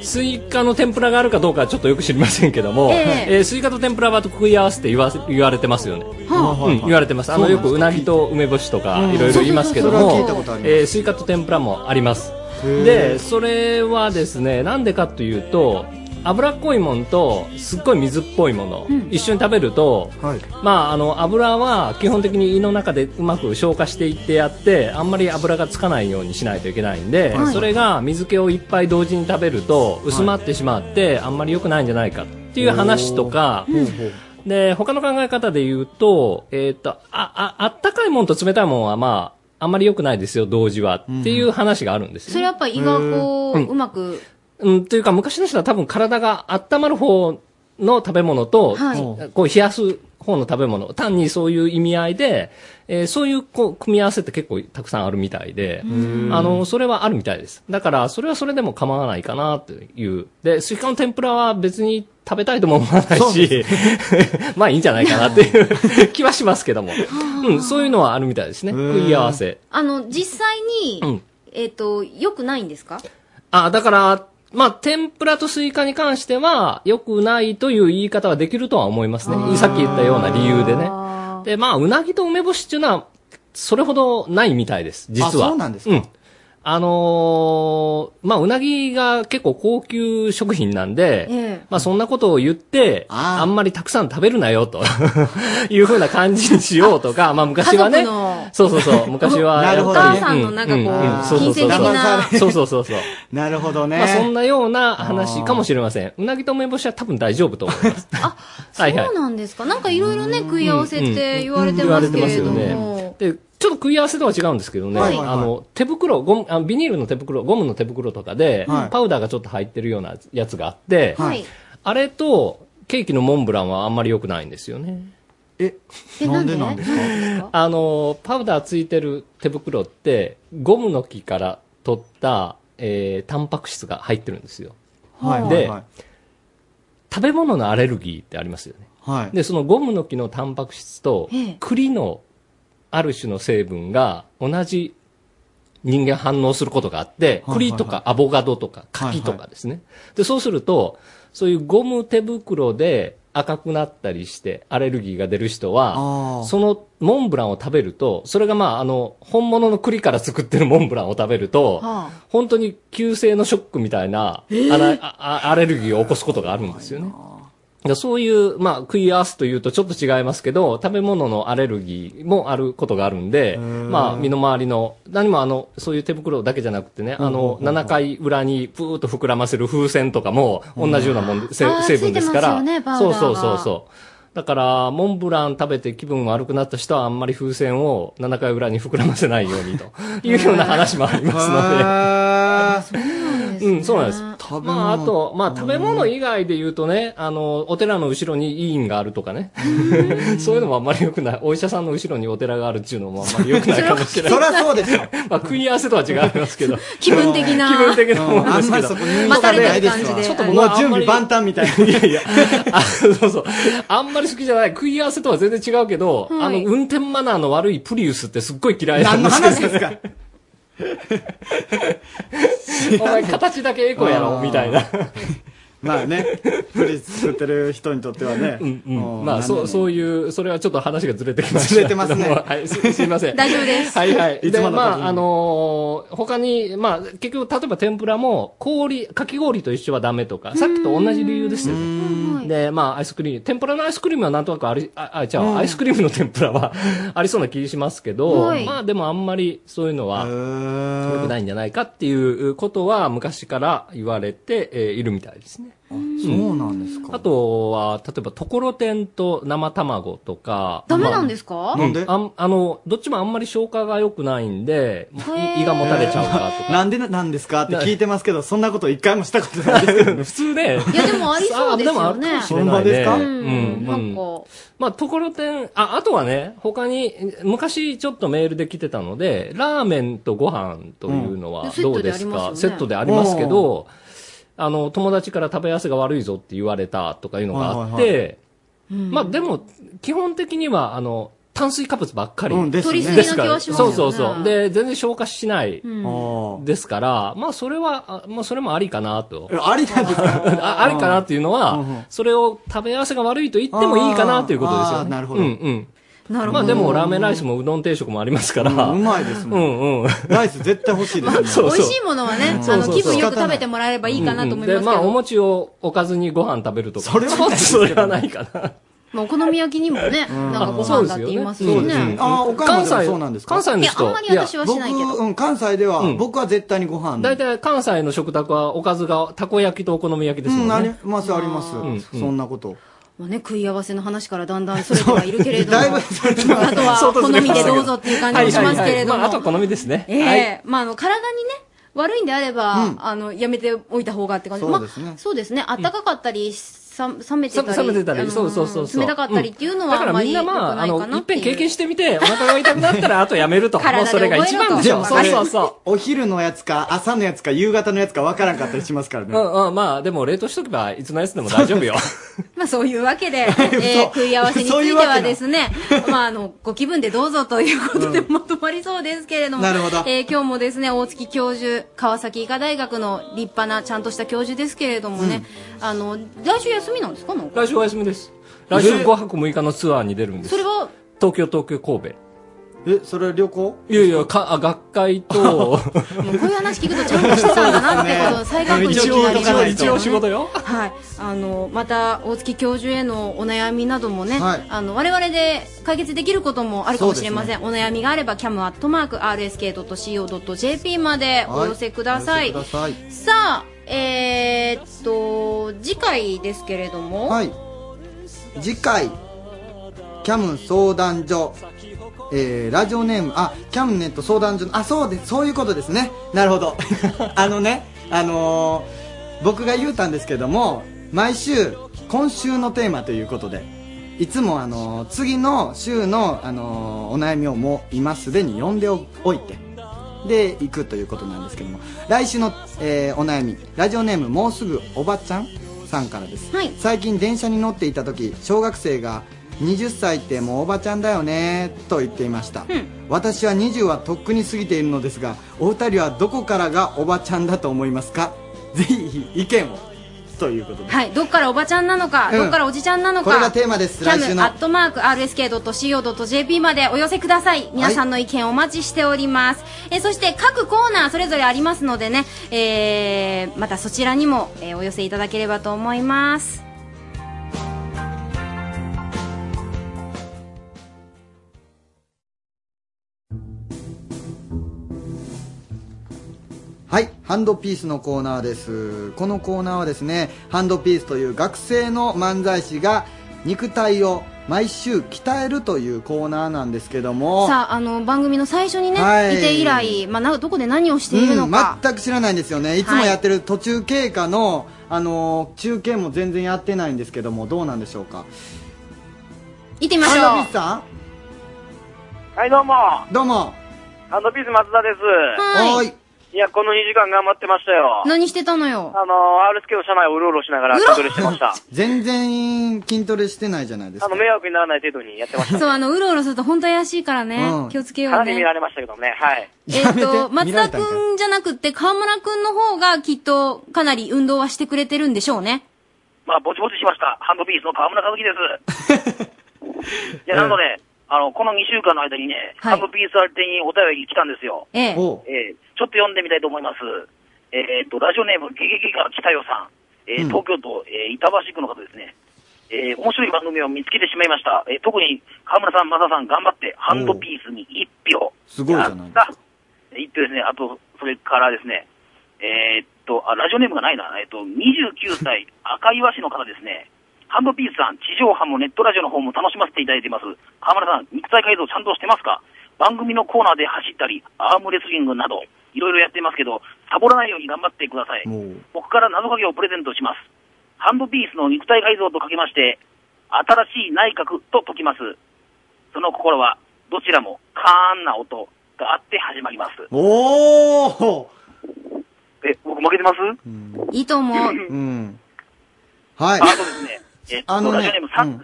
スイカの天ぷらがあるかどうかはちょっとよく知りませんけども、
え
え
え
ースイカと天ぷらは食い合わせって言わせ言われてますよね、
はあ
うん言われてますあそのうなんよですかくうなぎと梅干しとかうんいろいろ言いますけどそれは聞もいたことありますえースイカと天ぷらもありますーでそれはですねなんでかというと脂っこいものとすっごい水っぽいもの、
うん
一緒に食べると、
はい
まあ、あの油は基本的に胃の中でうまく消化していってやってあんまり油がつかないようにしないといけないんで、
はい
それが水気をいっぱい同時に食べると薄まってしまって、あんまり良くないんじゃないかっていう話とか。で、他の考え方で言うと、えーっ、と、あ、あ、あったかいもんと冷たいもんはまあ、あんまり良くないですよ、同時は。っていう話があるんですよ
それやっぱ胃がこう、
うん
うまく
うん、というか昔の人は多分体が温まる方の食べ物と、
はい
こう冷やす方の食べ物、単にそういう意味合いで、えーそういうこう組み合わせって結構たくさんあるみたいで、
うん
あの、それはあるみたいです。だから、それはそれでも構わないかなという。で、スイカの天ぷらは別に食べたいとも思わないし、 まあいいんじゃないかなっていう気はします けども。うん、そういうのはあるみたいですね。食い合わせ。
あの実際に、
うん
えっ、と良くないんですか
あ、だから、まあ、天ぷらとスイカに関しては、良くないという言い方はできるとは思いますね。さっき言ったような理由でね。で、まあ、うなぎと梅干しっていうのは、それほどないみたいです、実
あ
は。
そうなんです
か、あのーまあ、うなぎが結構高級食品なんで、
ええ
まあ、そんなことを言って、あんまりたくさん食べるなよ、と いうふうな感じにしようとか、まあ、昔はね
家族の、
そうそうそう、昔はやっぱり、
お母さん のなんかこう金銭的な
そうそうそうそう。
なるほどね
まあ、そんなような話かもしれません。うなぎと梅干しは多分大丈夫と思います。あ、 はいはい。
そうなんですかなんかいろいろね食い合わせって言われて
言わ
ま
れ
す
て
け
ます
れ
よ
ども、
ね。で、ちょっと食い合わせとは違うんですけどね、
はいはいはい
あの、手袋、ゴムあ、ビニールの手袋、ゴムの手袋とかで、
はい
パウダーがちょっと入ってるようなやつがあって、
はい
あれと、ケーキのモンブランはあんまり良くないんですよね。
えなんでなんですか
あの、パウダーついてる手袋って、ゴムの木から取った、えー、タンパク質が入ってるんですよ。
はいはい
で
はい、
食べ物のアレルギーってありますよね。
はい
で、そのゴムの木のタンパク質と
ええ、
栗のある種の成分が同じ人間反応することがあって、
はい
栗とかアボカドとか柿とかですね。で、そうすると、そういうゴム手袋で赤くなったりしてアレルギーが出る人は、そのモンブランを食べると、それがまあ、あの、本物の栗から作ってるモンブランを食べると、
はあ
本当に急性のショックみたいな、
えー
あらああアレルギーを起こすことがあるんですよね。でそういう、まあ、食い合わすというとちょっと違いますけど、食べ物のアレルギーもあることがあるんで、まあ、身の回りの、何もあの、そういう手袋だけじゃなくてね、あの、7回裏にぷーっと膨らませる風船とかも同じようなもんで、せ
あー
成分ですから。
ついてますよねパウダー
そう
が
そうそうそう。だから、モンブラン食べて気分悪くなった人はあんまり風船を7回裏に膨らませないよ うにというような話もありますので。うん、そうなんです。まあ、あと、まあ、食べ物以外で言うとね、あの、お寺の後ろに医院があるとかね。 そういうのもあんまり良くない。お医者さんの後ろにお寺があるっていうのもあんまり良くないかもしれない。
そりゃそう
ですよ。 まあ、組み合わせとは違いますけど。
気分的な
気分的なもんですけど。
あんまりそこ入所されないですわ待たれてる感じで
ちょっと
もう準備
万端みたいな。いやいや、あそうそう。あんまり好きじゃない。食い合わせとは全然違うけど、
はい
あの、運転マナーの悪いプリウスってすっごい嫌いなんですよね
何の話ですか
お前 形だけエコやろ、みたいな。
まあね、プリ作ってる人にとってはね。うんうん
まあ、そう、
う。
そういう、それはちょっと話がずれてきました。
ずれてますね
はい、す、すいません。
大丈夫です
はいはい。
いつ
で、
もの
ま
感じ
あ、あのー他に、まあ、結局、例えば天ぷらも、氷、かき氷と一緒はダメとか、さっきと同じ理由ですよね。で、まあ、アイスクリーム、天ぷらのアイスクリームはなんとなくあり、あ、あ、じゃ
うん
あ、アイスクリームの天ぷらは ありそうな気しますけど、
はい
まあ、でもあんまりそういうのは、良くないんじゃないかっていうことは、昔から言われて、えーいるみたいですね。
そうなんですか。
あとは、例えば、ところてんと生卵とか。
ダメなん
す
ですか
あんあの、どっちもあんまり消化が良くないんで、
ー
胃がもたれちゃうかとか。
なんでなんですかって聞いてますけど、そんなこと一回もしたことないですけど。
普通ね。
いや、でもありそうですよね。
本場
ですか
うん
うん、
う
なんんか。
まあ、ところてん、あ、あとはね、他に、昔ちょっとメールで来てたので、ラーメンとご飯というの
うん
は
セッ
ど
ト
う
で
で
あり
す
ますよ
か、
ね
セットでありますけど、あの、友達から食べ合わせが悪いぞって言われたとかいうのがあ
は
っ
いはいは
て、まあでも、基本的には、あの、炭水化物ばっかり。
うんですね取り過ぎな
ですから
気はしますよね
そうそうそう。で、全然消化しない。
う
ですから、まあそれは、あまあそれもありかなと。
ありなんです
かあ りかなっていうのは、それを食べ合わせが悪いと言ってもいいかなということですよ
あー
ね。
なるほど
うんうん。
なるほど
まあでも、ラーメンライスもうどん定食もありますから。
うんうまいですもん。
うんうん。
ライス絶対欲しいですね。
そうそう
美味しいものはね、
うんそ
あ
うそ
の、
うそう
気分よく食べてもらえればいいかなと思いますけ
で、まあお
ど。
餅をおかずにご飯食べるとか。それ
は
ちょっと それはないかな。
まあ、お好み焼きにもね、
うん
なんかご飯だって言いますよね。
あ、岡山でもそうなんですか
関西の人
い
あ
や
んまり私はしないけど
僕うん、関西では、僕は絶対にご飯。
大体関西の食卓はおかずがたこ焼きとお好み焼きですもんね。
うんありますありますそんなこと。
まあね、食い合わせの話からだんだんそれてはいるけれども、あと
相
は
当
好
ずれ
み
ま
で
したけ
どうぞっていう感じもしますけれど
はいはいはいまあ、あと
も。
は好みですね。
え
はい
え、まあ、あの、体にね、悪いんであれば、あの、やめておいた方がって感じ。
そう
ま
ですね
あ、そうですね。あったかかったり、さ冷めてたり。
冷めてた
あ
り、
の
そうそうそうそう。
冷たかったりっていうのは
んだか
あ
ら
ま
みん
り
な
良く
まあ、あ
ないかなっていう
の、いっぺん経験してみて、お腹が痛く なったら、あとやめると。もうそれが一番でしょ。そうそうそう。
う。お昼のやつか、朝のやつか、夕方のやつか分からんかったりしますからね。
うんうん、まあ、でも冷凍しとけば、いつのやつでも大丈夫 よ。
まあそういうわ けで、えー食い合わせについ
そうい
て
うわけ
は
だ
ですね、まああの、ご気分でどうぞということでまとまりそうですけれども、
なるほど
えー今日もですね、大月教授、川崎医科大学の立派なちゃんとした教授ですけれどもね、あの、来週休みなんですかなんか
来週お休みです。来週5泊6日のツアーに出るんです
そ。れは、
東京、東京、神戸。
え、それは旅行
いやいや、か、あ、学会 と、
もうこういう話聞くとちゃんとしてたんだなってことを再確認
一
に
応
なりました
一応仕事よ。
はい、あのまた大月教授へのお悩みなどもね、
はい
あの我々で解決できることもあるかもしれません、
そ
お悩みがあれば cam.rsk.co.jp までお寄せください、
はいお寄せください
さあえー、っと次回ですけれども、
はい。次回、キャム相談所、えー、ラジオネーム、あ、キャムネット相談所の、あ、そうです、そういうことですね。なるほど。 あのね、あのー僕が言うたんですけども、毎週、今週のテーマということで、いつもあのー次の週の、あのーお悩みをもう今すでに読んでおおいて、で、行くということなんですけども、来週の、えーお悩み、ラジオネーム、もうすぐおばちゃんさんからです。最近電車に乗っていた時、小学生が、 20歳ってもうおばちゃんだよねと言っていました、私は20はとっくに過ぎているのですがお二人はどこからがおばちゃんだと思いますかぜひ意見をということで
はい、どっからおばちゃんなのか、
うん
どっからおじちゃんなのか
これがテーマです
キャ
来週
ム
の
アットマーク RSK.CO.JP までお寄せください皆さんの意見お待ちしております、えーそして各コーナーそれぞれありますのでね、えーまたそちらにも、えーお寄せいただければと思います
はい、ハンドピースのコーナーです。このコーナーはですね、ハンドピースという学生の漫才師が肉体を毎週鍛えるというコーナーなんですけども、
さああの番組の最初にね、
はい
い、て以来、まあ、などこで何をしているのか、
うん全く知らないんですよね。いつもやってる途中経過の、あのー中継も全然やってないんですけども、どうなんでしょうか。
行ってみましょう
ハンドピースさ
はい、どうも。
ん、どうも。
ハンドピース松田です。
はー
い。
いや、この2時間頑張ってましたよ。
何してたのよ
あのー、RSK の車内をうろうろしながら筋トレしてました。
全然筋トレしてないじゃないです
あ
か。
の、迷惑にならない程度にやってました。
そうあのうろうろすると本当怪しいからね、
うん
気をつけよ
か
う
なり見ら
ね
れましたけどね、はい。
えっ、と松田くんじゃなくって川村くんの方がきっとかなり運動はしてくれてるんでしょうね
まあ、ぼちぼちしました。ハンドピースの川村和樹です。いや、なので、あの、この2週間の間にね、ハンドピース宛てにお便り来たんですよ。
ええおう
えちょっと読んでみたいと思います。えっと、ラジオネーム、ゲゲゲが北よさん。えー
うん
東京都、えー板橋区の方ですね。えー面白い番組を見つけてしまいました。えー特に、河村さん、正さん、頑張って、ハンドピースに1票。
すごいじゃ
や
ない
っ。た1票ですね。あと、それからですね、えーっと、あ、ラジオネームがないな。えーっと、29歳、赤岩市の方ですね。ハンドピースさん、地上波もネットラジオの方も楽しませていただいています。河村さん、肉体改造ちゃんとしてますか番組のコーナーで走ったり、アームレスリングなど、いろいろやっていますけど、サボらないように頑張ってください。僕から謎かけをプレゼントします。ハンドピースの肉体改造とかけまして、新しい内閣と解きます。その心は、どちらもカーンな音があって始まります。
お お
え、僕負け てます
いいと思う
うん。はい。
あとですね、えっと、
あのね
ラジオネーム 3,、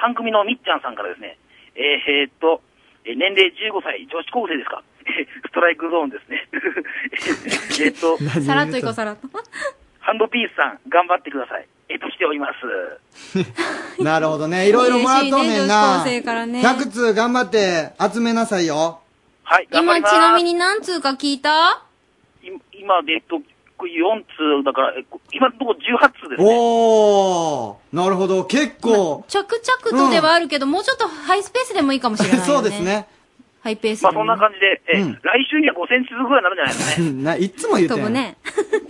三組のみっちゃんさんからですね、えーえーっと、え年齢15歳、女子高生ですか ストライクゾーンですね。 えっと、
さらっといこうさらっと
ハンドピースさん、頑張ってください。えっと、しております。
なるほどね。いろいろもらっとんねんな。
嬉しいね女子高生からね
100通頑張って集めなさいよ。
はい、頑張
今
り
ち
ます。
なみに何通か聞いた
今今で、えっと、4通だから、えこ今のところ18通ですね。
おーなるほど。結構。
着々とではあるけど、もうちょっとハイスペースでもいいかもしれない、ね、
そうですね。
ハイペースで
まあ、
も
そん
ね、
な感じで、え来週には5センチずつぐらいになるんじゃないですかね。
ないつも言うてん
飛ぶね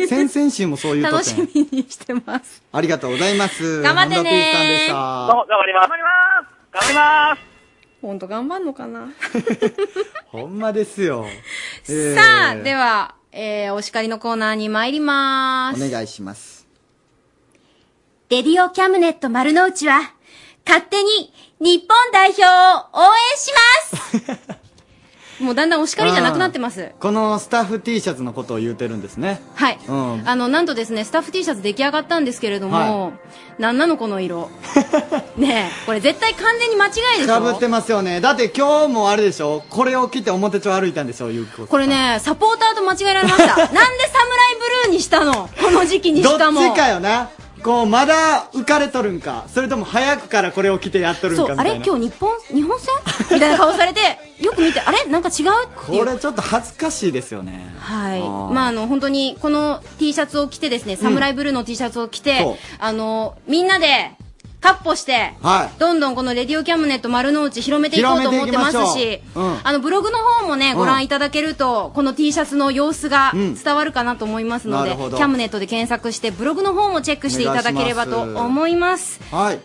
先々週もそういうと
楽
て
し
ん
みにしてます
ありがとうございます。
頑張ってねー
ハンドピースさんでし
ど
た。
うも頑張ります。頑張ります。頑張ります。
本当頑張んのかな、
ほんまですよ。
さあで
は。
は、えー、お叱りのコーナーに参りま
お
す
願いします。
レディオキャムネット丸の内は、勝手に日本代表を応援します
もうだんだんお叱りじゃなくなってます
このスタッフ T シャツのことを言うてるんですね。
はい
うん。
あの、なんとですね、スタッフ T シャツ出来上がったんですけれども、なんなのこの 色。ねえ、これ絶対完全に間違いでし
かぶ
ょ
ってますよね。だって今日もあれでしょこれを着て表町歩いたんでしょゆうこ
これね、サポーターと間違えられま した。なんでサムライブルーにしたのこの時期にしかも。
どっちかよな。こう、まだ浮かれとるんか。それとも早くからこれを着てやっとるんか
そ
みた
う
い、な。
あれ今日日本、日本戦みたいな顔されて、よく見て、あれなんか違うってい
こ
う。
れちょっと恥ずかしいですよね。
はい。
あー
まあ、あの、本当に、この T シャツを着てですね、サムライブルーの T シャツを着て、
そう
あの、みんなで、カッポして、
は
どんどんこのレディオキャムネット丸の内広めていこうと思ってます
広めてい
し
きましょううん
あのブログの方もね
うん
ご覧いただけると、この T シャツの様子が
うん
伝わるかなと思いますので、
なるほど
キャムネットで検索してブログの方もチェックしていただければと思います
はい。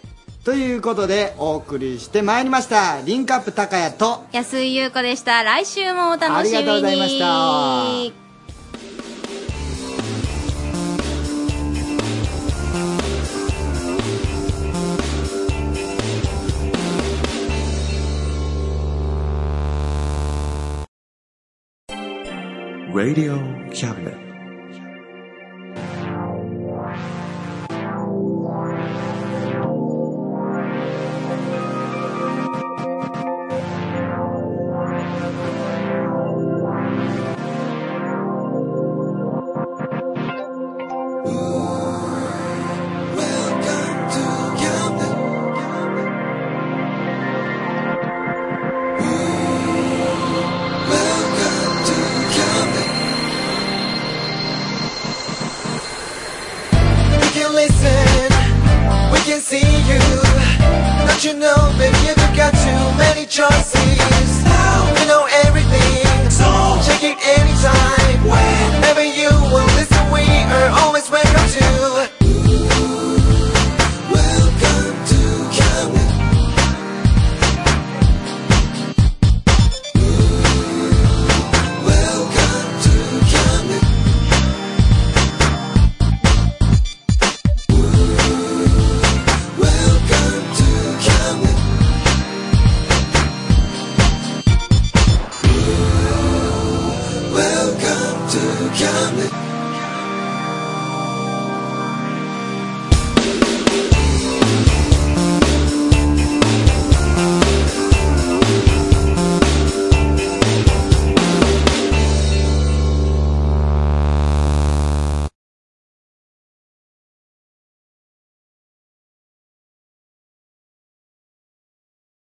ということで、お送りしてまいりました。リンクアップ高谷と、
安井優子でした来週もお楽しみに
ありがとうございました
Radio Cabinet.
listen, we can see you. Don't you know, baby, you've got too many choices. Now we know everything, so check it anytime.